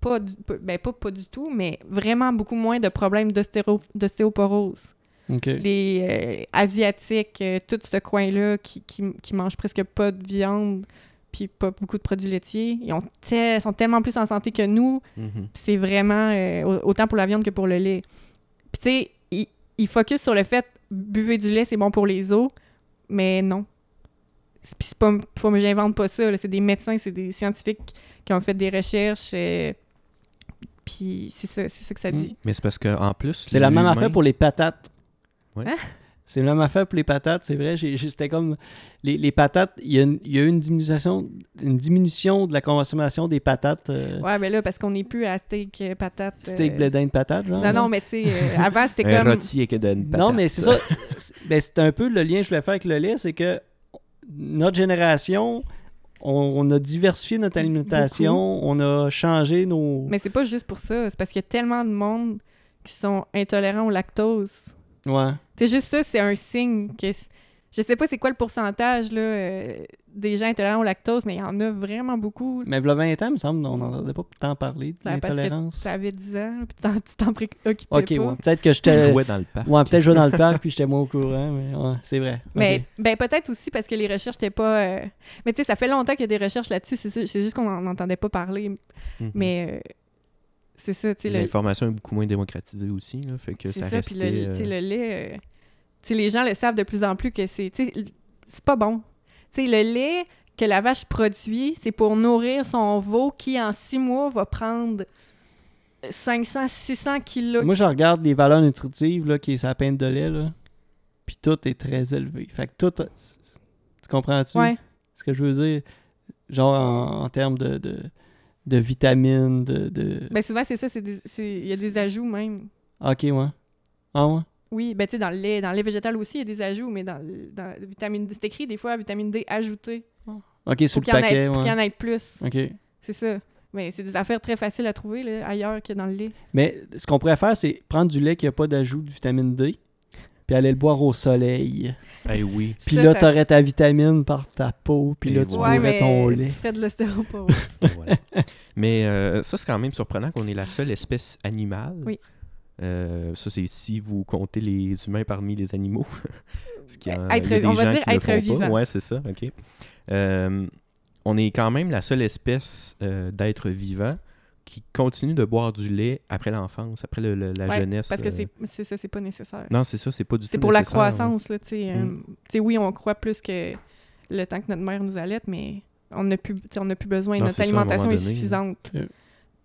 pas, du- peu- ben pas, pas du tout, mais vraiment beaucoup moins de problèmes d'ostéro- d'ostéoporose.
OK.
Les euh, Asiatiques, euh, tout ce coin-là qui, qui, qui mangent presque pas de viande puis pas beaucoup de produits laitiers, ils ont te- sont tellement plus en santé que nous,
Mhm.
puis c'est vraiment euh, au- autant pour la viande que pour le lait. Puis tu sais, ils il focus sur le fait buvez du lait, c'est bon pour les os, mais non. C'est- Puis c'est pas, pas j'invente pas ça, là, c'est des médecins, c'est des scientifiques qui ont fait des recherches. euh, puis c'est ça, c'est ça que ça
Mm.
dit.
Mais c'est parce qu'en plus.
C'est la même
l'humain-
affaire pour les patates.
Ouais.
Hein?
C'est la même affaire pour les patates, c'est vrai. j'ai- j'ai- C'était comme. Les, les patates, il y, a une- il y a eu une diminution, une diminution de la consommation des patates. euh,
Ouais, mais là, parce qu'on n'est plus à steak, euh, patate.
Steak,
euh,
blé d'Inde, patate, genre.
Non,
là.
non, mais tu sais, euh, avant c'était
Un
comme.
rôti et que de une
Non,
patate.
mais c'est ça. C'est- ben, c'est un peu le lien que je voulais faire avec le lait, c'est que notre génération, on, on a diversifié notre alimentation, on a changé nos.
Mais c'est pas juste pour ça, c'est parce qu'il y a tellement de monde qui sont intolérants au lactose.
Ouais.
C'est juste ça, c'est un signe que c- je sais pas c'est quoi le pourcentage là, euh, des gens intolérants au lactose, mais il y en a vraiment beaucoup.
Mais il y a 20 ans, il me semble, on n'entendait pas tant parler de
Ben, parce que
l'intolérance.
Tu avais 10 ans, là, puis t'en- tu t'en préoccupais
Ok,
pas.
ouais, peut-être que
Tu
j'étais.
jouais dans le parc.
Ouais, peut-être jouer dans le parc, puis j'étais moins au courant, mais ouais, c'est vrai.
Mais
Ok.
ben, peut-être aussi parce que les recherches n'étaient pas. euh, Mais tu sais, ça fait longtemps qu'il y a des recherches là-dessus, c'est sûr- c'est juste qu'on n'en entendait pas parler.
Mhm.
Mais euh, c'est ça, tu sais, le,
L'information est beaucoup moins démocratisée aussi, là, fait que
C'est
ça
ça,
restait...
puis le, tu sais,
euh,
le lait, euh, tu sais, les gens le savent de plus en plus que c'est tu sais, l- c'est pas bon. Tu sais, le lait que la vache produit, c'est pour nourrir son veau qui, en six mois, va prendre 500, 600 kilos.
Moi, je regarde les valeurs nutritives là, qui est sa peine de lait, là, puis tout est très élevé. Fait que tout. Tu comprends-tu?
Ouais.
ce que je veux dire, genre en, en termes de, de, de vitamines, de, de-
Ben souvent, c'est ça, c'est des- c'est- il y a des ajouts même.
Ok, ouais. Ah ouais?
Oui, ben tu sais, dans le lait, dans le lait végétal aussi, il y a des ajouts, mais dans, le- dans la vitamine D, c'est écrit des fois vitamine D ajoutée.
Ok, sur
Pour
le
qu'il y, en ait-
paquet,
pour qu'il y
ouais.
en ait plus.
Ok.
C'est ça. Mais c'est des affaires très faciles à trouver là, ailleurs que dans le lait.
Mais ce qu'on pourrait faire, c'est prendre du lait qui n'a pas d'ajout de vitamine D, puis aller le boire au soleil.
eh oui.
Puis
Ça,
là,
ça-
t'aurais ta vitamine par ta peau, puis là,
Et
tu
voilà.
boirais ton
mais
lait.
Tu fais de l'ostéoporose.
ben Voilà. Mais euh, ça, c'est quand même surprenant qu'on est la seule espèce animale.
Oui.
Euh, ça, c'est si vous comptez les humains parmi les animaux. Ce qui en-
Être-
il y a des
on va
gens
dire
qui le
être
font pas.
vivant.
Ouais, c'est ça. OK. Euh, on est quand même la seule espèce euh, d'êtres vivants qui continue de boire du lait après l'enfance, après le- le- la
Ouais,
jeunesse.
Parce que
euh.
c'est c'est ça, c'est pas nécessaire.
Non, c'est ça, c'est pas du tout
C'est pour la
nécessaire, hein. ouais. Mm.
croissance, là, tu sais. euh, tu sais, oui, on croit plus que le temps que notre mère nous allaite, mais on n'a plus, tu sais, on n'a plus besoin.
Non,
notre
c'est ça, à un moment
alimentation est
donné, là.
suffisante
Ouais.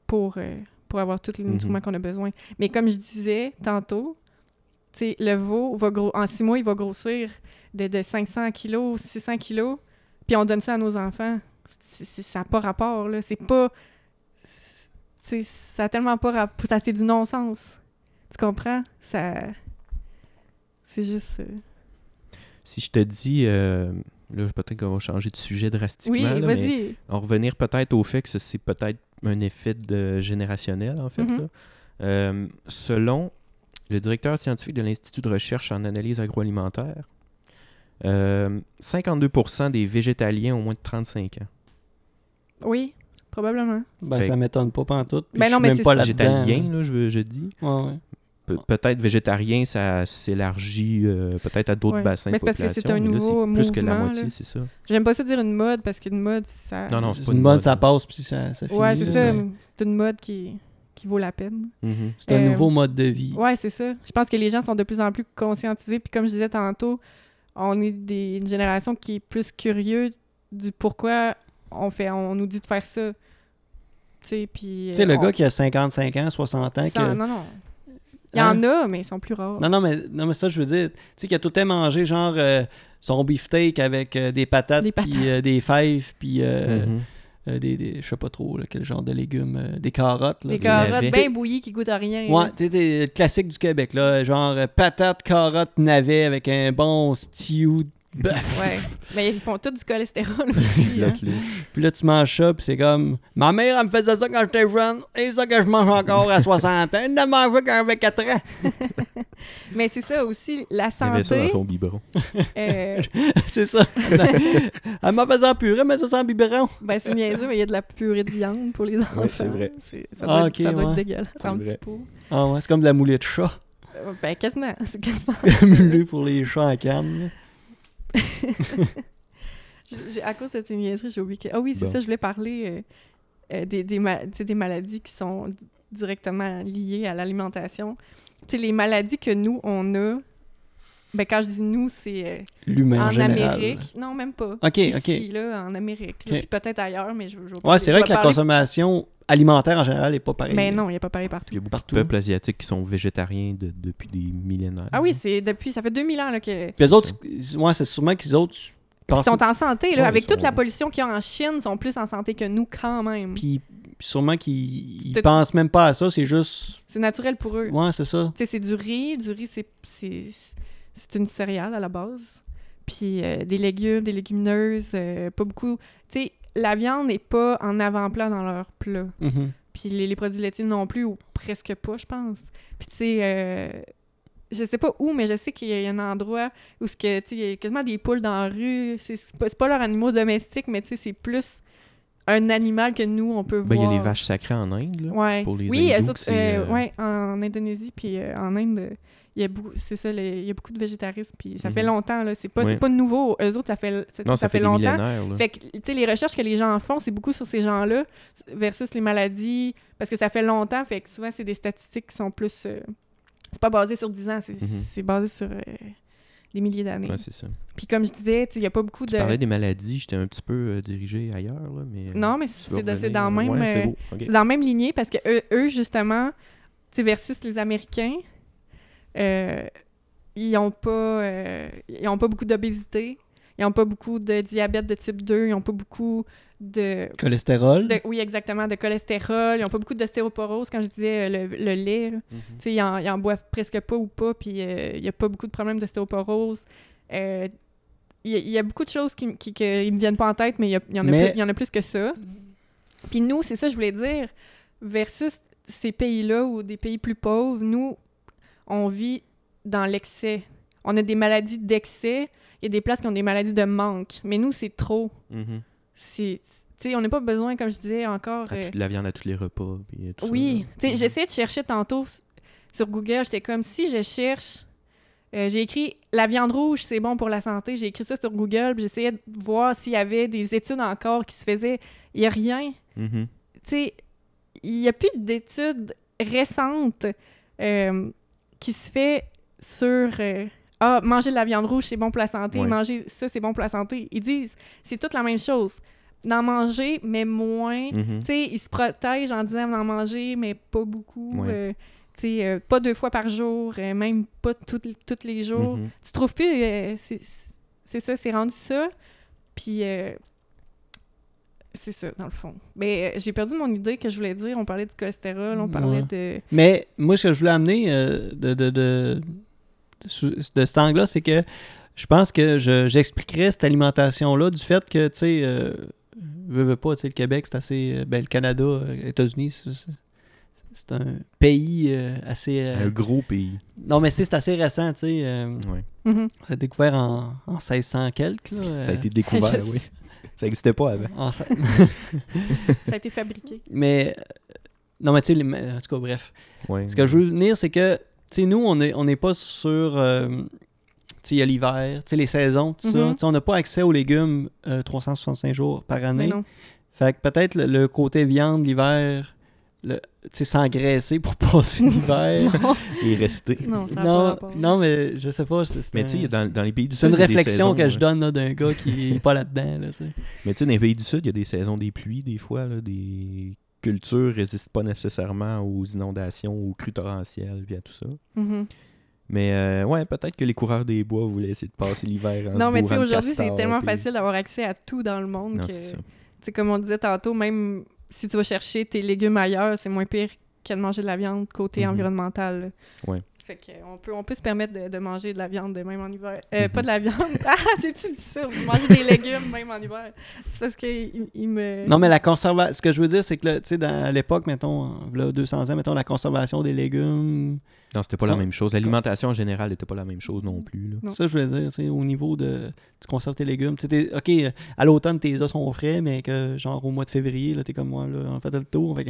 pour, euh, pour avoir tous les
Mhm.
nutriments qu'on a besoin. Mais comme je disais tantôt, tu sais, le veau, va gros, en six mois, il va grossir de, de 500 kilos, 600 kilos, puis on donne ça à nos enfants. C'est- c'est- ça n'a pas rapport, là. C'est pas... c'est- tu sais, ça a tellement pas rapport. C'est du non-sens. Tu comprends? Ça... C'est juste... euh,
Si je te dis, euh, là, peut-être qu'on va changer de sujet drastiquement.
Oui,
là, mais
vas-y.
En revenir peut-être au fait que ce- c'est peut-être un effet de générationnel, en fait.
Mhm.
là. Euh, selon le directeur scientifique de l'Institut de recherche en analyse agroalimentaire, euh, 52% des végétaliens ont moins de 35 ans.
Oui, probablement.
Ben,
Fait-
ça m'étonne pas pantoute. Puis
Ben
je
non,
suis
mais
même
c'est
pas
ça.
là-dedans.
Végétalien,
hein.
là, je, veux- je dis.
Ouais, ouais.
Pe- peut-être végétarien, ça s'élargit euh, peut-être à d'autres
Ouais.
bassins
Mais
de
c'est parce que c'est
population,
un
mais là,
nouveau
Plus que la
mouvement,
moitié,
là.
c'est ça.
J'aime pas ça dire une mode parce qu'une mode, ça.
Ah Non, non, c'est
C'est
pas
une mode, ça
là.
passe, puis ça, ça finit.
Ouais, c'est
là,
ça.
mais
C'est une mode qui, qui vaut la peine.
Mhm.
C'est un
Euh,
nouveau mode de vie.
Ouais, c'est ça. Je pense que les gens sont de plus en plus conscientisés. Puis comme je disais tantôt, on est des, une génération qui est plus curieuse du pourquoi on fait, on nous dit de faire ça. Tu sais, puis.
Tu sais,
euh,
le
on-
gars qui a 55 ans, 60 ans,
ça-
que-
Non, non. Il y en
Hein?
a, mais ils sont plus rares.
Non, non, mais, non, mais ça, je veux dire, tu sais, qu'il a tout le temps mangé, genre euh, son beefsteak avec euh, des patates,
Des patates.
puis euh, des fèves, puis euh,
Mhm.
euh, des, des- je sais pas trop là, quel genre de légumes, euh, des carottes. Là,
Des
tu sais.
carottes
navets.
bien bouillies qui goûtent à rien.
Ouais,
là.
tu sais, t'es- le classique du Québec, là, genre euh, patates, carottes, navets avec un bon stew. de bœuf.
Ouais. Mais ils font tout du cholestérol aussi. hein.
L'autre louche.
Puis là, tu manges ça, puis c'est comme Ma mère, elle me faisait ça quand j'étais jeune, et ça que je mange encore à 60 ans. Elle ne mangé quand j'avais 4 ans.
Mais c'est ça aussi, la
Il avait ça dans
santé.
son biberon.
euh,
c'est ça. elle m'a fait en purée, mais ça sent le biberon.
ben, c'est niaiseux, mais il y a de la purée de viande pour les enfants.
Ouais, c'est vrai.
C'est- Ça doit,
Ah,
être-
ok,
ça doit
ouais.
être dégueulasse,
C'est
un
vrai.
petit pot.
Ah ouais, c'est comme de la moulée de chat.
Euh, Ben, quasiment. C'est quasiment.
Mulé pour les chats à canne.
J'ai- j'ai- à cause de ces niaiseries, j'ai oublié. que- Ah oui, c'est
Bon.
ça, je voulais parler euh, euh, des, des, ma- tu sais, des maladies qui sont di- directement liées à l'alimentation. Tu sais, les maladies que nous, on a. Ben, quand je dis nous, c'est euh,
L'humain Ben, en,
en
général.
Amérique. Non, même pas.
OK,
Ici,
OK.
là, en Amérique. là,
Ok.
puis peut-être ailleurs, mais je, je vais
Ouais,
parler-
c'est
je
vrai
vais
que la
parler-
consommation alimentaire en général n'est pas pareille.
Mais non, il n'y a pas pareil
Il
partout.
y a beaucoup
Partout.
de peuples asiatiques qui sont végétariens de- depuis des millénaires.
Ah oui,
Mm-hmm.
c'est depuis. Ça fait 2000 ans là, que.
Puis les autres, ouais, c'est sûrement qu'ils autres
Ils
pensent.
sont en santé, là.
Ouais,
avec
ils
toute
sont-
la pollution qu'il y a en Chine, ils sont plus en santé que nous quand même.
Puis sûrement qu'ils ils
T'as-
pensent même pas à ça, c'est juste.
C'est naturel pour eux.
Ouais, c'est ça.
Tu sais, c'est du riz. Du riz, c'est- c'est c'est une céréale à la base. Puis euh, des légumes, des légumineuses, euh, pas beaucoup. Tu sais, la viande n'est pas en avant-plan dans leur plat.
Mhm.
Puis les, les produits laitiers non plus, ou presque pas, je pense. Puis tu sais, euh, je sais pas où, mais je sais qu'il y a un endroit où ce que, tu sais, il y a quasiment des poules dans la rue. C'est c'est pas, c'est pas leur animal domestique, mais tu sais, c'est plus un animal que nous, on peut
Ben, il y
voir.
a les vaches sacrées en Inde. là.
Ouais.
pour les
oui,
hindous,
eux autres,
que c'est,
euh,
euh,
ouais, en Indonésie puis euh, en Inde, euh, il y a beaucoup, c'est ça, les- il y a beaucoup de végétarisme puis ça fait
Mhm.
longtemps là, c'est pas, c'est
Ouais.
pas nouveau. Eux autres, ça fait, ça,
Non,
ça fait, longtemps.
millénaires. là.
Fait que, tu sais, les recherches que les gens font, c'est beaucoup sur ces gens-là versus les maladies, parce que ça fait longtemps, fait que souvent, c'est des statistiques qui sont plus... euh, c'est pas basé sur 10 ans, c'est
Mhm.
c'est basé sur euh, des milliers d'années.
Ouais, c'est ça.
Puis comme je disais, tu sais, il n'y a pas beaucoup
Tu parlais
de...
des maladies, j'étais un petit peu euh, dirigé ailleurs. Là, mais, euh,
Non, mais
tu veux
c'est de- c'est
revenir,
dans
là.
même...
Ouais,
euh,
c'est beau. ok.
C'est dans la même lignée parce que eux, eux, justement, tu sais, versus les Américains, euh, ils n'ont pas, euh, ils ont pas beaucoup d'obésité, ils n'ont pas beaucoup de diabète de type 2, ils n'ont pas beaucoup de,
Cholestérol.
de- Oui, exactement, de cholestérol, ils n'ont pas beaucoup d'ostéoporose, quand je disais euh, le, le lait. là.
Mhm.
Tu sais, ils en, ils en boivent presque pas ou pas, puis euh, il n'y a pas beaucoup de problèmes d'ostéoporose. Euh, il y, a- il y a beaucoup de choses qui, qui, qui ne me viennent pas en tête, mais il y, a- il y en a
Mais-
plus- il y en a plus que ça. Puis nous, c'est ça que je voulais dire, versus ces pays-là ou des pays plus pauvres, nous, on vit dans l'excès. On a des maladies d'excès, il y a des places qui ont des maladies de manque, mais nous, c'est trop.
Mhm.
C'est, tu sais, on n'a pas besoin, comme je disais encore...
À
euh,
tout- de la viande à tous les repas. puis, euh, tout ça,
oui,
là.
tu sais,
Mhm.
j'essayais de chercher tantôt s- sur Google, j'étais comme si je cherche euh, j'ai écrit la viande rouge, c'est bon pour la santé. J'ai écrit ça sur Google, puis j'essayais de voir s'il y avait des études encore qui se faisaient. Il n'y a rien.
Mhm.
Tu sais, il n'y a plus d'études récentes euh, qui se fait sur euh, ah manger de la viande rouge, c'est bon pour la santé.
Ouais.
Manger ça, c'est bon pour la santé. Ils disent c'est toute la même chose. D'en manger, mais moins
Mhm.
tu sais, ils se protègent en disant d'en manger, mais pas beaucoup.
Ouais.
euh, tu sais, euh, pas deux fois par jour, euh, même pas tout- tous les jours.
Mhm.
Tu trouves plus. euh, c'est- c'est ça, c'est rendu ça. Puis. euh, c'est ça, dans le fond. Mais euh, j'ai perdu mon idée que je voulais dire. On parlait du cholestérol, on parlait de.
Mais moi, ce que je voulais amener euh, de, de, de, sous- de cet angle-là, c'est que je pense que je- j'expliquerais cette alimentation-là du fait que, tu sais, euh, veux, veux pas, tu sais, le Québec, c'est assez. euh, ben, le Canada, euh, les États-Unis, c'est- c'est- c'est un pays euh, assez. euh,
Un gros pays.
non, mais c'est c'est assez récent, tu sais. euh,
Ouais. Oh,
Mhm.
ça a été découvert en, en 1600 quelques, là.
Ça
euh,
a été découvert,
je-
ben oui. Ça n'existait pas avant.
en sa-
Ça a été fabriqué.
mais. euh, Non, mais tu sais, les- mais en tout cas, bref.
Ouais.
Ce que je veux venir, c'est que, tu sais, nous, on n'est on n'est pas sur. euh, tu sais, il y a l'hiver, tu sais, les saisons, tout ça.
Mhm.
Tu sais, on n'a pas accès aux légumes euh, 365 jours par
Mais
année.
non.
Fait que peut-être le, le côté viande, l'hiver, le- tu sais, s'engraisser pour passer l'hiver.
non,
Et rester.
non, ça a pas
non,
rapport.
non, mais je sais pas. C'est c'est
Mais
un-
tu sais, dans, dans les pays du
c'est une
Sud. il y a des
réflexion
saisons,
que je
ouais.
donne là, d'un gars qui est pas là-dedans. Là, tu sais.
Mais tu sais, dans les pays du Sud, il y a des saisons des pluies, des fois, là, des culture résiste pas nécessairement aux inondations, aux crues torrentielles, puis à tout ça.
Mhm.
Mais euh, ouais, peut-être que les coureurs des bois voulaient essayer de passer l'hiver en
Non,
se
mais tu sais,
bourrant de
aujourd'hui, c'est
castors,
tellement
puis-
facile d'avoir accès à tout dans le monde
Non,
que,
c'est ça.
tu sais, comme on disait tantôt, même si tu vas chercher tes légumes ailleurs, c'est moins pire que de manger de la viande côté
Mhm.
environnemental. là.
Ouais.
Fait que, euh, on peut, on peut se permettre de, de manger de la viande de même en hiver. Euh,
Mhm.
Pas de la viande. ah, j'ai-tu dit ça? Manger des légumes même en hiver. C'est parce qu'il il me...
Non, mais la conservation. Ce que je veux dire, c'est que le- tu sais, dans- à l'époque, mettons, là, 200 ans, mettons, la conservation des légumes,
Non, c'était pas
Tu
la
com-
même chose. L'alimentation en général n'était pas la même chose non plus. là.
Non.
ça, je voulais dire, tu sais, au niveau de. Tu conserves tes légumes. Tu sais, t'es- OK, euh, à l'automne, tes os sont frais, mais que, genre, au mois de février, là, t'es comme moi, là, on fait le tour. Fait que,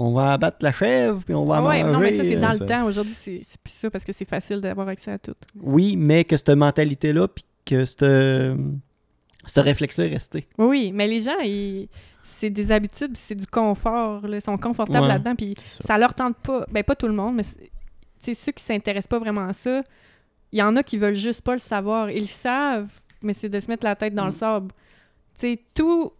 on va abattre la chèvre, puis on va
Ah Ouais,
manger.
non, mais ça,
euh,
c'est dans le
ça.
temps. Aujourd'hui, c'est c'est plus ça parce que c'est facile d'avoir accès à tout.
Oui, mais que cette mentalité-là, puis que cette, euh, ce réflexe-là est resté.
Oui, oui, mais les gens, ils- c'est des habitudes, puis c'est du confort. là. Ils sont confortables
Ouais.
là-dedans, puis
C'est ça.
ça leur tente pas. Ben, pas tout le monde, mais c'est- tu sais, ceux qui s'intéressent pas vraiment à ça, il y en a qui veulent juste pas le savoir. Ils le savent, mais c'est de se mettre la tête dans le
Mm.
sable. Tu sais, tout,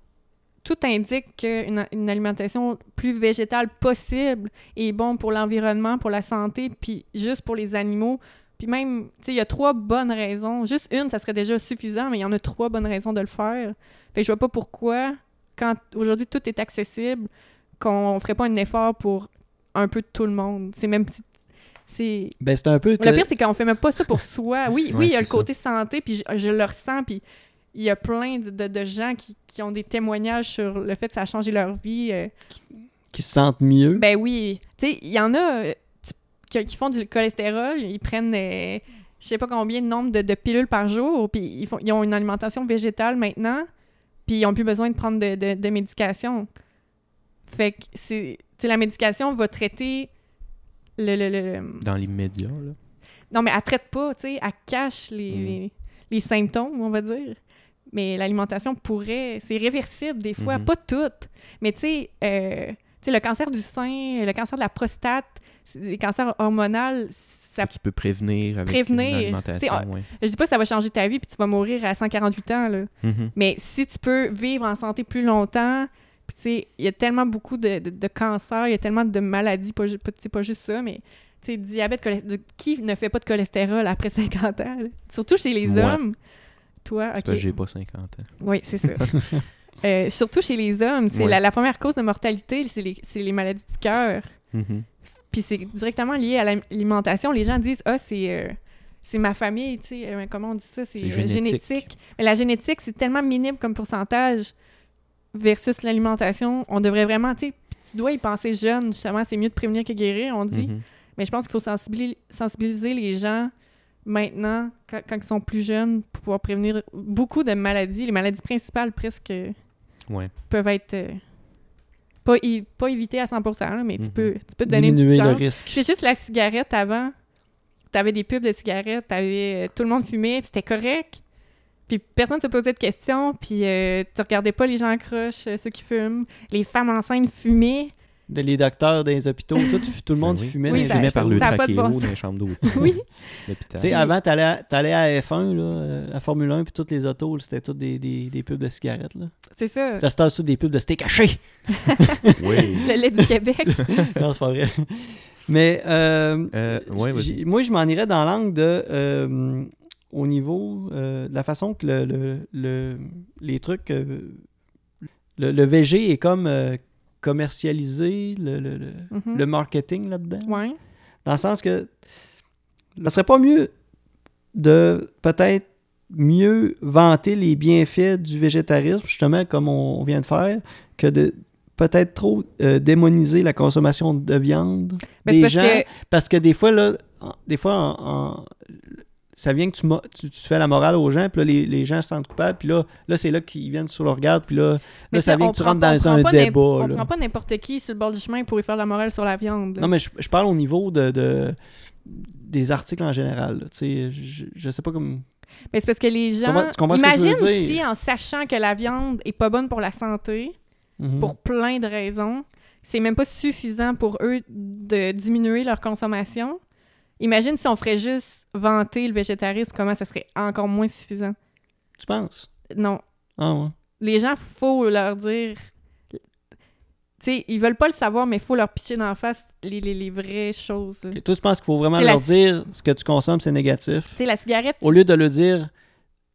tout indique qu'une une alimentation plus végétale possible est bon pour l'environnement, pour la santé, puis juste pour les animaux. Puis même, tu sais, il y a trois bonnes raisons. Juste une, ça serait déjà suffisant, mais il y en a trois bonnes raisons de le faire. Fait que je vois pas pourquoi, quand aujourd'hui tout est accessible, qu'on ferait pas un effort pour un peu tout le monde. C'est même si. c'est-
Ben, c'est un peu. que-
Le pire, c'est qu'on fait même pas ça pour soi. Oui,
Ouais,
oui, il y a
c'est
le côté santé, puis je, je le ressens, puis il y a plein de, de- de gens qui, qui ont des témoignages sur le fait que ça a changé leur vie. euh,
qu'ils se sentent mieux.
ben oui, tu sais, il y en a euh, tu- qui, qui font du cholestérol, ils prennent euh, je sais pas combien de nombre de, de pilules par jour, puis ils, font, ils ont une alimentation végétale maintenant, puis ils ont plus besoin de prendre de, de, de médication. Fait que c'est, tu sais, la médication va traiter le, le- le- le-
Dans l'immédiat, là.
non mais elle traite pas, tu sais, elle cache les,
Mm.
les, les symptômes, on va dire. Mais l'alimentation pourrait, c'est réversible des fois,
Mhm.
pas toutes. Mais tu sais, euh, tu sais, le cancer du sein, le cancer de la prostate, c'est- les cancers hormonaux, ça,
tu peux prévenir avec
Prévenir,
une
t'sais,
alimentation.
ah,
ouais.
je dis pas que ça va changer ta vie puis tu vas mourir à 148 ans là.
Mhm.
Mais si tu peux vivre en santé plus longtemps, puis tu sais, il y a tellement beaucoup de, de, de cancers, il y a tellement de maladies, pas, ju- pas, tu sais, pas juste ça, mais tu sais, diabète, cholest- de- qui ne fait pas de cholestérol après 50 ans? là? Surtout chez les
Moi.
hommes. Toi,
C'est
ok.
parce que j'ai pas 50 ans.
Oui, c'est ça. Euh, surtout chez les hommes, c'est
Ouais.
la, la première cause de mortalité, c'est les, c'est les maladies du cœur.
Mhm.
Puis c'est directement lié à l'alimentation. Les gens disent, ah, c'est euh, c'est ma famille, tu sais, euh, comment on dit ça, c'est
C'est
euh, génétique.
génétique.
Mais la génétique, c'est tellement minime comme pourcentage versus l'alimentation. On devrait vraiment, tu sais, puis tu dois y penser jeune, justement, c'est mieux de prévenir que guérir, on dit.
Mhm.
Mais je pense qu'il faut sensibili- sensibiliser les gens maintenant, quand, quand ils sont plus jeunes, pour pouvoir prévenir beaucoup de maladies. Les maladies principales, presque, euh,
Ouais.
peuvent être... euh, pas, é- pas évitées à 100%, là, mais tu,
Mhm.
peux, tu peux te donner une
diminuer
petite
le
chance.
risque.
C'est juste la cigarette avant. T'avais des pubs de cigarettes, t'avais euh, tout le monde fumait, puis c'était correct. Puis personne ne se posait de questions, puis euh, tu regardais pas les gens croches, euh, ceux qui fument. Les femmes enceintes fumaient.
De- Les docteurs des hôpitaux, tout, tout le
Ben
monde
oui.
fumait.
Oui,
dans les
Ils
ça-
fumaient
hôpitaux.
par le
ça a pas de
trachéo
bon
dans les chambres d'hôtel.
Oui.
Tu sais,
L'hôpital.
avant, t'allais à, t'allais à F1, là, euh, à Formule 1, puis toutes les autos, là, c'était toutes des, des, des pubs de cigarettes. Là,
C'est ça.
là c'était sous des pubs de steak haché.
Oui.
Le lait du Québec.
non, c'est pas vrai. Mais euh,
Euh, ouais, vas-y.
j'ai- moi, je m'en irais dans l'angle de... euh, au niveau euh, de la façon que le, le- le- les trucs... euh, le, le VG est comme euh, commercialisé, le, le- le-
Mhm.
le marketing là-dedans.
Ouais.
Dans le sens que ne serait pas mieux de peut-être mieux vanter les bienfaits du végétarisme, justement, comme on, on vient de faire, que de peut-être trop euh, démoniser la consommation de viande des
Ben, c'est parce
gens.
que-
Parce que des fois, là, en- des fois, en- en- ça vient que tu, mo- tu, tu fais la morale aux gens, puis là, les, les gens se sentent coupables, puis là, là c'est là qu'ils viennent sur leur garde, puis là,
Mais
là ça
tu sais,
vient
on
que tu
prend
rentres
pas- on
dans
prend
un
pas n'im-
débat.
On
là.
prend pas n'importe qui sur le bord du chemin pour y faire de la morale sur la viande. là.
Non, mais je, je parle au niveau de, de- des articles en général. là. Tu sais, je, je sais pas comme.
Mais c'est parce que les gens.
comprends- tu comprends ce que je veux
imagine
dire?
si, en sachant que la viande est pas bonne pour la santé,
Mhm.
pour plein de raisons. C'est même pas suffisant pour eux de diminuer leur consommation. Imagine si on ferait juste vanter le végétarisme, comment ça serait encore moins suffisant.
Tu penses
Non.
Ah ouais.
Les gens, faut leur dire. Tu sais, ils veulent pas le savoir, mais il faut leur pitcher d'en face les, les, les vraies choses. là.
Ok, Toi, tu penses qu'il faut vraiment
C'est la-
leur dire ce que tu consommes, c'est négatif.
Tu sais, la cigarette, tu-
Au lieu de le dire,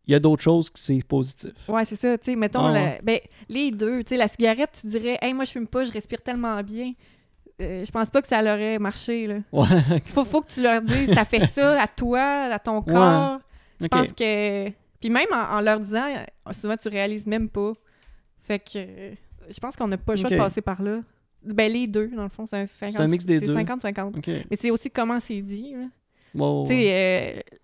il y a d'autres choses qui c'est positif.
Ouais, c'est ça, tu sais, mettons,
Ah,
la-
ouais.
ben, les deux, tu sais, la cigarette, tu dirais, hey, moi, je fume pas, je respire tellement bien. Euh, je pense pas que ça leur aurait marché, là.
Ouais,
Faut, faut que tu leur dises, ça fait ça à toi, à ton
Ouais.
corps. Je
ok.
pense que. Puis même en, en leur disant, euh, souvent, tu réalises même pas. Fait que euh, je pense qu'on n'a pas le choix
Ok.
de passer par là. Ben, les deux, dans le fond, c'est un 50
un mix des
c'est
deux.
50-50.
Ok.
Mais c'est aussi comment c'est dit, là.
Wow.
Tu sais, euh,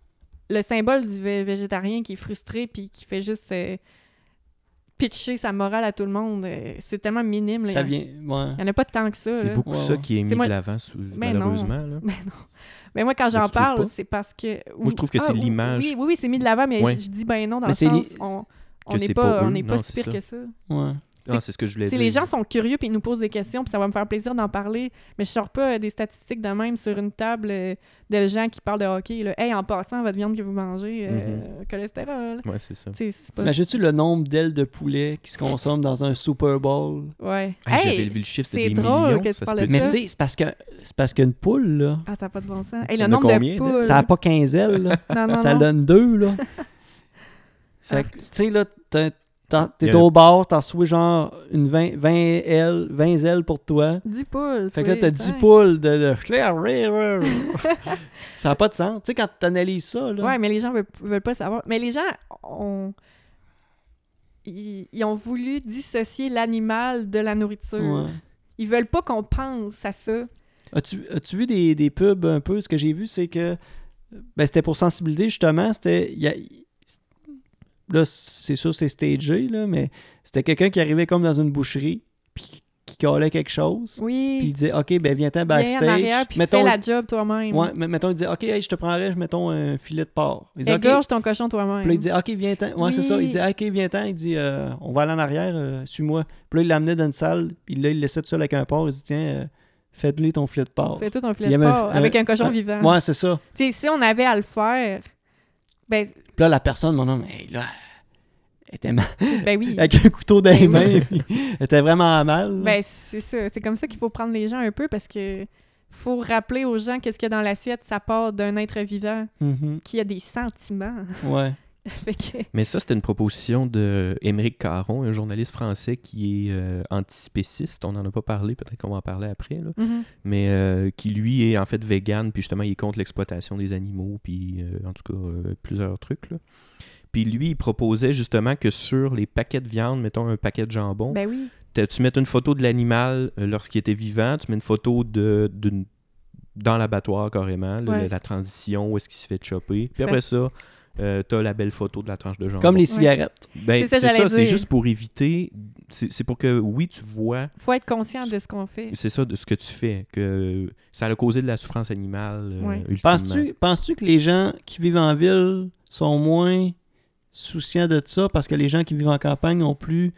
le symbole du vé- végétarien qui est frustré puis qui fait juste euh, pitcher sa morale à tout le monde, euh, c'est tellement minime. là.
Ça
Il
vient. Ouais.
n'y en a pas tant que ça.
C'est
là.
beaucoup
Ouais,
ça
ouais.
qui est mis
C'est moi-
de l'avant, sous-
Ben non.
malheureusement. là.
Ben non. Mais moi, quand
Ben,
j'en
tu trouves
parle,
pas?
c'est parce que.
Moi, je trouve que c'est
oui,
l'image.
Oui, oui, oui, c'est mis de l'avant, mais
Ouais.
je, je dis ben non
Mais
dans le
c'est
sens.
li-
On on
que
n'est
c'est
pas,
pas
on
eux.
n'est pas
Non,
si
c'est ça.
pire que ça.
Ouais.
Ah, c'est ce que je voulais
Tu sais,
dire.
les gens sont curieux puis ils nous posent des questions, puis ça va me faire plaisir d'en parler. Mais je sors pas euh, des statistiques de même sur une table euh, de gens qui parlent de hockey. Là. Hey, en passant, votre viande que vous mangez, euh,
Mm-hmm.
cholestérol.
Ouais, c'est ça.
Tu sais, c'est pas-
T'imagines-tu le nombre d'ailes de poulet qui se consomment dans un Super Bowl?
Ouais.
Ah,
Hey!
J'avais vu le chiffre, c'était
c'est
des
drôle
millions.
que tu
ça se
parles
peut-
de
Mais
ça.
tu sais, c'est parce que c'est parce qu'une poule, là,
Ah, ça n'a pas de bon sens.
Ça
Hey, le
en a
nombre
combien, de-
de poules.
ça n'a pas 15 ailes, là.
Non, non,
ça
Ah non.
donne deux, là. fait que,
Arc.
tu sais, là, t'as- t'as-
Il
t'es
y a-
au bord, t'as reçu genre une 20, 20 ailes, 20 ailes pour toi.
10 poules.
Fait que là,
oui, ben.
t'as 10
tiens.
poules de... de... ça n'a pas de sens. Tu sais, quand t'analyses ça, là...
Ouais, mais les gens veulent, veulent pas savoir. Mais les gens ont. Ils, ils ont voulu dissocier l'animal de la nourriture.
Ouais.
Ils veulent pas qu'on pense à ça.
As-tu as-tu vu des, des pubs un peu? Ce que j'ai vu, c'est que ben, c'était pour sensibiliser justement. C'était. il y a- Là, c'est sûr, c'est stagé, là, mais c'était quelqu'un qui arrivait comme dans une boucherie, puis qui collait quelque chose, puis il
Oui.
disait Ok, ben viens-t'en
Viens en arrière,
backstage.
puis
Mettons,
fais la job toi-même.
ouais, mais mettons, il disait Ok, hey, je te prendrais, je mettons un filet de porc. Il disait, Ok.
Égorge ton cochon
Puis là, il
toi-même.
dit Ok, viens-t'en. Ouais, c'est ça.
Oui.
Il dit Ok, viens-t'en. Il dit Euh, On va aller en arrière, euh, suis-moi. Puis là, il l'amenait dans une salle, puis là, il le laissait tout seul avec un porc. Il dit Tiens, euh, fais-lui ton filet de porc.
Fais tout ton
oh, Il y
filet de
avait un
porc
fi-
avec
un-
un cochon
un-
vivant.
Ouais, c'est ça.
Tu sais, si on avait à le faire, ben,
Puis là, la personne, mon homme, hey, là, elle était mal.
ben oui.
Avec un couteau dans les
Ben oui.
mains, puis elle était vraiment mal. là.
Ben, c'est ça. C'est comme ça qu'il faut prendre les gens un peu parce que faut rappeler aux gens qu'est-ce qu'il y a dans l'assiette, ça part d'un être vivant
Mhm,
qui a des sentiments.
Ouais.
fait que...
Mais ça, c'était une proposition de Émeric Caron, un journaliste français qui est euh, antispéciste. On n'en a pas parlé, peut-être qu'on va en parler après. là.
Mm-hmm.
Mhm.
mais euh, qui lui est en fait vegan, puis justement il est contre l'exploitation des animaux, puis euh, en tout cas euh, plusieurs trucs. Là. Puis lui, il proposait justement que sur les paquets de viande, mettons un paquet de jambon,
Ben oui.
t'as- tu mets une photo de l'animal euh, lorsqu'il était vivant, tu mets une photo de, d'une- dans l'abattoir carrément, le-
Ouais.
la transition, où est-ce qu'il se fait chopper. Puis
Ça-
après ça, euh, t'as la belle photo de la tranche de jambon.
Comme les cigarettes.
Ben,
C'est ça,
c'est ça,
j'allais
c'est
dire.
juste pour éviter, c'est c'est pour que, oui, tu vois
Faut être conscient de ce qu'on fait.
c'est ça de ce que tu fais, que ça a causé de la souffrance animale. euh,
Ouais.
ultimement.
Penses-tu penses que les gens qui vivent en ville sont moins souciants de ça parce que les gens qui vivent en campagne ont plus,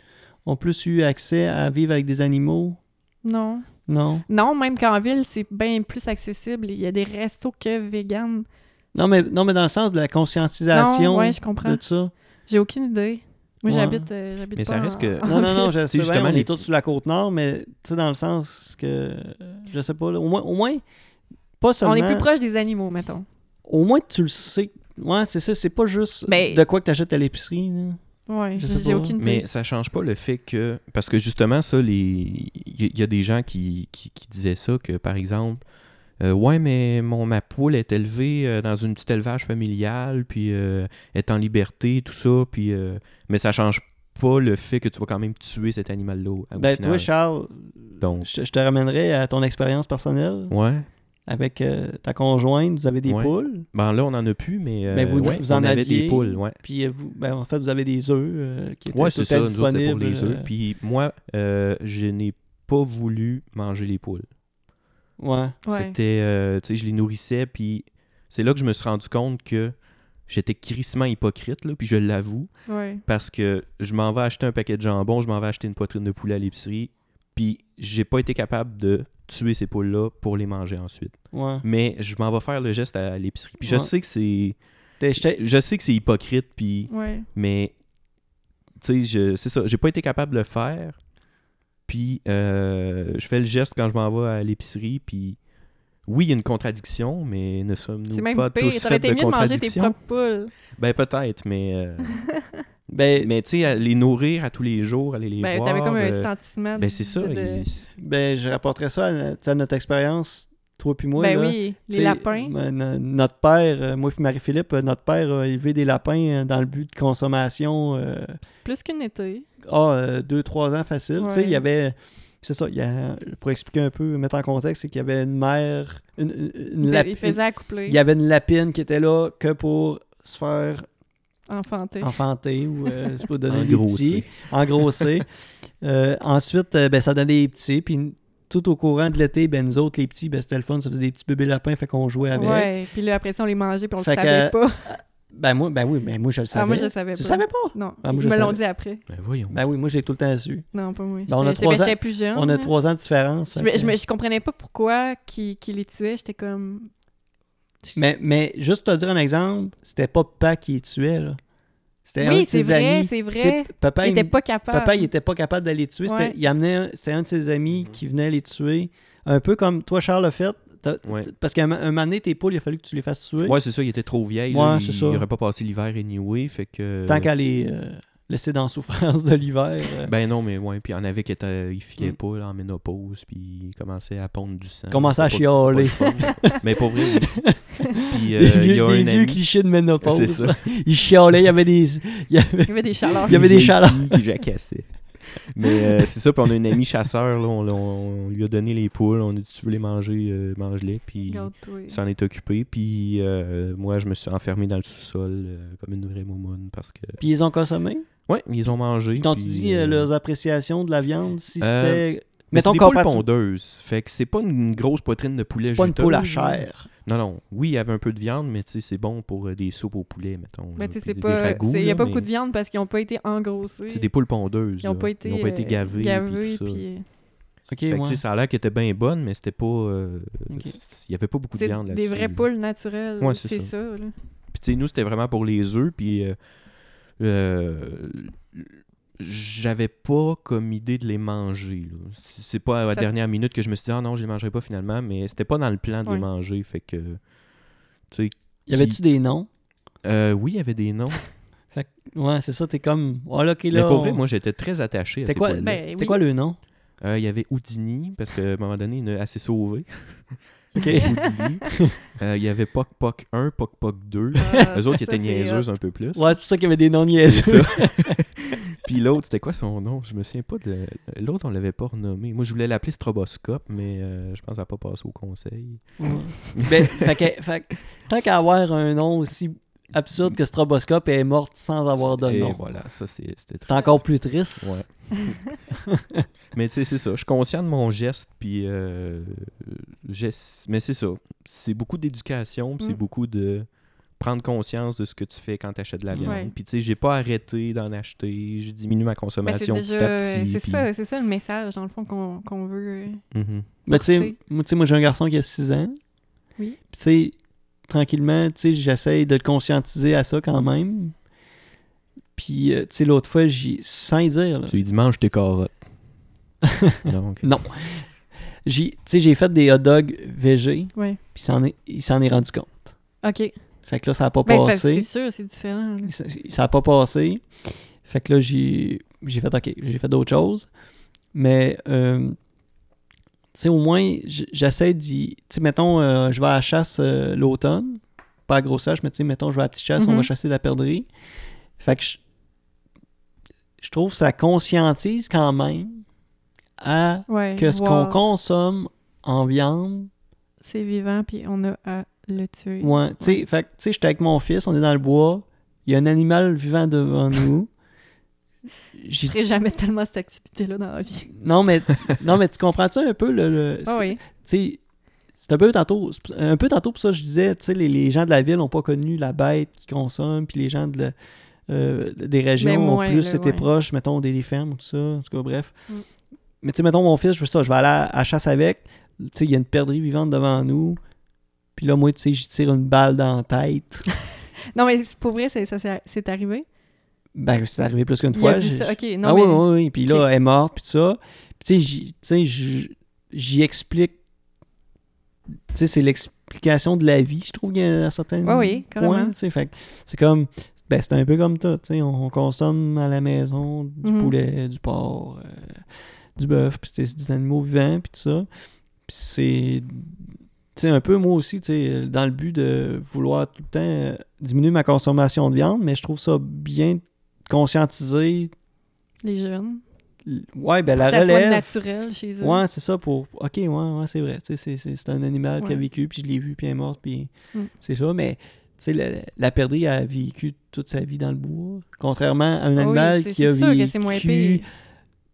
ont plus eu accès à vivre avec des animaux?
Non.
Non.
Non, même qu'en ville, c'est bien plus accessible. Il y a des restos que vegan.
Non, mais, non, mais dans le sens de la conscientisation
Non, ouais, je
de
comprends.
tout ça.
J'ai aucune idée. Moi,
Ouais.
j'habite euh, j'habite
Mais ça
pas
reste
en-
que-
en
Non, non, non,
ville.
je sais
justement
bien, on
les-
est tous sur la côte nord, mais tu sais, dans le sens que, euh, je sais pas, là, au moins, au moins pas seulement,
On est plus proche des animaux, mettons.
au moins tu le sais. Ouais, c'est ça, c'est pas juste
Mais-
de quoi que t'achètes à l'épicerie. là.
Ouais,
Je sais
j'ai
pas.
aucune idée.
Mais ça change pas le fait que. Parce que justement, ça, les... il y a- il y a des gens qui, qui, qui disaient ça, que par exemple, euh, ouais, mais mon, ma poule est élevée euh, dans une petite élevage familial, puis euh, est en liberté, tout ça, puis. euh, Mais ça change pas le fait que tu vas quand même tuer cet animal-là. au- au
Ben,
final.
toi, Charles,
Donc,
je, je te ramènerai à ton expérience personnelle
ouais.
avec euh, ta conjointe. Vous avez des
Ouais.
poules,
Ben là, on en a plus, mais. euh,
Mais vous-
ouais,
vous en
on avait
aviez.
des poules, ouais.
puis euh, vous, ben, en fait, vous avez des œufs euh, qui étaient
Ouais,
tout
c'est
à
ça, nous autres,
disponibles.
c'est pour les œufs.
euh,
Puis moi, euh, je n'ai pas voulu manger les poules.
ouais.
Ouais.
C'était, euh, tu sais, je les nourrissais, puis c'est là que je me suis rendu compte que j'étais crissement hypocrite, là, puis je l'avoue,
ouais.
parce que je m'en vais acheter un paquet de jambon, je m'en vais acheter une poitrine de poulet à l'épicerie, puis j'ai pas été capable de tuer ces poules-là pour les manger ensuite.
Ouais.
Mais je m'en vais faire le geste à l'épicerie. Puis je
Ouais.
sais que c'est...
T'es- j'étais-
Je sais que c'est hypocrite, puis...
Ouais.
Mais, tu sais, je- c'est ça, j'ai pas été capable de le faire. Puis euh, je fais le geste quand je m'en vais à l'épicerie. Puis oui, il y a une contradiction, mais ne
C'est
sommes-nous
même
pas
pire.
tous
T'aurais
faits
été
de
mieux de manger tes
contradictions?
propres poules.
Ben peut-être, mais euh,
Ben,
mais tu sais, à les nourrir à tous les jours, aller les
Ben,
voir.
t'avais comme un
euh,
sentiment.
ben c'est ça.
de- de-
il-
ben, je rapporterais ça à, tu sais, à notre expérience, toi puis moi.
ben
là.
oui,
Tu
les
sais,
lapins.
ben, no- notre père, euh, moi puis Marie-Philippe, euh, notre père a élevé des lapins euh, dans le but de consommation. euh,
Plus qu'une été.
ah, euh, deux, trois ans facile. Tu sais,
Ouais.
il y avait. C'est ça, il y a- pour expliquer un peu, mettre en contexte, c'est qu'il y avait une mère. Une, une- une
Ils
lap-
ils faisaient accoupler.
il y avait une lapine qui était là que pour se faire
Enfanté.
enfanter ou euh, c'est pas donner des
Engrosser.
petits, engrosser. Euh, ensuite, euh, ben, ça donnait des petits. Puis tout au courant de l'été, ben, nous autres, les petits, ben, c'était le fun, ça faisait des petits bébés lapins, fait qu'on jouait avec.
Ouais, puis là, après ça, on les mangeait, puis on le
Fait que-
savait pas.
Ben, moi, ben oui, ben, moi, je le savais.
Ah, moi, je le savais
tu
pas.
savais pas?
Non,
Ah, moi,
ils
je
me l'ont
savais.
dit après.
Ben voyons.
Ben oui, moi, je l'ai tout le temps su.
Non, pas moi.
Ben, on a
J'étais-
trois
j'étais-
ans-
J'étais plus jeune.
On a
là.
trois ans de différence.
Ah, Je,
fait
me-
que-
je, me- je comprenais pas pourquoi qui, qui les tuait. J'étais comme.
Mais, mais juste te dire un exemple, c'était pas papa qui les tuait, là. C'était un
oui,
de
c'est
ses
vrai,
amis.
c'est
Tu sais,
vrai.
Papa,
Il était
il,
pas capable.
papa, il était pas capable d'aller tuer. C'était,
Ouais.
il amenait, un- c'était un de ses amis qui venait les tuer. Un peu comme toi, Charles, le fait. T'as-
Ouais.
Parce qu'à un, un moment donné, tes poules, il a fallu que tu les fasses tuer.
Ouais, c'est ça, il était trop vieil.
Ben, Ouais,
là,
c'est
il
ça.
n'aurait pas passé l'hiver anyway, fait que...
Tant qu'à les euh, laisser dans la souffrance de l'hiver. euh,
Ben non, mais ouais, puis il y en avait qui étaient, ils filaient
Mm.
pas là, en ménopause, puis ils commençaient à pondre du sang.
Commençaient à
C'est pas- c'est pas le fun. mais pour vrai, oui. puis euh,
des vieux,
il y a
des
un
vieux
ami...
clichés de
C'est
ménopause.
ça.
Il chialait, il y avait des. Il y avait...
Il y avait des chaleurs.
Il y avait des
Vieille
chaleurs.
fille qui jacassait. Mais euh, c'est ça, puis on a un ami chasseur, là, on, l'a- on lui a donné les poules, on a dit tu veux les manger, euh, mange-les, puis
Regarde-toi.
il s'en est occupé, puis euh, moi je me suis enfermé dans le sous-sol euh, comme une vraie moumoune parce que...
Puis ils ont consommé.
Ouais, ils ont mangé.
Puis t'as-tu
puis,
dit
euh,
euh, leurs appréciations de la viande si
Euh,
c'était.
Mais
Mettons
c'est des poules
comparativement-
pondeuses. Fait que c'est pas une grosse poitrine de poulet
C'est pas une
juteuse,
poule à
là.
chair.
Non, non. Oui, il y avait un peu de viande, mais tu sais, c'est bon pour euh, des soupes au poulet, mettons.
Ben,
là,
tu sais,
puis
c'est
des
pas.
ragoûts,
c'est- Il y a
là,
pas
mais
beaucoup de viande parce qu'ils ont pas été engrossés.
C'est des poules pondeuses.
Ils ont
là.
pas été,
Ils ont pas été
euh,
gavés.
gavés,
puis tout ça.
puis, euh,
Ok,
Fait que, tu
ouais.
sais, ça a l'air qu'elle était bien bonne, mais c'était pas. euh,
Ok.
Il y avait pas beaucoup de
C'est
viande là-dessus.
des vraies
là.
poules naturelles.
Ouais, c'est
c'est ça.
ça.
là.
Puis, tu sais, nous, c'était vraiment pour les œufs. Puis, euh, euh, j'avais pas comme idée de les manger. là. C'est c'est pas à la
Ça-
dernière minute que je me suis dit, ah non, je les mangerai pas finalement, mais c'était pas dans le plan de
Ouais.
les manger. Fait que. Tu sais,
Y avait-tu des noms
euh, oui, il y avait des noms.
Ouais, c'est ça, t'es comme. Oh là, ok,
mais
là.
pour vrai,
on-
moi, j'étais très attaché à ces
C'était quoi,
poules-là.
Ben,
c'était
oui.
quoi le nom
Euh, il y avait Houdini, parce qu'à un moment donné, il y en a assez sauvé.
Ok.
Houdini. Euh, il y avait Poc Poc 1, Poc Poc 2.
Ah,
Eux autres, ils
ça,
étaient
c'est
niaiseuses un peu plus.
Ouais, c'est pour ça qu'il y avait des noms
C'est
niaiseux.
ça. Puis l'autre, c'était quoi son nom Je me souviens pas de. L'autre, on l'avait pas renommé. Moi, je voulais l'appeler Stroboscope, mais euh, je pense qu'elle n'a pas passé au conseil.
Ouais. ben, fait que, fait que, tant qu'à avoir un nom aussi absurde que Stroboscope elle est morte sans avoir de
Et
nom.
voilà, ça, c'est- c'était
C'est encore plus triste.
Ouais. mais tu sais, c'est ça. Je suis conscient de mon geste, puis. euh, j'ess- Mais c'est ça. C'est beaucoup d'éducation, puis c'est
Mm.
beaucoup de prendre conscience de ce que tu fais quand tu achètes de la viande.
Ouais.
Puis tu sais, j'ai pas arrêté d'en acheter, j'ai diminué ma
Ben, c'est
consommation petit
déjà.
à petit.
C'est
puis-
ça, c'est ça le message, dans le fond, qu'on qu'on veut. euh,
Mhm.
Mais tu sais,
Porter.
moi, tu sais, moi, j'ai un garçon qui a 6 ans.
Oui.
Puis, tu sais, tranquillement, tu sais, j'essaye de le conscientiser à ça quand même. Puis, euh, tu sais, l'autre fois, j'ai, sans y dire, là,
Tu lui dis, mange tes carottes. non, ok.
Non. j'ai, tu sais, j'ai fait des hot dogs VG,
Ouais.
puis s'en est- il s'en est rendu compte.
OK.
Fait que là, ça n'a pas
Ben, c'est parce- c'est
passé.
sûr, c'est différent. là.
Ça ça a pas passé. Fait que là, j'ai j'ai fait OK, j'ai fait d'autres choses. Mais, euh, tu sais, au moins, j- j'essaie d'y. Tu sais, mettons, euh, je vais à la chasse euh, l'automne. Pas à grosse chasse, mais tu sais, mettons, je vais à la petite chasse, on va
Mhm.
chasser de la perdrix. Fait que je, je trouve que ça conscientise quand même à
Ouais,
que ce
voir,
qu'on consomme en viande
C'est vivant, puis on a à le tuer.
Ouais, tu sais, fait que, tu sais, j'étais avec mon fils, on est dans le bois, il y a un animal vivant devant nous. J'ai
Je ferai jamais tellement cette activité-là dans la vie.
Non, mais, non, mais tu comprends-tu un peu le. le- ce
Ah
que-
oui.
Tu sais, c'est un peu tantôt, c'est un peu tantôt pour ça que je disais, tu sais, les, les gens de la ville n'ont pas connu la bête qui consomme, puis les gens de la- euh, des régions
Mais
ont
moins,
plus
là,
c'était
ouais.
proche, mettons, des, des fermes ou tout ça, en tout cas, bref.
Mm.
Mais tu sais, mettons, mon fils, je veux ça, je vais aller à, à chasse avec, tu sais, il y a une perdrix vivante devant nous, puis là, moi, tu sais, j'y tire une balle dans la tête.
Non, mais c'est- pour vrai, c'est- ça, c'est- c'est arrivé.
Ben, c'est arrivé plus qu'une
Il a
fois.
vu
j'ai-
ça. OK, non,
ah
mais...
oui, oui, oui. Puis là,
Ok.
elle est morte, puis tout ça. Puis tu sais, j'y- tu sais, j'y- j'y explique. Tu sais, c'est l'explication de la vie, je trouve, qu'il y a certains
Ouais, oui, carrément.
points. tu sais. Fait que c'est comme. Ben, c'est un peu comme ça. tu sais, On, on consomme à la maison du
Mhm.
poulet, du porc, euh, du bœuf, puis c'est c'est des animaux vivants, puis tout ça. Puis c'est. Tu sais, un peu moi aussi, tu sais, dans le but de vouloir tout le temps euh, diminuer ma consommation de viande, mais je trouve ça bien de conscientiser
Les jeunes.
Ouais, ben la
ça soit
relève.
naturel chez eux.
Ouais, c'est ça pour. Ok, ouais, ouais c'est vrai. Tu sais, C'est, c'est, c'est un animal qui a
Ouais.
vécu, puis je l'ai vu, puis elle est morte, puis
Mm.
c'est ça. Mais tu sais, la, la perdrix a vécu toute sa vie dans le bois. Contrairement à un
Ah oui,
animal
c'est-
qui a
c'est sûr
vécu
que c'est moins pire.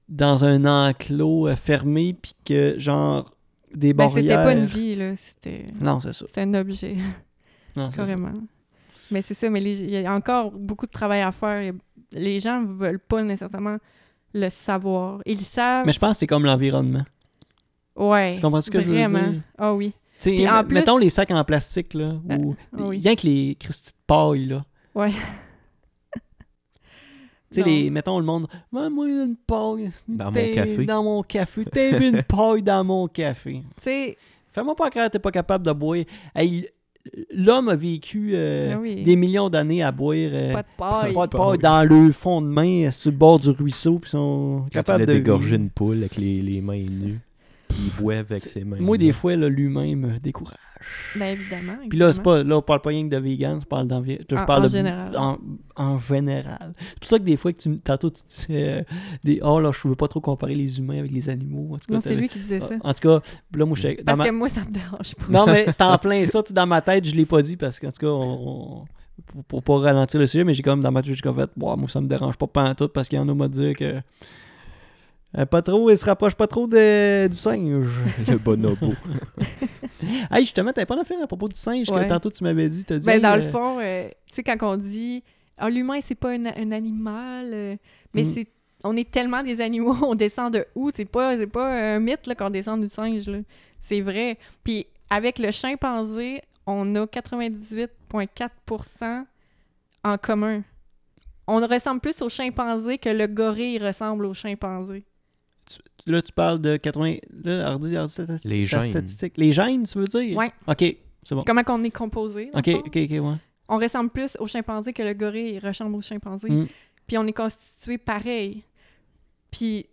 dans un enclos euh, fermé, puis que genre des
Ben, c'était
barrières.
pas une vie, là. C'était
Non, c'est ça.
c'était un objet,
Non, c'est ça.
carrément. Mais c'est ça, mais les- il y a encore beaucoup de travail à faire. Il y a- Les gens veulent pas nécessairement le savoir. Ils le savent.
Mais je pense que c'est comme l'environnement.
Ouais.
Tu comprends ce que je veux
Vraiment.
dire?
Ah oui.
Tu sais,
Puis en
m- Mettons
plus-
les sacs en plastique, là. Ou...
Ah, oui.
Rien que les Christy de paille, là.
Ouais.
Tu sais,
Non.
les, mettons le monde, moi, moi, une paille.
Dans mon
t'es-
café.
Dans mon café. T'as bu une paille dans mon café.
Tu sais,
Fais-moi pas croire que t'es pas capable de boire. Hey, L'homme a vécu euh,
Ah oui.
des millions d'années à boire. euh,
pas de paille.
pas de
Pas
paille
de
dans le fond de main, euh, sur le bord du ruisseau, puis sont
Quand
capables
il
de.
a dégorgé
vivre.
une poule avec les, les mains nues, puis il boit avec
C'est-
ses mains.
Moi,
nues.
des fois, là, l'humain me décourage.
Ben évidemment.
Puis là, c'est
évidemment.
pas, là, on parle pas rien que de vegan, je parle d'envi- je
En-
parle
en
de-
général.
En, en général. C'est pour ça que des fois, que tu, me- tantôt, tu dis euh, des, Oh là, je veux pas trop comparer les humains avec les animaux. En tout cas,
Non, c'est
t'avais-
lui qui disait ça.
En tout cas, là, moi, je Ah, dans
Parce
ma...
que moi, ça me dérange pas.
Non, mais c'est en plein ça, tu sais, dans ma tête, je l'ai pas dit parce qu'en tout cas, on- on- pour, pour pas ralentir le sujet, mais j'ai comme dans ma tête, j'ai comme fait, Bon, moi, ça me dérange pas pas tout parce qu'il y en a m'a dit que. euh, pas trop, il se rapproche pas trop de- du singe.
Le bonobo.
hey, justement, t'avais pas d'affaire à propos du singe
Ouais.
que tantôt tu m'avais dit. T'as dit
Ben, dans le
euh,
fond, euh, tu sais, quand on dit Ah, l'humain, c'est pas un, un animal, euh, mais
Mm.
c'est on est tellement des animaux, on descend de où C'est pas, c'est pas un mythe là, qu'on descend du singe. là. C'est vrai. Puis avec le chimpanzé, on a 98,4% en commun. On ressemble plus au chimpanzé que le gorille ressemble au chimpanzé.
Là, tu parles de 80. Là, Hardy, Hardy, ta- ta-
Les
ta
gènes.
statistique. Les gènes, tu veux dire?
Ouais.
OK, c'est bon.
Comment qu'on est composé dans
OK,
le fond.
OK, OK, ouais.
On ressemble plus au chimpanzé que le gorille ressemble au chimpanzé.
Mm.
Puis on est constitués pareil. Puis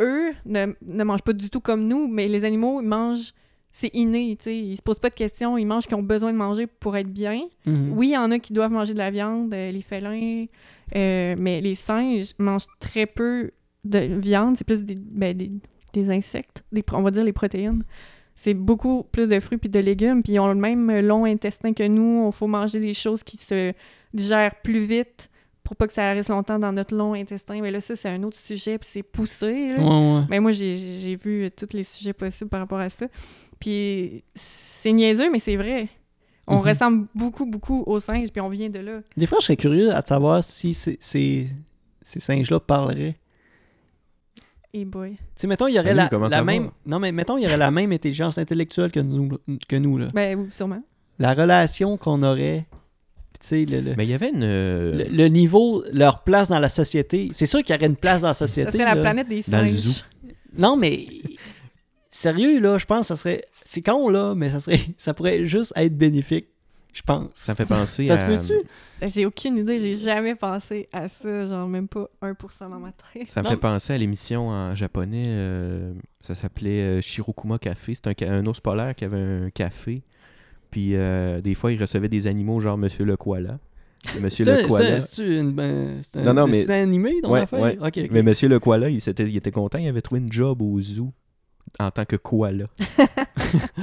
eux ne, ne mangent pas du tout comme nous, mais les animaux, ils mangent, c'est inné, tu sais. Ils se posent pas de questions, ils mangent ce qu'ils ont besoin de manger pour être bien.
Mhm.
Oui, il y en a qui doivent manger de la viande, euh, les félins, euh, mais les singes mangent très peu de viande, c'est plus des, ben, des, des insectes, des, pro- on va dire les protéines. C'est beaucoup plus de fruits puis de légumes, puis ils ont le même long intestin que nous. Il faut manger des choses qui se digèrent plus vite pour pas que ça reste longtemps dans notre long intestin. Mais là, ça, c'est un autre sujet, puis c'est poussé. là.
Ouais, ouais.
Mais Ben, moi, j'ai- j'ai j'ai vu euh, tous les sujets possibles par rapport à ça. Puis c'est niaiseux, mais c'est vrai. On
Mhm.
ressemble beaucoup, beaucoup aux singes, puis on vient de là.
Des fois, je serais curieux à savoir si ces, ces, ces singes-là parleraient.
Et boy.
Tu sais, mettons, il y aurait
Salut,
la,
comment
la
ça va?
même. Non, mais mettons, il y aurait la même intelligence intellectuelle que nous, que nous là.
Ben, oui, sûrement.
La relation qu'on aurait. Puis, tu sais, le, le,
Mais il y avait une. euh,
le- le niveau, leur place dans la société. C'est sûr qu'il y aurait une place dans la société.
Ça serait la
là.
planète des singes.
Dans le zoo.
Non, mais sérieux, là, je pense que ça serait. C'est con, là, mais ça serait. Ça pourrait juste être bénéfique, je pense.
Ça me fait penser
Ça
à.
se peut-tu?
J'ai aucune idée, j'ai jamais pensé à ça, genre même pas 1% dans ma tête.
Ça me
Non,
fait
mais-
penser à l'émission en japonais, euh, ça s'appelait euh, Shirokuma Café. C'est un, ca- un ours polaire qui avait un café. Puis euh, des fois, il recevait des animaux genre Monsieur le Koala. Et Monsieur
C'est un-
le
c'est un-
Koala.
c'est-tu une- ben, c'est un
Non, non, mais-
dessin animé, dans
Ouais,
l'affaire?
ouais.
Ok, ok.
Mais Monsieur le Koala, il, s'était- il était content, il avait trouvé une job au zoo en tant que koala.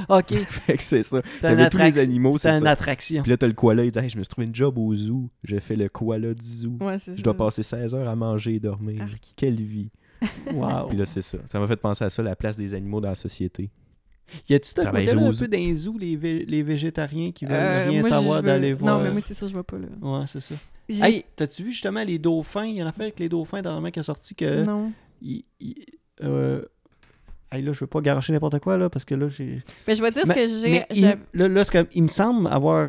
Ok,
Fait que c'est ça.
c'est un
T'avais tous les
attraction.
animaux,
C'est
c'est
une
ça.
attraction.
Puis là, t'as le koala, il dit Hey, je me suis trouvé une job au zoo. J'ai fait le koala du zoo.
Ouais, c'est
Je
ça.
dois passer 16 heures à manger et dormir.
Ah.
Arc.
Quelle vie.
Wow.
Puis là, c'est ça. Ça m'a fait penser à ça, la place des animaux dans la société.
Y a-tu ce
Travailler
côté-là un
au zoo.
peu d'un zoo, les, vé- les végétariens qui veulent
Euh,
rien
moi, je-
savoir
je veux-
d'aller voir?
Non, mais moi, c'est ça, je vois pas là.
Ouais, c'est ça.
J'ai...
Hey, t'as-tu vu justement les dauphins? Il y en a fait avec les dauphins, dernièrement, qui a sorti que.
Non.
il- il- euh, hey, là, je veux pas garocher n'importe quoi, là, parce que là, j'ai.
Mais je vais dire
Mais-
ce que j'ai.
Mais
j'ai-
il, là, là, c'est comme- il me semble avoir.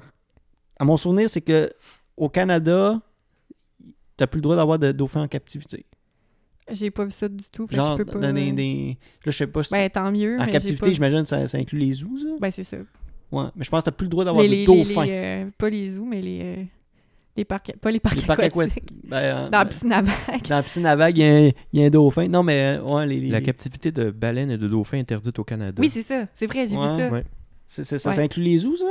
À mon souvenir, c'est que au Canada, t'as plus le droit d'avoir de dauphins en captivité.
J'ai pas vu ça du tout. Fait que
Genre,
je peux pas. euh,
dans des, des- Là, je sais pas si.
Ben, tant mieux.
en
mais j'ai
captivité,
pas-
j'imagine, ça, ça inclut les zoos, ça.
Ben, c'est ça.
Ouais. Mais je pense que t'as plus le droit d'avoir
Les,
de
les-
dauphins.
les- euh, pas les zoos, mais les, euh, les parcs. Pas les parcs
Les parcs
aquatiques.
aquatiques. Ben, euh,
Dans la
ben,
piscine à vagues.
dans la piscine à vagues, il y a un- il y, a un dauphin. Non, mais euh, ouais, les, les-
La captivité de baleines et de dauphins interdite au Canada.
Oui, c'est ça. C'est vrai, j'ai
Ouais.
vu ça.
Ouais.
c'est- c'est- ça,
Ouais.
ça inclut les zoos, ça?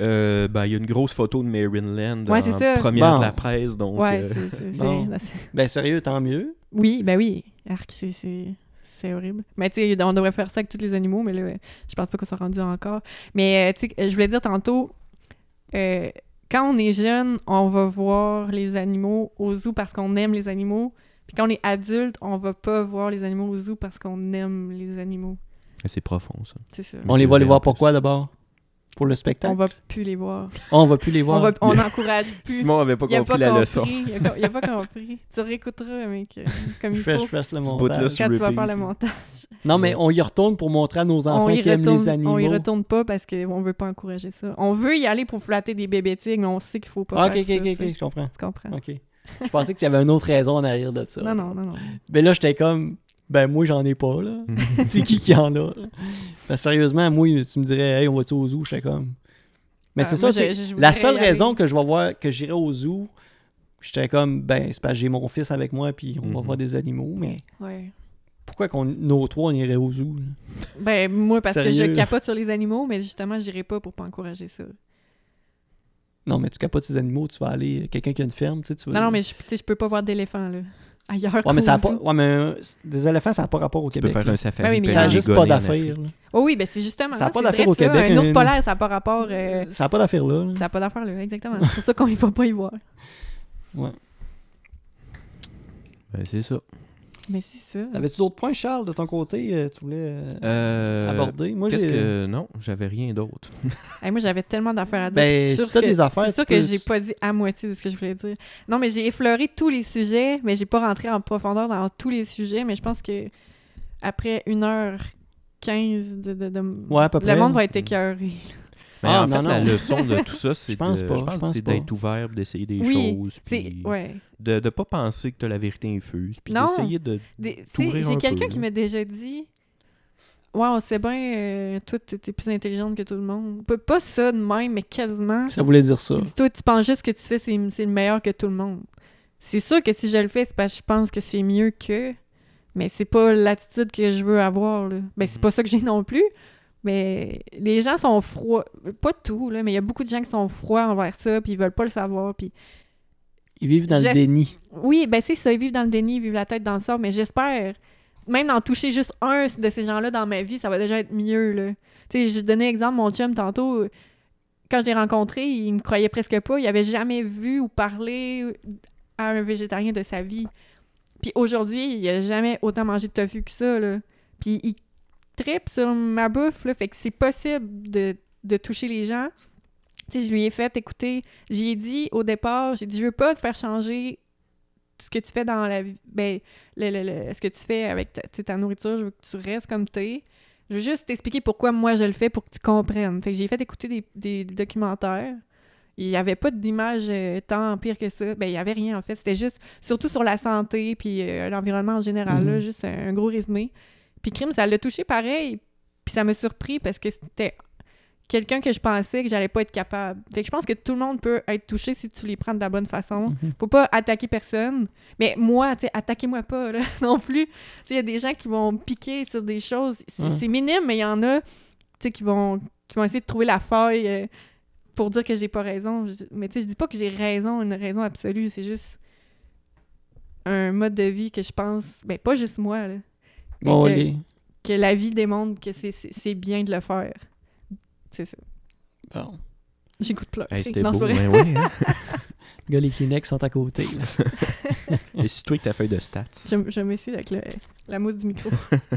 Euh, ben, il y a une grosse photo de Maryland
Ouais, c'est ça.
en première
Bon.
de la presse. Donc,
Ouais,
euh,
c'est- c'est-
bon.
c'est- c'est-
Ben sérieux, tant mieux.
Oui, ben oui. Arc, c'est- c'est c'est horrible. Mais tu sais, on devrait faire ça avec tous les animaux, mais là, euh, je pense pas qu'on soit rendu encore. Mais euh, tu sais, euh, je voulais dire tantôt, euh, quand on est jeune, on va voir les animaux au zoo parce qu'on aime les animaux. Puis quand on est adulte, on va pas voir les animaux au zoo parce qu'on aime les animaux.
c'est profond, ça.
C'est ça.
On
c'est
les va
vrai,
les
en
voir
plus.
pourquoi d'abord? Pour le spectacle?
On va plus les voir.
On va plus les voir.
On va, on encourage plus.
Simon avait pas
il a
compris
pas
la
compris.
leçon.
Il a, co- il a pas compris. Tu réécouteras, mec, euh, comme
Je
il
fais,
faut.
je fais le
Ce
montage.
bout-là, sur
Quand tu vas
repeat,
faire le
là.
montage.
Non, mais on y retourne pour montrer à nos enfants
on y,
qui aiment les
retourne,
animaux.
on y retourne pas parce qu'on veut pas encourager ça. On veut y aller pour flatter des bébés tigres, mais on sait qu'il faut pas
Ah, ok,
faire
ok,
ça.
ok,
tu sais.
ok, je comprends.
Tu comprends?
Ok. Je pensais que tu avais une autre raison en arrière de ça.
Non, non, non, non.
Mais là, j'étais comme, ben moi, j'en ai pas, là. c'est qui qui en a? là? Ben, sérieusement, moi, tu me dirais, hey, on va-tu au zoo? J'étais comme. Mais
Ah,
c'est ça,
moi,
tu sais,
je- je voudrais
la seule
y aller.
raison que je vais voir, que j'irai au zoo, j'étais comme, ben, c'est parce que j'ai mon fils avec moi, puis on va
Mhm.
voir des animaux, mais
Ouais.
pourquoi qu'on, nos trois, on irait au zoo? là?
Ben, moi, parce que
Sérieux?
je capote sur les animaux, mais justement, j'irai pas pour pas encourager ça.
Non, mais tu capotes tes animaux, tu vas aller, quelqu'un qui a une ferme, tu sais, tu vas-
Non, non, mais je, tu sais, je peux pas voir d'éléphants, là. Ailleurs.
Ouais, mais ça a
qu'au
pas...
zoo.
ouais, mais euh, c- des éléphants, ça n'a pas rapport au
Tu peux
Québec.
faire
là.
un safari.
Ben oui, mais
Ça n'a
un
juste pas d'affaire. là.
Oh oui, ben c'est justement.
Ça a
là,
pas
c'est
d'affaire
vrai,
au
ça.
Québec,
Un ours
un-
polaire, ça a pas rapport. euh,
Ça n'a pas d'affaire là. là.
Ça a pas d'affaire, là, exactement. C'est pour ça qu'on y va pas y voir.
Ben, c'est ça.
Mais c'est ça.
Avais-tu d'autres points, Charles, de ton côté, euh, tu voulais euh,
Euh,
Ah
aborder? Moi,
Qu'est-ce
j'ai-
que. Non, j'avais rien d'autre.
Hey, moi, j'avais tellement d'affaires à dire.
Ben,
Je suis
si
sûre
t'as
que-
des affaires,
C'est sûr
tu peux-
que j'ai
tu-
pas dit à moitié de ce que je voulais dire. Non, mais j'ai effleuré tous les sujets, mais j'ai pas rentré en profondeur dans tous les sujets. Mais je pense que après 1h15 de. de, de-
Ouais, à peu
le
près,
monde
là.
va être écœuré.
Mais
Ah,
en fait,
non,
la
non.
leçon de tout ça, c'est
Je pense
de-
pas,
je
je
pense
pense
c'est
pas.
d'être ouvert, puis d'essayer des
Oui,
choses.
C'est.
puis
Ouais.
De ne pas penser que tu as la vérité infuse. Puis
Non.
d'essayer de.
Des- tu sais,
T'ouvrir un
J'ai
peu,
quelqu'un
là.
qui m'a déjà dit. Ouais, on sait bien, euh, toi, t'es t'es plus intelligente que tout le monde. Pas- Pas ça de même, mais quasiment.
Ça voulait dire ça.
Il dit, toi, tu penses juste que tu fais, c'est c'est le meilleur que tout le monde. C'est sûr que si je le fais, c'est parce que je pense que c'est mieux que. Mais c'est pas l'attitude que je veux avoir. Là. Ben, c'est
Mhm.
pas ça que j'ai non plus. Mais les gens sont froids. Pas tout, là, mais il y a beaucoup de gens qui sont froids envers ça, puis ils veulent pas le savoir. Puis...
Ils vivent dans
Je-
le déni.
Oui, ben c'est ça, ils vivent dans le déni, ils vivent la tête dans le sort, mais j'espère, même d'en toucher juste un de ces gens-là dans ma vie, ça va déjà être mieux. Là. Tu sais, je donnais exemple mon chum tantôt. Quand je l'ai rencontré, il me croyait presque pas. Il avait jamais vu ou parlé à un végétarien de sa vie. Puis aujourd'hui, il a jamais autant mangé de tofu que ça. Là. Puis il tripe sur ma bouffe. Là, fait que c'est possible de, de toucher les gens. Tu sais, je lui ai fait écouter. J'y ai dit au départ, j'ai dit, je veux pas te faire changer ce que tu fais dans la vie. Ben, le- le- le- ce que tu fais avec ta, tu sais, ta nourriture, je veux que tu restes comme t'es. Je veux juste t'expliquer pourquoi moi je le fais pour que tu comprennes. Fait que j'ai fait écouter des, des documentaires. Il n'y avait pas d'image euh, tant pire que ça. Ben, il n'y avait rien en fait. C'était juste, surtout sur la santé puis euh, l'environnement en général, là,
Mhm.
juste un, un gros résumé. Puis Crime, ça l'a touché pareil. Puis ça m'a surpris parce que c'était quelqu'un que je pensais que j'allais pas être capable. Fait que je pense que tout le monde peut être touché si tu les prends de la bonne façon.
Mm. Mhm.
Faut pas attaquer personne. Mais moi, tu sais, attaquez-moi pas là, non plus. Tu sais, il y a des gens qui vont piquer sur des choses. C'est
Ouais.
c'est minime, mais il y en a, tu sais, qui vont, qui vont essayer de trouver la faille euh, pour dire que j'ai pas raison. Je- mais tu sais, je dis pas que j'ai raison, une raison absolue. C'est juste un mode de vie que je pense, ben pas juste moi, là, mais
Bon,
que-
ok.
que la vie démontre que c'est- c'est c'est bien de le faire. C'est ça.
Bon.
J'ai goût de pleurer.
Hey, C'était
Non,
beau.
c'est pas vrai.
ben ouais, hein.
Les gars, les Kleenex sont à côté. là.
Et si toi, avec ta feuille de stats.
Je, je m'essaye avec le- la mousse du micro.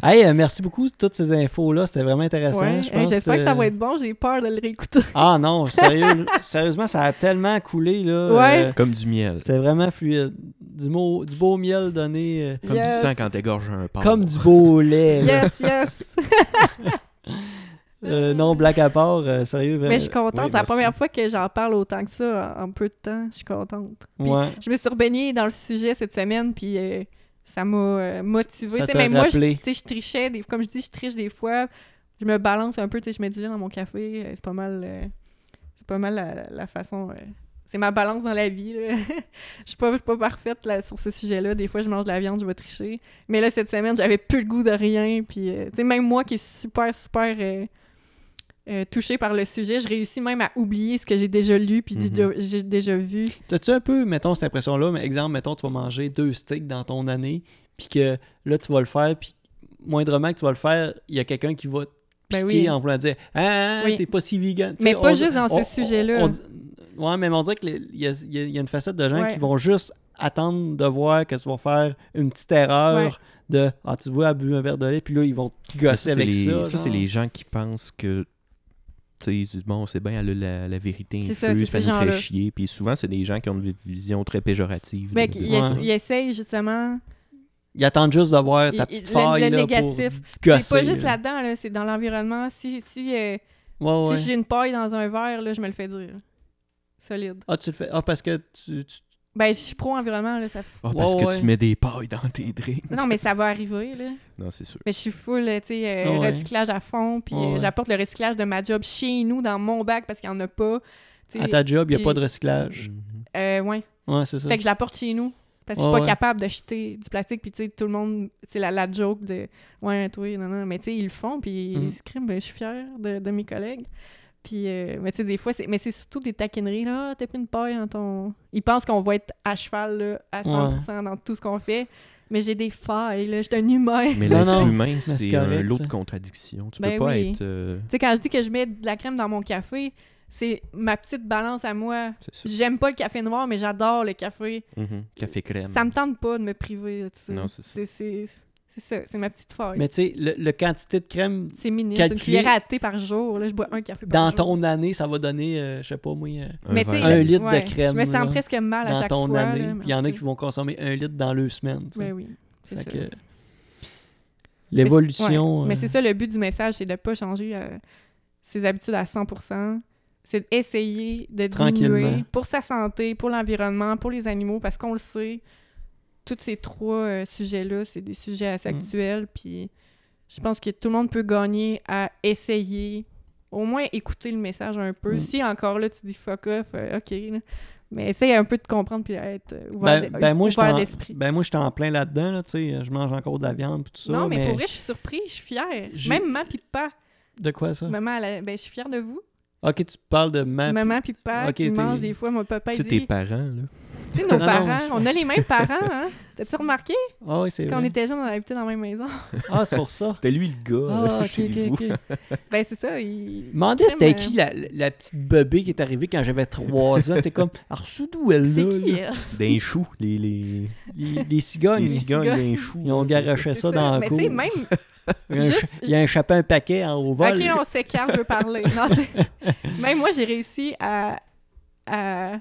hey, euh, merci beaucoup toutes ces infos-là. C'était vraiment intéressant.
Ouais.
je
Hey,
pense,
J'espère que ça
euh,
va être bon. J'ai peur de le réécouter.
Ah non, sérieux, sérieusement, ça a tellement coulé. Là,
Ouais.
euh,
Comme du miel.
C'était vraiment fluide. Du, mot- du beau miel donné. euh,
Comme
Yes.
du sang quand t'égorges un porc.
Comme du beau lait. là.
Yes, yes.
Euh, non, blague à part, euh, sérieux.
Mais je suis contente.
oui,
c'est la
merci.
première fois que j'en parle autant que ça en, en peu de temps. Je suis contente. Puis
Ouais.
Je me suis rebaignée dans le sujet cette semaine, puis euh, ça m'a euh, motivée.
Ça
Tu sais,
t'a
même moi, je,
rappelé.
tu sais, je trichais. Des, comme je dis, je triche des fois. Je me balance un peu. tu sais, Je mets du lait dans mon café. euh, C'est pas mal. euh, c'est pas mal la, la façon. euh, c'est ma balance dans la vie. là. je suis pas, je suis pas parfaite là, sur ce sujet-là. Des fois, je mange de la viande, je vais tricher. Mais là, cette semaine, j'avais plus le goût de rien. Puis, euh, tu sais, même moi qui est super, super euh, euh, touchée par le sujet, je réussis même à oublier ce que j'ai déjà lu puis
Mhm.
déjà- j'ai déjà vu.
T'as-tu un peu, mettons, cette impression-là, mais exemple, mettons, tu vas manger deux steaks dans ton année, puis que là, tu vas le faire, puis moindrement que tu vas le faire, il y a quelqu'un qui va te piquer
Ben oui.
en voulant dire « Ah,
Oui.
t'es pas si vegan! » Tu
Mais
sais,
pas
on-
juste dans ce
on-
sujet-là.
on- on- Ouais, mais on dirait qu'il y a, il y a- il y a une facette de gens
Ouais.
qui vont juste attendre de voir que tu vas faire une petite erreur de « Ah, tu vois, elle a bu un verre de lait, puis là, ils vont te
Mais
gosser
c'est
avec
les-
ça. »
Ça, c'est les gens qui pensent que. Tu sais, ils disent, bon, c'est bien, elle a la, la vérité
C'est
infuse,
ça, c'est
ça,
ces
nous fait
gens-là.
chier. Puis souvent, c'est des gens qui ont une vision très péjorative. de-
Mais
de-
Ben, qu'il
Ouais.
ess- il essaye justement.
Ils attendent juste de voir ta
il-
petite
il- le-
faille,
le
là,
négatif.
pour gosser.
C'est pas juste
là.
là-dedans, là, c'est dans l'environnement. Si, si, euh,
Ouais,
si
ouais.
j'ai une paille dans un verre, là, je me le fais dire. Solide.
Ah, tu le fais. Ah, parce que tu, tu-
Ben, je suis pro-environnement, là. Ça... f-
Ah, parce
Ouais,
que
ouais.
tu mets des pailles dans tes drinks.
Non, mais ça va arriver, là.
Non, c'est sûr.
Mais je suis full, tu sais, euh,
Ah ouais.
recyclage à fond. Puis
Ah
euh,
ouais.
j'apporte le recyclage de ma job chez nous, dans mon bac, parce qu'il n'y en a pas. Tu sais,
à ta job, il n'y a
puis-
pas de recyclage.
Mhm.
euh, ouais.
Ouais, c'est ça.
Fait que je la porte chez nous. Parce que je
Ouais,
suis pas
ouais.
capable de jeter du plastique. Puis, tu sais, tout le monde, c'est la, la joke de Ouais, toi, non, non. Mais, tu sais, ils le font. Puis,
Mhm.
ils se criment. Ben, je suis fière de, de mes collègues. Puis, euh, mais, tu sais, des fois, c'est, mais c'est surtout des taquineries. Là, Ah, t'as pris une paille dans ton. Ils pensent qu'on va être à cheval, là, à 100% dans tout ce qu'on fait. Mais j'ai des failles, là. Je suis un humain.
Mais
Non,
l'être
non,
humain,
c'est
c'est
correct,
un lot
ça.
de contradictions. Tu
Ben
peux pas
oui.
être. euh,
Tu sais, quand je dis que je mets de la crème dans mon café, c'est ma petite balance à moi.
c'est ça.
J'aime pas le café noir, mais j'adore le café.
Mhm. Café crème.
Ça me tente pas de me priver de ça.
Non, c'est ça.
C'est c'est- c'est ça, c'est ma petite faille.
Mais tu sais, le, le quantité de crème
C'est minime. C'est une
Calculer-
cuillère à thé par jour. Là, je bois un café
dans
par jour.
ton année, ça va donner, euh, je sais pas moi, euh,
Mais
verre
tu sais,
à la
un
minute.
litre de
ouais,
crème.
Je me sens
là,
presque mal à
dans
chaque
ton
fois.
année.
là, mais
Puis il y en a
tout
qui vont consommer un litre dans deux semaines. tu sais.
cas, Ben oui. c'est
Fait
ça.
que,
Mais c'est-
L'évolution.
ouais,
euh,
Mais c'est ça le but du message, c'est de pas changer euh, ses habitudes à 100 c'est d'essayer de
Tranquillement.
diminuer pour sa santé, pour l'environnement, pour les animaux, parce qu'on le sait, tous ces trois euh, sujets-là, c'est des sujets assez
Mm.
actuels, puis je pense que tout le monde peut gagner à essayer, au moins écouter le message un peu.
Mm.
Si encore là, tu dis « fuck off euh, OK, là. mais essaye un peu de comprendre puis à être euh, ouvert,
ben,
de-
ben, moi, je
ouvert
t'en-
d'esprit.
ben, moi, je suis en plein là-dedans. là, tu sais, je mange encore de la viande et tout ça.
non, mais, pour vrai, je suis surpris, je suis fière.
J'ai-
Même ma pipa,
De quoi ça?
maman, elle a- ben, je suis fière de vous.
Ok, tu parles de ma.
Maman puis papa
Ok,
qui
t'es-
mangent des fois, mon papa il
Tu sais, tes
dit,
parents, là.
tu sais nos
Ah, Non, non,
parents,
je-
on a les mêmes parents hein. T'as-tu remarqué
Ah oui, c'est
quand on
vrai.
était jeunes, on habitait dans la même maison.
Ah, c'est pour ça.
C'était lui le gars.
Ah,
là,
ok,
chez
ok,
vous.
ok.
Ben c'est ça, il...
Mandais,
Crème,
c'était
euh,
qui la, la petite bébé qui est arrivée quand j'avais 3 ans? T'es comme, alors, je suis d'où elle,
c'est
là?
qui hein?
là?
elle?
Des choux, les, les,
Les, les cigognes.
les
ils-
cigognes,
cigognes.
des choux.
Ils ont garoché
C'est
ça dans la
Mais
cour.
tu sais même
Il y a un
juste-
cha- Il y a un chapin, un paquet en haut vol.
OK, on s'écarte, je veux parler. Non, t'sais, même moi j'ai réussi à, à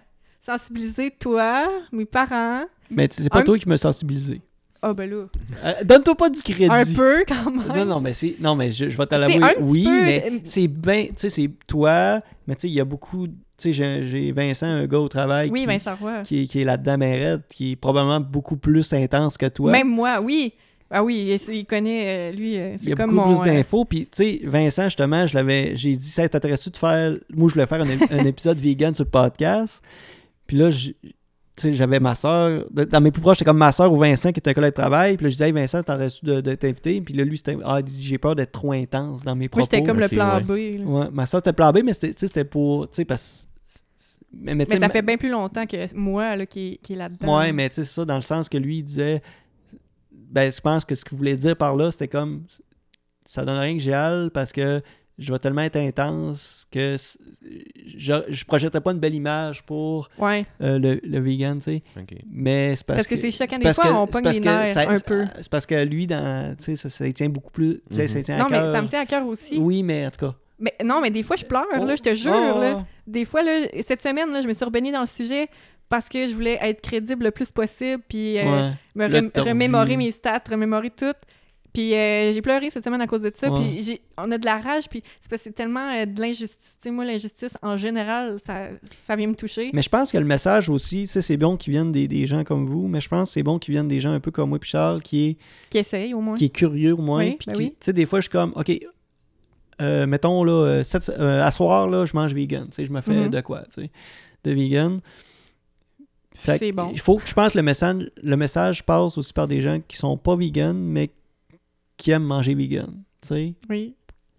sensibiliser toi, mes parents.
Mais tu- c'est pas
Un-
toi qui m'as sensibilisé.
Ah ben là,
Euh, Donne-toi pas du crédit.
un peu quand même.
Non, non, mais, c'est- non, mais je, je vais te
C'est
l'avouer.
un petit
Oui,
peu-
mais c'est bien. Tu sais, c'est toi, mais tu sais, il y a beaucoup. Tu sais, j'ai- j'ai Vincent, un gars au travail
Oui,
qui,
Vincent Roy.
qui, est- qui est là-dedans, mais raide, qui est probablement beaucoup plus intense que toi.
Même moi, oui. Ah oui, il, il connaît, euh, lui, euh,
Il y
c'est
a
comme
beaucoup
mon...
plus
euh,
d'infos. Puis, tu sais, Vincent, justement, je l'avais, j'ai dit, ça t'intéresse-tu de faire. Moi, je voulais faire un, é- un épisode vegan sur le podcast. Puis là, je- tu sais, j'avais ma soeur. Dans mes plus proches, c'était comme ma soeur ou Vincent qui était un collègue de travail. Puis là, je disais, hey, Vincent, t'aurais-tu de, de t'inviter? Puis là, lui, c'était. Ah, il dit, j'ai peur d'être trop intense dans mes
Moi,
propos.
j'étais comme
Ok,
le plan
ouais.
B. là.
Ouais, ma soeur, c'était plan B, mais c'était tu sais, c'était pour. Tu sais, parce. Mais, tu
Mais
sais,
ça
ma-
fait bien plus longtemps que moi là, qui, qui est là-dedans.
Ouais, mais tu sais, c'est ça, dans le sens que lui, il disait. Ben, je pense que ce qu'il voulait dire par là, c'était comme. Ça donne rien que j'ai hâle parce que je vais tellement être intense que c- je, je projetterai pas une belle image pour
Ouais.
euh, le, le vegan, tu sais.
Ok.
Mais c'est parce,
Parce que c'est choquant.
c'est
Des
parce
fois,
que-
on
c'est
pogne
parce
les
que
nerfs
ça-
un peu.
C'est parce que lui, dans, tu sais, ça, ça lui tient beaucoup plus. Tu sais, ça lui tient à
Mhm. Non, mais ça
cœur.
me tient à cœur aussi.
Oui, mais en tout cas.
Mais, non, mais des fois, je pleure, là, je te jure.
Oh,
là. Des fois, là, cette semaine, là, je me suis rebaignée dans le sujet parce que je voulais être crédible le plus possible puis euh,
ouais.
me
Là,
rem-
t'as revu.
remémorer mes stats, remémorer tout. Puis euh, j'ai pleuré cette semaine à cause de ça.
Ouais.
Puis j'ai- on a de la rage. Puis c'est parce que c'est tellement euh, de l'injustice. Tu sais, moi, l'injustice en général, ça, ça vient me toucher.
Mais je pense que le message aussi, tu sais, c'est bon qu'il vienne des, des gens comme vous, mais je pense que c'est bon qu'il vienne des gens un peu comme moi puis Charles, qui est,
Qui essaye au moins.
qui est curieux au moins.
Oui,
puis
ben
qui-
oui.
Tu sais, des fois, je suis comme, OK, euh, mettons, là, euh, cette- euh, à soir, là, je mange vegan, tu sais, je me fais
Mhm.
de quoi, tu sais, de vegan. Fait
C'est
que
bon.
Il faut que je pense que le message, le message passe aussi par des gens qui sont pas vegan, mais qui aiment manger vegan, tu sais.
Oui.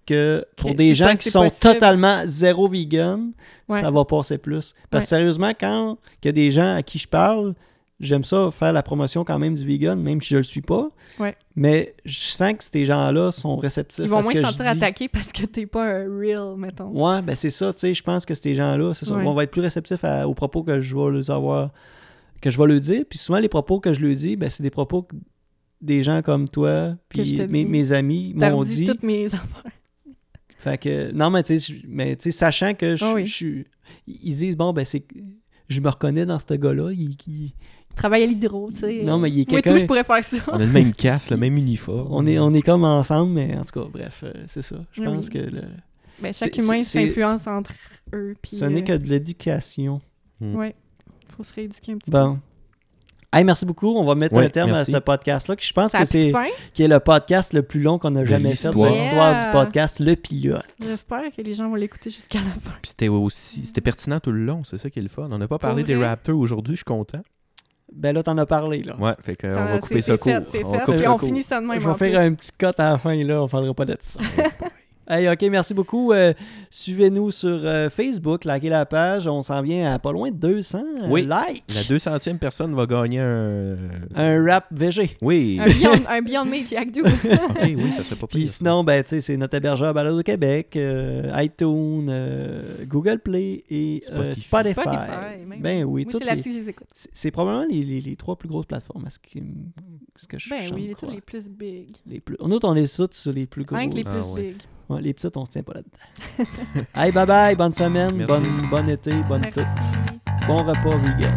que pour
Que
des
c'est
gens
pas-
qui
c'est
sont
possible.
totalement zéro vegan,
Ouais.
ça va passer plus. Parce que
Ouais.
sérieusement, quand il y a des gens à qui je parle, j'aime ça faire la promotion quand même du vegan, même si je le suis pas.
Ouais.
Mais je sens que ces gens-là sont réceptifs.
Ils vont
à ce
moins
que
se
je
sentir
dis.
attaqués parce que t'es pas un real, mettons.
Ouais, ben c'est ça, tu sais, je pense que ces gens-là, c'est ça,
Ouais.
on va être plus réceptifs à- aux propos que je vais leur avoir, que je vais leur dire. Puis souvent, les propos que je leur dis, ben c'est des propos que des gens comme toi,
Que
puis
je te
mes,
dis.
mes amis
T'as
m'ont
redit
dit.
toutes mes affaires.
Fait que, non, mais tu sais, je- mais tu sais, sachant que je
Ah oui.
je suis. Ils disent, bon, ben c'est. Je me reconnais dans ce gars-là. Il, il-
Travailler à l'hydro, tu sais.
Non, mais il est
Moi et
quelqu'un.
tout, je pourrais faire ça.
On a le même casque, le même uniforme.
on, est, on est comme ensemble, mais en tout cas, bref, euh, c'est ça. Je
Oui,
pense
oui.
que le-
Ben, chaque
C'est- c'est-
humain
c'est-
s'influence entre eux. Puis,
ce n'est
euh,
que de l'éducation.
Ouais. Faut se rééduquer un petit peu.
Bon. Hey, merci beaucoup. On va mettre
Ouais,
un terme
merci.
à ce podcast-là, qui je pense
Ça a
que
plus de
c'est
fin.
qui est le podcast le plus long qu'on a
De
jamais fait dans
l'histoire.
l'histoire du
Yeah.
podcast, le pilote.
J'espère que les gens vont l'écouter jusqu'à la fin.
Puis C'était aussi c'était pertinent tout le long, c'est ça qui est le fun. On n'a pas parlé des
vrai.
Raptors aujourd'hui, je suis content.
Ben là, t'en as parlé, là.
Ouais, fait que on
Attends,
va couper
Ah, c'est-
ça
c'est
court.
fait, C'est
On
fait.
coupe
Puis
ça
on
court.
finit ça de même.
Je vais
en
faire
plus.
un petit cut à la fin, là. On parlera pas de ça. Hey, OK, merci beaucoup. Euh, Suivez-nous sur euh, Facebook, likez la page. On s'en vient à pas loin de 200 euh,
Oui.
likes.
La 200e personne va gagner un
Ah.
Un rap VG.
Oui.
Un Beyond, un Beyond Meat Jack Doo.
OK, oui, ça serait pas
Puis
pire, ça.
sinon, ben, tu sais, c'est notre hébergeur Balado Québec, euh, iTunes, euh, Google Play et euh,
Spotify.
Spotify.
Spotify, même.
Ben oui,
Moi,
toutes
c'est
les-
là-dessus que je les écoute.
c'est c'est probablement les, les- les trois plus grosses plateformes, à ce, qui- ce que je
Ben
j'en
oui, les
crois.
toutes les plus big.
Les plus... Nous, autres, on est toutes sur les plus grosses.
Rien que les plus
Ah ouais.
big.
Ouais, les petites, on se tient pas là-dedans. hey, bye bye, bonne semaine,
Merci.
bonne, bon été, bonne
Merci.
toute. Bon repas vegan.